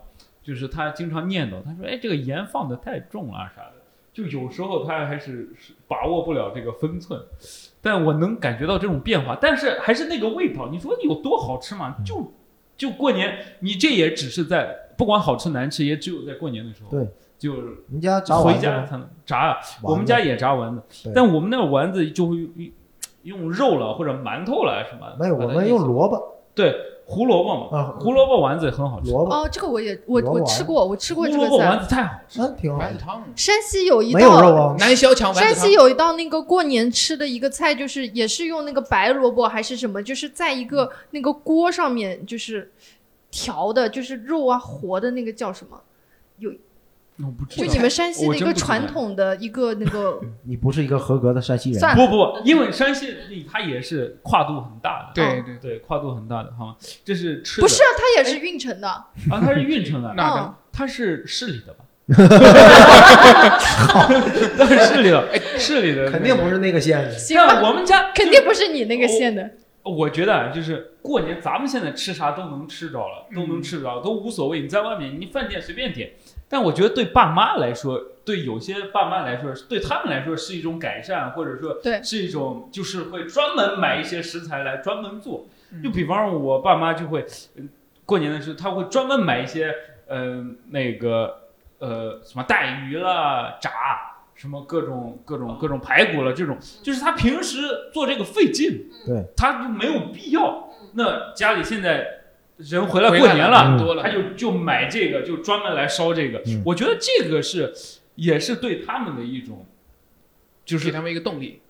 B: 就是他经常念叨，他说：“哎，这个盐放的太重了啊啥的。”就有时候他还是是把握不了这个分寸，但我能感觉到这种变化，但是还是那个味道，你说有多好吃嘛？
C: 嗯
B: 就就过年，你这也只是在不管好吃难吃，也只有在过年的时候，
C: 对，
B: 就是
C: 你家炸
B: 回
C: 丸子
B: 家
C: 吗，
B: 才能炸啊。我们家也炸丸子
C: 对，
B: 但我们那个丸子就会用肉了或者馒头了什么，
C: 没有，
B: 把
C: 我
B: 它
C: 们
B: 一
C: 用
B: 起
C: 萝卜
B: 胡萝卜嘛，
C: 啊，
B: 胡萝卜丸子也很好吃，
C: 萝卜，
D: 哦，这个我也我
C: 萝卜
D: 我
C: 丸
D: 吃过，我吃过
B: 胡
D: 这
B: 萝
D: 个
B: 卜
D: 菜
B: 丸。子太好吃了。
C: 嗯，挺好
H: 丸子
C: 的，
H: 汤，
D: 山西有一
C: 没有肉
D: 道，
C: 啊，
H: 南萧墙丸
D: 山
H: 子汤
D: 西，有一道那个过年吃的一个菜，就是也是用那个白萝卜还是什么，就是在一个那个锅上面就是调的，就是肉啊活的那个叫什么？
B: 我不知
D: 就
B: 道
D: 你们山西
B: 我
D: 的一
B: 真
D: 个
B: 不知道
D: 传统的一个那个
C: 你不是一个合格的山西人，
D: 算
B: 不不，因为山西那它也是跨度很大的，
H: 对对，
B: 对，跨度很大的哈。这是吃的
D: 不是，它也是运城的。
B: 啊，它是运城的，
H: 那
D: 嗯
H: 的，
B: 它是市里
C: *laughs*
B: 的吧？那是市里的，市里的
C: 肯定不
B: 是。
C: 是那个县的，
D: 行
B: 像
D: 吧，
B: 我们家
D: 肯定，不是你那个县的。
B: 我觉得啊，就是过年咱们现在吃啥都能吃着了，都能吃着了，都无所谓。你在外面，你饭店随便点。但我觉得对爸妈来说，对有些爸妈来说，对他们来说是一种改善，或者说
D: 对
B: 是一种就是会专门买一些食材来专门做。
H: 嗯
B: 就比方说，我爸妈就会，嗯过年的时候他会专门买一些，呃，那个呃什么带鱼啦、炸什么各种各种各种排骨了，这种
D: 嗯
B: 就是他平时做这个费劲，
C: 对，
D: 嗯
B: 他就没有必要。那家里现在人回来过年了，嗯
H: 人多了
B: 他，就就买这个，就专门来烧这个。
C: 嗯
B: 我觉得这个是也是对他们的一种，就
H: 给
B: 是
H: 他们一个动力。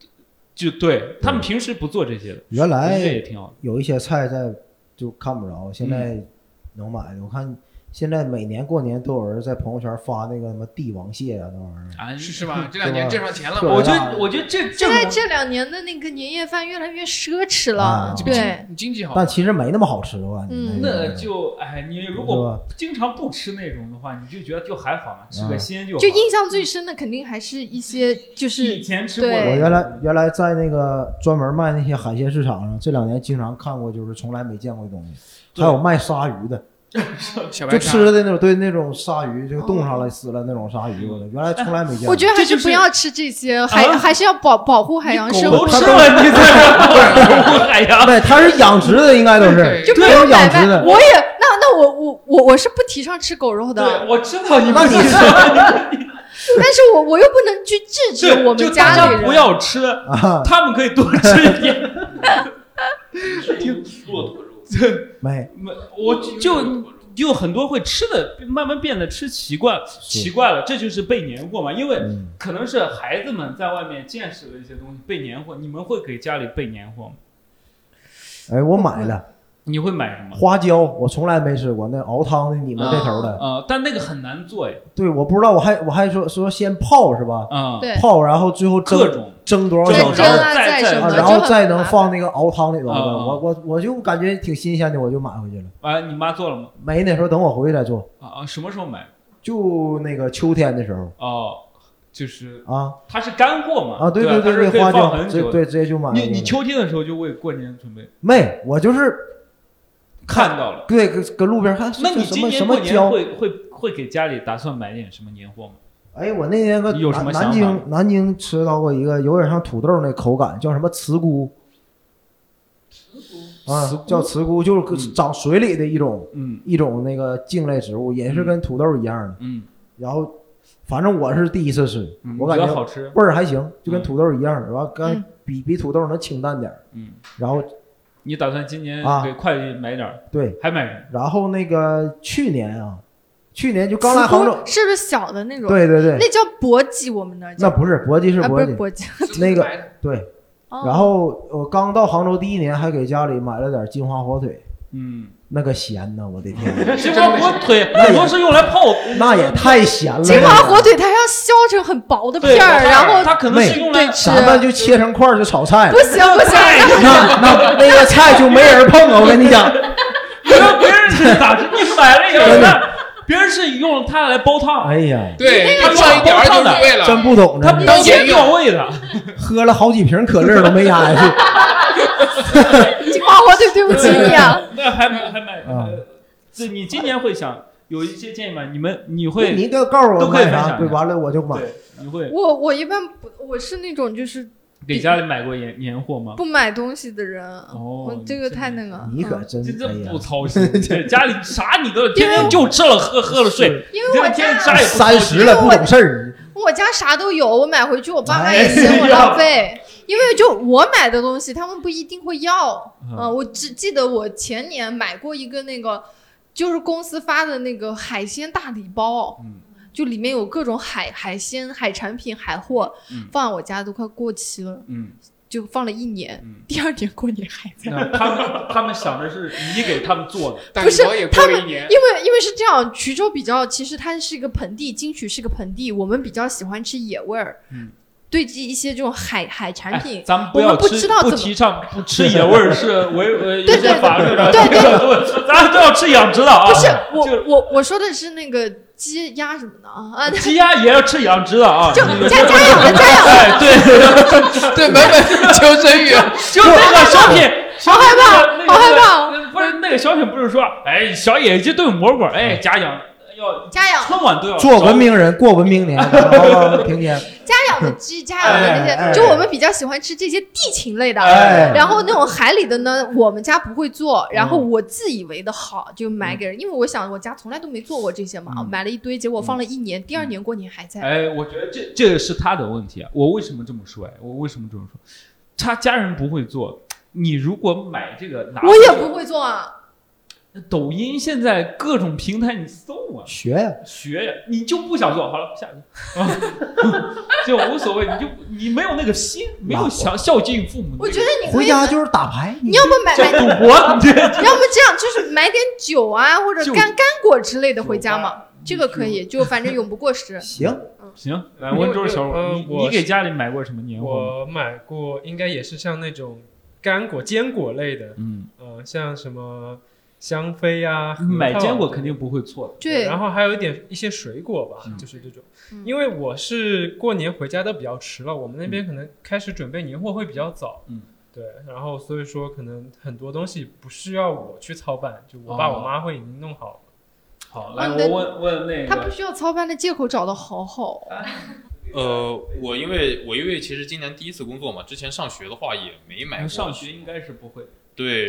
B: 就对他们平时不做这些的，
C: 原
B: 我觉得这也
C: 来
B: 挺好的。
C: 有一些菜在就看不着，现在
B: 嗯
C: 能买。我看现在每年过年都有人在朋友圈发那个什么帝王蟹啊那玩意儿。
B: 啊，
H: 是是吧？啊这两年挣上钱了
C: 对
H: 嘛，
B: 我
C: 我
B: 觉
C: 觉
B: 得
C: 得
B: 我觉得这这
D: 现在这两年的那个年夜饭越来越奢侈了
C: 啊，
D: 对，
H: 经济好，
C: 但其实没那么好吃，我感觉。
D: 嗯
B: 那就哎，你如
C: 是
B: 果
C: 吧
B: 经常不吃那种的话，你就觉得就还好嘛，吃个
C: 嗯
B: 鲜就好。 *laughs*
D: 就印象最深的肯定还是一些就是
B: 以前吃过的。
D: 对
C: 我原来原来在那个专门卖那些海鲜市场上，这两年经常看过，就是从来没见过的东西，
B: 对
C: 还有卖鲨鱼的，
H: 小白
C: 就
H: 鲨
C: 吃的那种，对那种鲨鱼，就冻上来撕了那种鲨鱼，
B: 哦
C: 我的原来从来没见过。
D: 我觉得还是不要吃这些，还还是要保保护海洋生
B: 狗
D: 物
B: 都。吃了，你在
C: *laughs*
B: 这海
D: *laughs*
B: 洋。
C: 对，它是养殖的，应该都是
H: 对
D: 就
C: 都
D: 没有
C: 是
D: 买
C: 啊养殖
D: 卖，
C: 的。
D: 我也那那我我我我是不提倡吃狗肉的
B: 对，，我知道你
C: 那
B: 们
C: 你
B: 是
C: 是
D: *laughs* 但是我我又不能去制止
B: 对，
D: 我们
B: 就大家
D: 里人。
B: 不要吃，
C: 啊，
B: 他们可以多吃一点。
F: 骆驼肉，
C: 没
B: 没我就就很多会吃的，慢慢变得吃习惯，奇怪了，这就是被年货嘛。因为
C: 嗯
B: 可能是孩子们在外面见识了一些东西，备年货。你们会给家里备年货吗？
C: 哎，我买了
B: 你会买什么？
C: 花椒，我从来没吃过那熬汤的，你们这头的，
B: 呃，但那个很难做呀。
C: 对，我不知道，我还我还说说先泡是吧？
B: 嗯，
D: 对
C: 泡，然后最后
B: 各
C: 蒸
B: 种
C: 蒸多少
B: 各
C: 小
B: 种
C: 时
D: 蒸？啊
B: 再
D: 再
B: 再
D: 什
C: 啊，
D: 么
C: 然
D: 就
C: 后
D: 很
C: 再
D: 麻
C: 能
D: 烦
C: 放那个熬汤里头的，
B: 嗯嗯
C: 我我我就感觉挺新鲜的，我就买回去了。
B: 啊，你妈做了吗？
C: 没那时候等我回去再做，
B: 啊啊，什么时候买？
C: 就那个秋天的时候
B: 哦，就是
C: 啊
B: 它是干货嘛。
C: 啊，对
B: 对
C: 对
B: 它是可
C: 对，
B: 以
C: 花
B: 放
C: 椒，
B: 很
C: 直
B: 久的。
C: 对直接就买了。
B: 你你秋天的时候就为过年准备，
C: 没？我就是
B: 看到了。
C: 对搁搁路边看，
B: 那你
C: 这什
B: 今
C: 么
B: 年
C: 什
B: 过
C: 么
B: 年
C: 椒？
B: 会会会给家里打算买点什么年货吗？
C: 哎，我那天个
B: 有什么
C: 南
B: 想法
C: 南京南京吃到过一个有点像土豆那口感，叫什么茨菇
B: 茨
C: 啊
B: 菇，
C: 叫茨菇，就是
B: 嗯
C: 长水里的一种
B: 嗯
C: 一种那个茎类植物，也是跟土豆一样的。
B: 嗯，
C: 然后反正我是第一次吃，
B: 嗯
C: 我
B: 你
C: 感
B: 觉
C: 觉
B: 得好吃。
C: 味儿还行，就
B: 嗯
C: 跟土豆一样的，完跟
D: 嗯
C: 比比土豆能清淡点儿。
B: 嗯，
C: 然后
B: 你打算今年
C: 啊
B: 给会计买点儿，
C: 对，
B: 还买什么？
C: 然后那个去年啊，去年就刚来杭州，
D: 是不是小的那种？
C: 对对对，
D: 那叫簸箕，我们那儿
C: 那
D: 叫。
C: 不是搏击是
D: 啊，不
C: 搏
D: 是
C: 击，
D: 簸箕。
H: *laughs*
C: 那个
H: 个
C: 对。
D: 哦
C: 然后我刚到杭州第一年，还给家里买了点金华火腿，
D: *laughs*
B: 嗯，
C: 那个咸呐，我的天，
B: 金华火腿
C: 那也
B: 很多是用来泡，
C: 那也太咸了。
D: 金华火
C: 腿，
D: 腿它还要削成很薄的
B: 对
D: 片儿，
B: 它
D: 然后
B: 它可能是用来
D: 对吃。
C: 咱们就切成块儿就炒菜
D: *laughs* 不，行不行，
C: 那那那个菜就没人碰啊！我跟你讲，
B: 你让别人吃咋吃？你买了以后，
C: 真的
B: 那别人是用它来煲汤，
C: 哎呀，
H: 对，
B: 那
H: 他
B: 个 *laughs*
H: 放一点儿
B: 烫
H: 就
B: 的
H: 入味了，
C: 真不懂
B: 它
C: 这
B: 不
C: 是，
B: 是调味的。
C: 喝了好几瓶可乐都没压下去。
D: 金华火腿对不起你啊。
B: *laughs* 那还还买呃
C: 啊？
B: 这你今年会想有一些建议吗？你们你
C: 你
B: 会
C: 一个告诉我
B: 都可以
C: 买
B: 分享
C: 啥，
B: 一
C: 对，
B: 下
C: 完了我就买。
B: 对你会
D: 我我一般不，我是那种就是
B: 给家里买过年年货吗？
D: 不买东西的人。啊
B: 哦
D: 我这个太那个。
C: 你可
D: 嗯
C: 真
B: 这这
C: 哎呀
B: 不，操
C: *laughs*
B: 心，这家里啥你都天
D: 因为
B: 天
D: 我
B: 就吃了喝，喝了睡，
D: 因为我
B: 天天
D: 家
B: 啥也不操
C: 三
B: 心。
C: 十了不懂事儿，
D: 我家啥都有，我买回去我爸妈
C: 哎
D: 也
B: *laughs*
D: 嫌我
B: 呀
D: 浪费，因为就我买的东西他们不一定会要。嗯、我只记得我前年买过一个那个，就是公司发的那个海鲜大礼包，
B: 嗯
D: 就里面有各种海海鲜、海产品、海货，
B: 嗯
D: 放在我家都快过期了，
B: 嗯，
D: 就放了一年，
B: 嗯
D: 第二年过年
B: *laughs*
D: 还在。
B: 那他们他们想的是你给他们做的，
H: 大
D: 不是
H: 礼包也过了一年，
D: 因为因为是这样，衢州比较其实它是一个盆地，金曲是个盆地，我们比较喜欢吃野味儿，
B: 嗯，
D: 对这一些这种海海产品
B: 哎，咱们不
D: 我
B: 要
D: 们不
B: 吃，
D: 知道
B: 不
D: 怎么
B: 提倡不吃野味儿是违呃违
D: 对
B: 有些法律的，
D: 对对
B: 对， *laughs* 咱们都要吃养殖的啊，
D: 不是
B: 就
D: 我我我说的是那个鸡鸭什么的啊啊， *laughs*
B: 鸡鸭也要吃养殖的啊，
D: 就 *laughs* 家家养的家养的，
B: 哎对，
H: *laughs* 对，门门 *laughs* 求生欲，
B: 就那个小品，小品那个那个
D: 好害怕
B: 那个不是那个小品不是说，哎，小野鸡炖蘑菇，哎，家养要
D: 家养
B: 春晚都要
C: 嗯做文明人过文明年，好吧，听见？
D: 家养的鸡，家养的那
C: 哎哎
D: 些，
C: 哎
D: 就我们比较喜欢吃这些地禽类的。
C: 哎
D: 然后那种海里的呢，我们家不会做，然后我自以为的好就买给人，因为我想我家从来都没做过这些嘛，
B: 嗯
D: 买了一堆，结果放了一年，第二年过年还在。
B: 哎，我觉得这这个是他的问题啊。我为什么这么说？哎，我为什么这么说？他家人不会做，你如果买这个拿，
D: 我也不会做啊，
B: 抖音现在各种平台你搜啊，
C: 学呀、
B: 学呀，你就不想做好了，下一个，啊 *laughs* 就无所谓，你就你没有那个心，没有想孝敬父母的那个。
D: 我觉得你可
C: 回
D: 以，
C: 家就是打牌。。
D: 你要不买买，
B: 赌博，你这
D: 要不这样，就是买点酒啊或者
B: 酒
D: 干干果之类的回家嘛，这个可以，就反正永不过时
C: 行，
B: 行，来温州小
E: 呃
B: 伙，你
E: 我
B: 你给家里买过什么年货吗？
E: 我买过，应该也是像那种干果、坚果类的，
B: 嗯，
E: 呃，像什么香妃啊，核
B: 买
E: 桃啊
B: 坚果肯定不会错的。
D: 对，
E: 然后还有一点一些水果吧，
B: 嗯
E: 就是这种
D: 嗯。
E: 因为我是过年回家都比较迟了，我们那边可能开始准备年货会比较早。
B: 嗯，
E: 对，然后所以说可能很多东西不需要我去操办，就我爸
B: 哦
E: 我妈会已经弄好了。
B: 好，来
D: 哦
B: 我
D: 那
B: 问问那
D: 他不
B: 个，
D: 需要操办的借口找的好好，
F: 呃，我因为我因为其实今年第一次工作嘛，之前上学的话也没买过。
B: 上学应该是不会。
F: 对，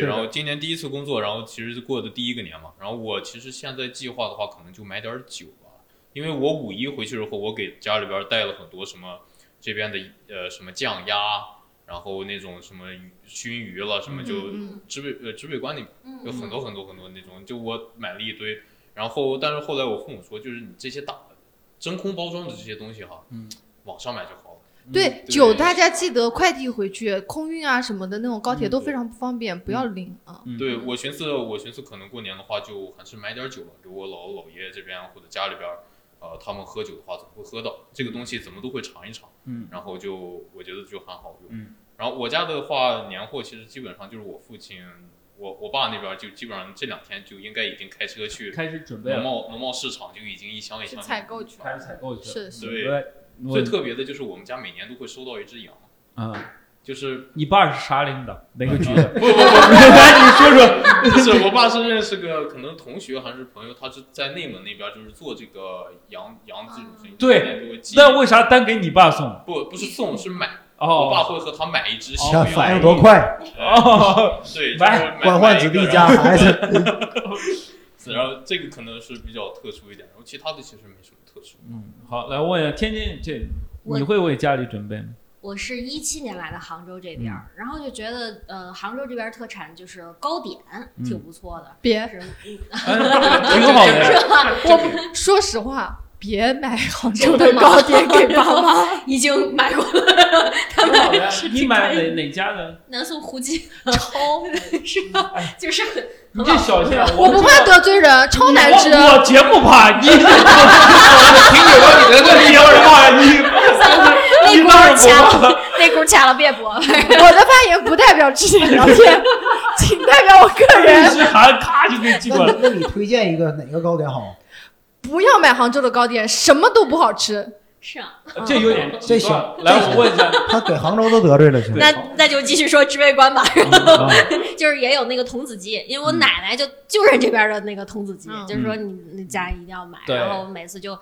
B: 对的
F: 然后今年第一次工作，然后其实是过的第一个年嘛，然后我其实现在计划的话，可能就买点酒吧，因为我五一回去之后，我给家里边带了很多什么这边的呃什么酱鸭，然后那种什么鱼熏鱼了，什么就
D: 嗯
F: 知北呃知北关那边
G: 嗯
F: 有很多很多很多那种，就我买了一堆，然后但是后来我父母说，就是你这些大真空包装的这些东西哈，
B: 嗯，
F: 网上买就好了。
D: 对
F: 对
D: 酒大家记得快递回去，空运啊什么的那种高铁都非常不方便，不要拎啊。
B: 嗯
F: 对我寻思，我寻思可能过年的话，就还是买点酒吧，给我姥姥姥爷这边啊或者家里边，呃，他们喝酒的话总会喝到这个东西，怎么都会尝一尝。
B: 嗯，
F: 然后就我觉得就很好用。
B: 嗯，
F: 然后我家的话，年货其实基本上就是我父亲，我我爸那边就基本上这两天就应该已经开车去
B: 开始准备
F: 农
B: 了，
D: 嗯
F: 贸农贸市场，就已经一箱一箱
D: 去采购去
F: 买
B: 开始采购去了。
D: 是是，
F: 对
B: 对，
F: 最特别的就是我们家每年都会收到一只羊，
B: 啊，
F: 就是
B: 你爸是啥领导？哪个局 *laughs* 的？
F: 不不不，
B: 来，你说说。
F: 不是，我爸是认识个可能同学还是朋友，他是在内蒙那边，就是做这个羊羊这种生意，
B: 对
F: 每年都会寄，
B: 那为啥单给你爸送？
F: 不不是送是买，我爸
B: 哦
F: 会和他买一只小
C: 想
F: 羊，
C: 反应多快，
F: 哎
B: 哦，
F: 对，
B: 买
F: 就是买
C: 官宦子弟 *laughs* 家，孩子。
F: 买一个然后然后这个可能是比较特殊一点，然后其他的其实没什么特殊。
B: 嗯，好，来问一下天津这，
G: 我
B: 你会为家里准备 *laughs* 吗？
G: 我是一七年来的杭州这边儿，然后就觉得呃，杭州这边儿特产就是糕点，
B: 嗯
G: 挺不错的。
D: 别
G: 是
B: 哎挺好的
D: *laughs*
B: 呀，
D: 我说实话，别买杭州的糕点给爸妈。
G: *laughs* 已经买过了，他
B: 挺好的
G: 们
B: 呀
G: 是。
B: 你买哪哪家的？
G: 南宋胡姬超是吧？就是很
B: 你这小心啊！
D: *laughs* 我不怕得罪人，超难吃。啊
B: 我我节目怕你，
H: 挺有道理的，对
B: 你有什么？你
G: 那
B: 你
D: *laughs*
G: 股
B: 倒
G: 儿
B: 是
G: 掐
B: 不
G: 了，那股儿掐了别播。
D: 我的发言不代表之前聊天，仅代表我个
B: *laughs* 一
D: 人。
B: 直喊，咔就给你寄
C: 那
B: 过来。
C: 你那你推荐一个哪个糕点好？
D: 不要买杭州的糕点，什么都不好吃。
G: 是啊，
B: 这有点
C: 这行
B: 来，我问一下，
C: *laughs* 他给杭州都得罪了，现在
G: 那那就继续说知味观吧。
B: 啊
G: 就是也有那个童子鸡，因为我
B: 嗯
G: 奶奶就就认这边的那个童子鸡，
D: 嗯
G: 就是说你你家一定要买，
B: 对
G: 然后每次就。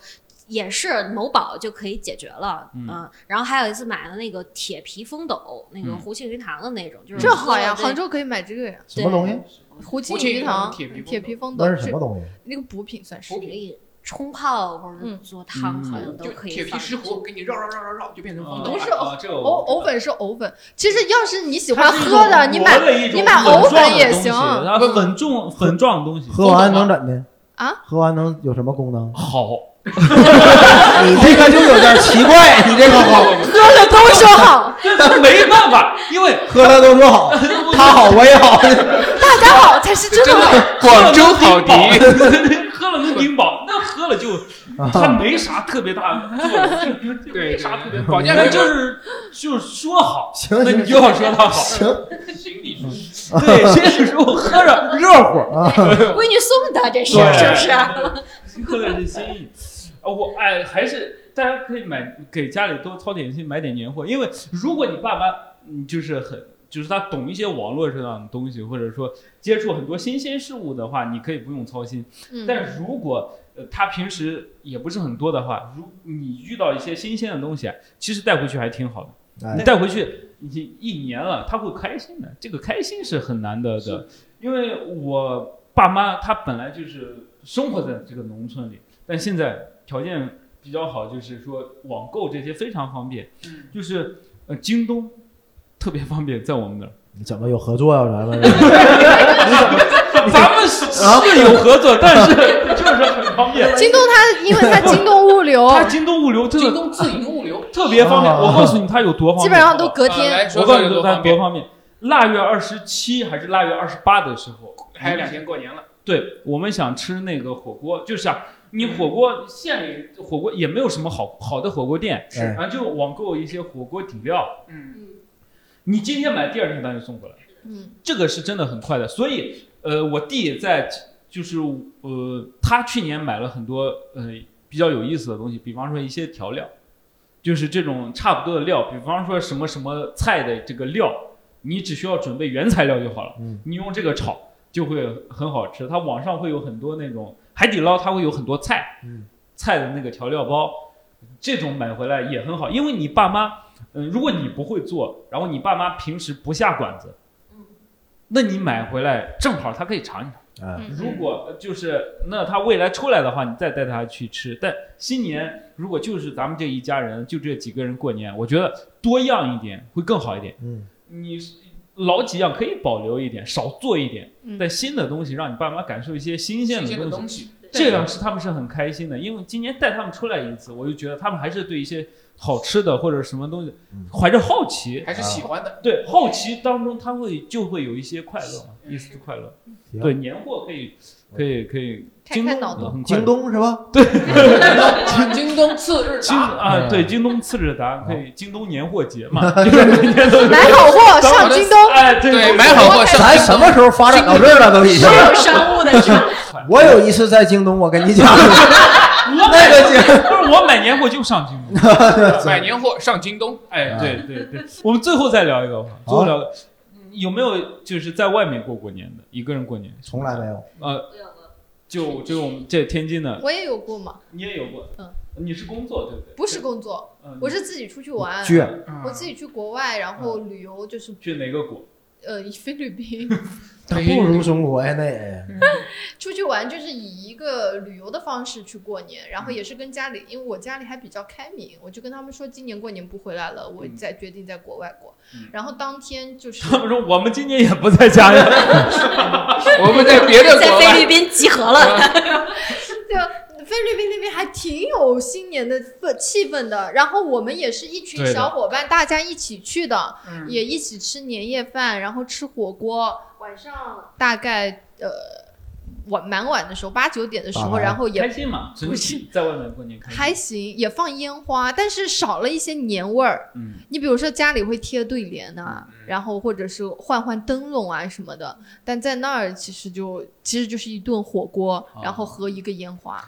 G: 也是某宝就可以解决了，
B: 嗯
G: 然后还有一次买了那个铁皮风斗，那个
B: 嗯
G: 胡庆余堂的那种，就是
D: 这好呀，
G: 喝了
D: 杭州可以买这个呀，
C: 什么东西？
D: 胡
H: 胡
D: 庆
H: 庆余
D: 余
H: 堂
D: 堂
H: 铁皮、
D: 铁皮风斗
C: 那是什
D: 是
C: 么东西？
D: 那个补品算是
G: 那。可以冲泡或者做汤，
B: 嗯
G: 好像都
H: 就
G: 可以
H: 铁皮
G: 放
H: 石
G: 进去
H: 斛，给你绕绕绕绕绕，就变成风
D: 不
H: 斗
D: 是 *laughs*
H: 了。
B: 啊，这个
D: 藕
B: 我不知道
D: 藕粉哦是藕粉，其实要是你喜
B: 它
D: 欢
B: 是一
D: 喝的，
B: 种
D: 啊你买
B: 薄的一种
D: 你买
B: 粉
D: 藕
B: 状的
D: 粉也
B: 东西
D: 行
B: 然后粉状粉状的东西？
C: 喝完能怎的？
D: 啊
C: 喝完能有什么功能
B: 好，
C: 你这个就有点奇怪，你这个好，
D: 喝了都说好，
B: 这这没办法，因
D: *laughs*
B: 为
C: 喝了都说好，他好我也好，
D: 大家好才是真的好。
H: *laughs* 广州好迪，
B: *laughs* 喝了能顶饱，那喝了就它没啥特别大作
D: *laughs*
B: 用，这
H: 对
B: 没啥特别
H: 对，
B: 大。
H: 保健
B: 那
H: 品
B: 就是就是说好，
C: 行
B: 那你
C: 行
B: 就要说它好。
C: 行
F: 心理舒适
B: 对，这是说喝
C: *laughs*
B: 着热乎，
C: 啊，
G: 闺女送的，这是
B: 嗯对
G: 是不是？啊
B: 喝的是心意。啊，我哎，还是大家可以买给家里多操点心，买点年货，因为如果你爸妈嗯就是很就是他懂一些网络上的东西，或者说接触很多新鲜事物的话，你可以不用操心。
D: 嗯，
B: 但如果呃他平时也不是很多的话，如你遇到一些新鲜的东西，啊其实带回去还挺好的。
C: 哎
B: 你带回去你一年了，他会开心的。这个开心是很难得的，因为我爸妈他本来就是生活在这个农村里，但现在条件比较好，就是说网购这些非常方便，
H: 嗯
B: 就是呃京东特别方便，在我们那儿。
C: 你怎么有合作呀？咱们
B: *laughs* 咱们们是是有合作，但是啊 *laughs* 就是很方便。
D: 京东它因为它京东物流，
B: 它京东物流真
H: 京
B: 的
H: 东自营物流，
B: 特别方便，
C: 啊
B: 我告诉你它有多方便，
D: 基本上都隔
H: 呃
D: *laughs* 天。
H: 来
B: 我
H: 说
B: 告
H: 说
B: 诉
H: 有
B: 你
H: 多
B: 它
H: 方
B: 多
H: 便。
B: 方便。腊月二十七还是腊月二十八的时候，
H: 还有两天过年了，
B: 对我们想吃那个火锅，就是想你火锅县里火锅也没有什么好好的火锅店，
C: 是
B: 然后就网购一些火锅底料，
H: 嗯，
B: 你今天买，第二天他就送过来，
D: 嗯，
B: 这个是真的很快的。所以呃，我弟在就是呃，他去年买了很多呃比较有意思的东西，比方说一些调料，就是这种差不多的料，比方说什么什么菜的这个料，你只需要准备原材料就好了，
C: 嗯
B: 你用这个炒就会很好吃。它网上会有很多那种海底捞，它会有很多菜，
C: 嗯
B: 菜的那个调料包，这种买回来也很好，因为你爸妈，嗯、如果你不会做，然后你爸妈平时不下馆子，那你买回来正好他可以尝一尝。
C: 啊，
B: 如果就是那他未来出来的话，你再带他去吃。但新年如果就是咱们这一家人，就这几个人过年，我觉得多样一点会更好一点。
C: 嗯，
B: 你老几样可以保留一点，少做一点，
D: 嗯
B: 但新的东西让你爸妈感受一些新鲜
H: 新
B: 的
H: 鲜的
B: 东西。
H: 东西，
B: 这样是他们是很开心的，因为今年带他们出来一次，我就觉得他们还是对一些好吃的或者什么东西
C: 嗯
B: 怀着好奇，
H: 还是喜欢的。
B: 对好奇当中他会就会有一些快乐嘛，一丝快乐。
C: 行
B: 对年货可以可以可以，
D: 开
B: 京
D: 开
B: 东
C: 嗯
D: 脑洞
B: 很快乐
C: 啊京东是吧？
H: 京东京东次日
B: 京
H: 达，
B: 啊
C: 嗯
B: 对京东次日达可以京东年货节
C: *laughs*
B: 嘛，就是每天都有
D: 买好货上京东，
B: 哎对
H: 对，买好货上
C: 咱什么时候发展到这儿了？都已经。
G: 有商务的事儿，
C: *laughs* 我有一次在京东，我跟 *laughs* 你讲，
B: 我
C: 那
B: 买
C: *laughs* 个京
B: 不是我买年货就上京东。
C: *laughs*
H: 买年货上京东，
B: 哎，
C: 啊
B: 对对对，我们最后再聊一个吧，最后聊个，有没有就是在外面过过年的，一个人过年？
C: 从来没有。
B: 呃，就就我们这天津的，
D: 我也有过嘛，
B: 你也有过，
D: 嗯，
B: 你是工作对不对？
D: 不是工作，
B: 嗯，
D: 我是自己出去玩，
C: 去
D: 我自己去国外，然后旅游，就是
B: 去哪个国？ *laughs*
D: 呃菲律宾 *laughs*
C: 不如中国呀，那也
D: 出去玩，就是以一个旅游的方式去过年，然后也是跟家里，因为我家里还比较开明，我就跟他们说今年过年不回来了，我
B: 嗯
D: 再决定在国外过
B: 嗯。
D: 然后当天就是
B: 他们说我们今年也不在家呀，
H: 我们在别的
G: 在
H: 国
G: 菲
H: 外
G: 律宾集合了。
D: 对，菲律宾那边还挺有新年的氛气氛的。然后我们也是一群
B: 对的
D: 小伙伴，大家一起去的，
H: 嗯
D: 也一起吃年夜饭，然后吃火锅。晚上大概呃晚蛮晚的时候，八九点的时
C: 打
D: 候，
C: 牌
D: 然后
B: 开
D: 也
B: 心嘛？整体在外面过年开心。
D: 还行，也放烟花，但是少了一些年味儿。
B: 嗯，
D: 你比如说家里会贴对联呐、然后或者是换换灯笼啊什么的，但在那儿其实就其实就是一顿火锅，然后和一个烟花。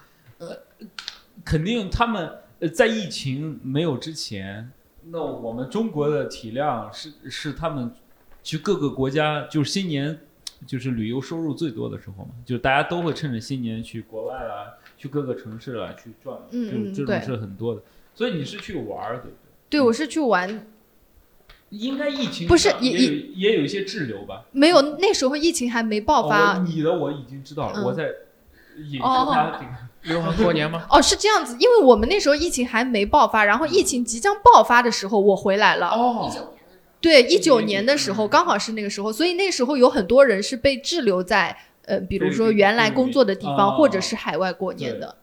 B: 肯定他们呃在疫情没有之前，那我们中国的体量是是他们去各个国家就是新年就是旅游收入最多的时候嘛，就大家都会趁着新年去国外啦，去各个城市啦去转，
D: 嗯嗯
B: 就是这
D: 对
B: 种是很多的。所以你是去玩儿，对不对？
D: 对，我是去玩，
B: 应该疫情
D: 不是
B: 上也
D: 也
B: 有也有一些滞留吧？
D: 没有那时候疫情还没爆
B: 哦
D: 发
B: 我你的我已经知道了，
D: 嗯
B: 我在引出
D: 哦
B: 他这个。
H: 流行过年吗？
D: 哦，是这样子，因为我们那时候疫情还没爆发，然后疫情即将爆发的时候，我回来了。
B: 嗯
H: 哦，
D: 对，一九年的时候，刚好是那个时候，所以那时候有很多人是被滞留在呃，比如说原来工作的地
B: 对对
H: 嗯
D: 方，
B: 对
D: 或者是海外过年的。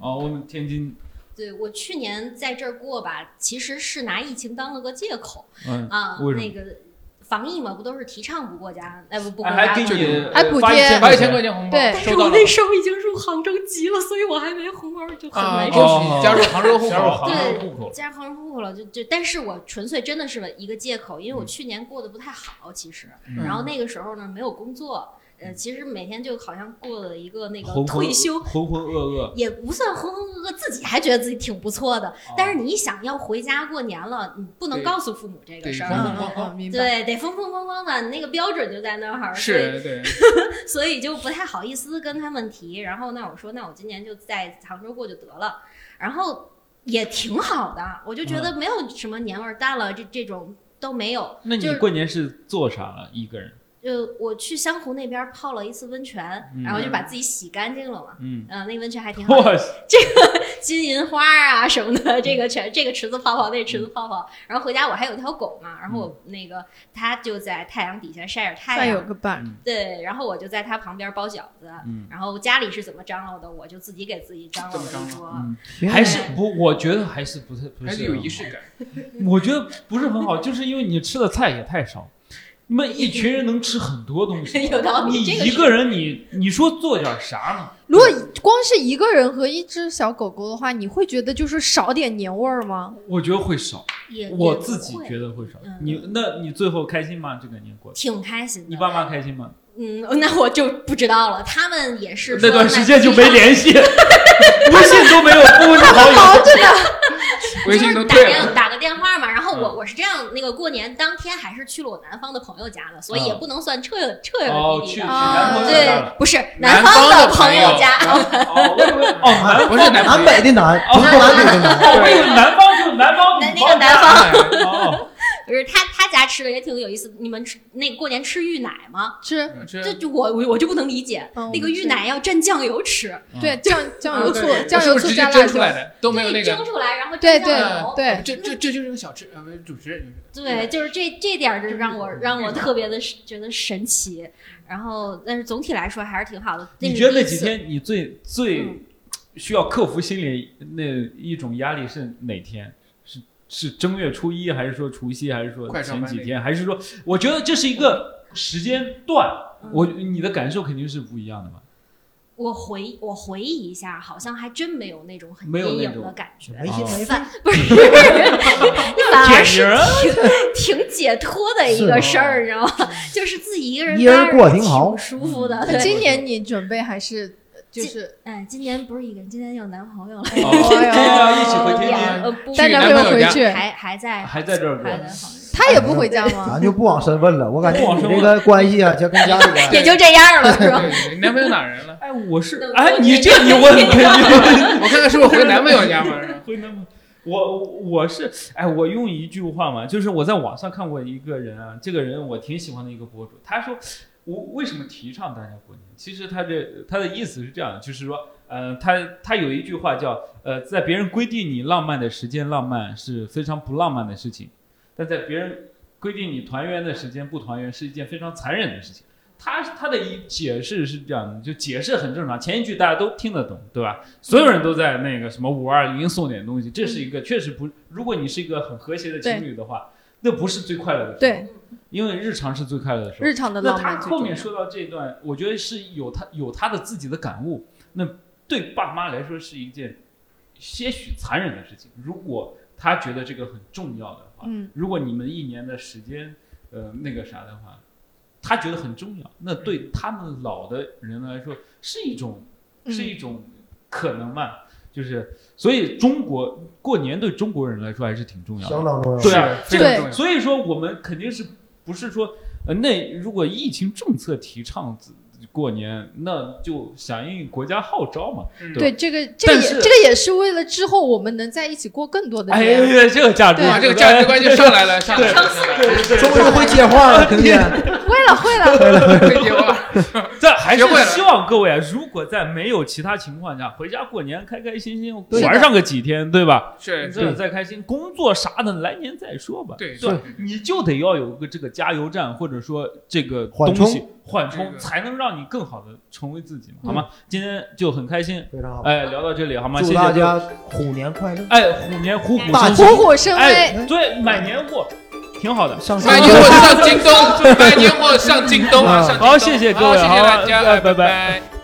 B: 哦，我们天津，
G: 对我去年在这儿过吧，其实是拿疫情当了个借口
B: 嗯，
G: 啊
B: 为，什么
G: 那个防疫嘛，不都是提倡不过家，哎不不过
B: 哎还给
G: 家过年
B: 你
D: 还补贴
B: 发一千
H: 发一千块钱红包，
D: 对
G: 但
H: 收
G: 是我
H: 到了
G: 那时候已经入杭州籍了，所以我还没红包就很
H: 啊，
G: 难
H: 恭
G: 受。
H: 喜加入杭州户
B: 加入
H: 口，啊
B: 杭州户口，
G: 加上杭州户口了，就就，但是我纯粹真的是一个借口，因为我去年过得不太好，其实，
B: 嗯
G: 然后那个时候呢没有工作，呃，其实每天就好像过了一个那个
B: 浑浑
G: 退休，
B: 浑浑
H: 啊
B: 噩噩。
G: 也不算浑浑噩噩，自己还觉得自己挺不错的，
B: 哦
G: 但是你一想要回家过年了，你不能
H: 对
G: 告诉父母这个
H: 对
G: 事
H: 嗯
G: 儿，啊
D: 嗯
H: 嗯
D: 嗯
G: 哦
D: 嗯，明白。
G: 对，得风风光光的，你那个标准就在那儿，
H: 是对，
G: 所以所以就不太好意思跟他们提。然后那我说，那我今年就在杭州过就得了，然后也挺好的，我就觉
A: 嗯
G: 得没有什么年味儿淡了，这这种都没有。
B: 那
G: 就
B: 你
G: 是
B: 过年是做啥了？一个人？
G: 呃，我去湘湖那边泡了一次温泉，
A: 嗯
G: 然后就把自己洗干净了嘛。
A: 嗯，
G: 嗯、那个温泉还挺好的，
B: 我
G: 金银花
A: *laughs*
G: 啊什么的，这个全这个池子泡泡，那池子泡泡。然后回家我还有一条狗嘛，然后我
A: 嗯
G: 那个它就在太阳底下晒着太
D: 算有
G: 阳，
D: 个伴儿。
G: 对，然后我就在它旁边包饺子。啊
A: 嗯
G: 然后家里是怎么张罗的，我就自己给自己张罗了
H: 怎么
G: 一
H: 张
G: 桌。
B: 啊
A: 嗯
B: 还是不，我觉得还是不是不
H: 还是有仪式感。
B: 很好，我觉得不是很好，就是因为你吃的菜也太少。你们一群人能吃很多东西，
G: *laughs* 有道理
B: 你
G: 这个
B: 一
G: 是
B: 个人你，你说做点啥呢？
D: 如果光是一个人和一只小狗狗的话，你会觉得就是少点年味儿吗？
B: 我觉得会少，
G: 也
B: 我
G: 也不
B: 自己
G: 会
B: 觉得会少。
G: 嗯
B: 你那你最后开心吗？这个年过得，
G: 挺开心的。
B: 你爸妈开心吗？
G: 嗯，那我就不知道了。他们也是
B: 那
G: 说
B: 段
G: 买
B: 时间就
G: 机
B: 没
G: 票
B: 联
G: *laughs*
B: 系，微信都没有，不是好
G: 哦
B: 友。
D: 忙着呢，
H: 微
G: 就
H: 信都
G: 是打
H: 退
G: 电
H: 了，
G: 打个电话嘛，然后我
B: 嗯
G: 我是这样，那个过年当天还是去了我南方的朋友家的，所以
B: 嗯
G: 也不能算彻彻
B: 哦
G: 彻，底
B: 去
G: 底
B: 去
G: 的。
B: 南方那
D: 去
B: 边
G: 对
B: 了，
G: 不是
H: 南
G: 方
H: 方的
G: 朋
H: 朋友
G: 家，
B: 哦，我以为哦，南
H: 不是男
C: 南
H: 朋友
C: 北的南，
B: 哦
C: 不是南北的南。
B: 哦，我以为南方就是南方，
G: 那
B: 女
G: 那个南
B: 方嗯
G: 方，
B: 家。哦，
G: 不是他他家吃的也挺有意思。你们吃那过年吃芋奶吗？
D: 吃
G: 这
H: 嗯
B: 嗯
H: 这
G: 就我我我就不能理解，
D: 嗯
G: 那个芋奶要蘸酱油吃，
D: 对酱酱油醋
H: 对
D: 酱油
H: 我是
D: 醋
H: 啊直接
D: 加辣
H: 蒸出来
D: 椒，
H: 的，都没有
G: 对
H: 那
G: 蒸
H: 个。
G: 出来然后
D: 对
G: 蘸
D: 对
G: 酱油。
D: 对，
H: 这这这就是个小吃，呃，不是主持人就是。
G: 对，就是这这点儿就让我让
H: 嗯
G: 我特别的觉得神奇，然后但是总体来说还是挺好的。那
B: 你
G: 是
B: 觉得那
G: 第一
B: 几
G: 次
B: 天你最最
G: 嗯
B: 需要克服心理那一种压力是哪天？是是正月初一，还是说除夕，还是说
H: 快上
B: 前
H: 班
B: 几
H: 那
B: 天，还是说？我觉得这是一个时间段，
G: 嗯
B: 我你的感受肯定是不一样的嘛。
G: 我回我回忆一下，好像还真没有那种很
B: 没有
G: 阴
B: 那
G: 影
B: 种嗯
G: 的感觉，
C: 没
B: 哦
C: 心没肺，
G: 反不是，反而
B: 解
G: 是
B: 人
G: 挺 *laughs* 挺解脱的一个事儿，你知道吗？ *laughs* 就是自己一个人
C: 一人
G: 待着
C: 过挺好
G: 舒服的。
B: 嗯
D: 那
G: *laughs* 对，
D: 今年你准备还是就是
G: 哎，今年不是一个人，今年有男朋友了，
B: 哦，
D: 哎呦
B: 这要一起回天
G: 也
B: 津，
G: 呃不
D: 带
H: 去
D: 男
H: 男
D: 朋友
H: 朋友
D: 回
H: 家
D: 去，
G: 还还在
B: 还在这儿过
G: 还。在旁边
D: 他也不回家吗？
C: *laughs* 咱就不往深问了。我感觉
B: 不往
C: 你
B: 深
C: 这
B: 问
C: 个关系啊，就跟家里边
G: 也就这样了，是吧？
H: 对，你男朋友哪人了？
B: 哎，我是
G: 那
B: 哎，
G: 我
B: 你
G: 觉
B: 这
G: 得
B: 你
G: *laughs*
B: 问肯定
H: *laughs* 我看看是不是回男朋友家嘛？
B: *laughs*
H: 是吧
B: 会那么。我我是哎，我用一句话嘛，就是我在网上看过一个人啊，这个人我挺喜欢的一个博主，他说我为什么提倡大家过年？其实他这他的意思是这样，就是说，呃，他他有一句话叫呃，在别人规定你浪漫的时间，浪漫是非常不浪漫的事情，但在别人规定你团圆的时间不团圆是一件非常残忍的事情。他他的一解释是这样的，就解释很正常，前一句大家都听得懂，对吧？所有人都在那个什么五二零送点东西，这是一个确实不，如果你是一个很和谐的情侣的话，那不是最快乐的时候，
D: 对，
B: 因为日常是最快乐的时候。
D: 日常的
B: 那
D: 浪
B: 他
D: 漫最
B: 后
D: 重
B: 面
D: 要。
B: 说到这段，我觉得是有他有他的自己的感悟。那对爸妈来说是一件些许残忍的事情，如果他觉得这个很重要的话，
D: 嗯，
B: 如果你们一年的时间，呃，那个啥的话，他觉得很重要，那对他们老的人来说是一种
D: 嗯
B: 是一种可能嘛，就是所以中国过年对中国人来说还是挺重要的。
C: 相当重要。
B: 对啊，
H: 非常
D: 对
H: 重要。
B: 所以说我们肯定是不是说，呃，那如果疫情政策提倡自过年，那就响应国家号召嘛。
H: 嗯
D: 对这个这个
B: 但
D: 也
B: 是
D: 这个也是为了之后我们能在一起过更多的
B: 哎
D: 年。
B: 呀，这个价值
D: 对
H: 哇，
B: 观，哎
H: 这个价值观就上来了，上来了，上来 *laughs* 了，
C: 终于会接话了，听见？
D: 会
B: *laughs*
D: 了会了，
H: 会接话。
B: 这还是
H: 学会了
B: 希望各位啊，如果在没有其他情况下，回家过年开开心心
C: 对
B: 玩上个几天，对吧？
H: 是，
B: 这再开心，工作啥的来年再说吧。
H: 对
B: 吧
H: 对对
B: 你就得要有个这个加油站，或者说这个
C: 缓
B: 东
C: 冲
B: 西缓
H: 这
B: 冲，
H: 个嗯
B: 才能让你更好的成为自己嘛，好吗？今天就很开心，
C: 非常好，
B: 哎，聊到这里好吗？谢
C: 祝
B: 谢
C: 大
B: 各位，
C: 家虎年快乐，
B: 哎，虎年虎虎
C: 大
B: 生
D: 虎
B: 威，
D: 虎生威。
B: 哎，对，买年货，挺好的。
C: 上
H: 买
C: 山
H: 年货上京东，买年货上京东啊！上京东
B: 好谢谢各位
H: 好谢谢大
B: 好哎呃
H: 家，
B: 拜拜
H: 拜。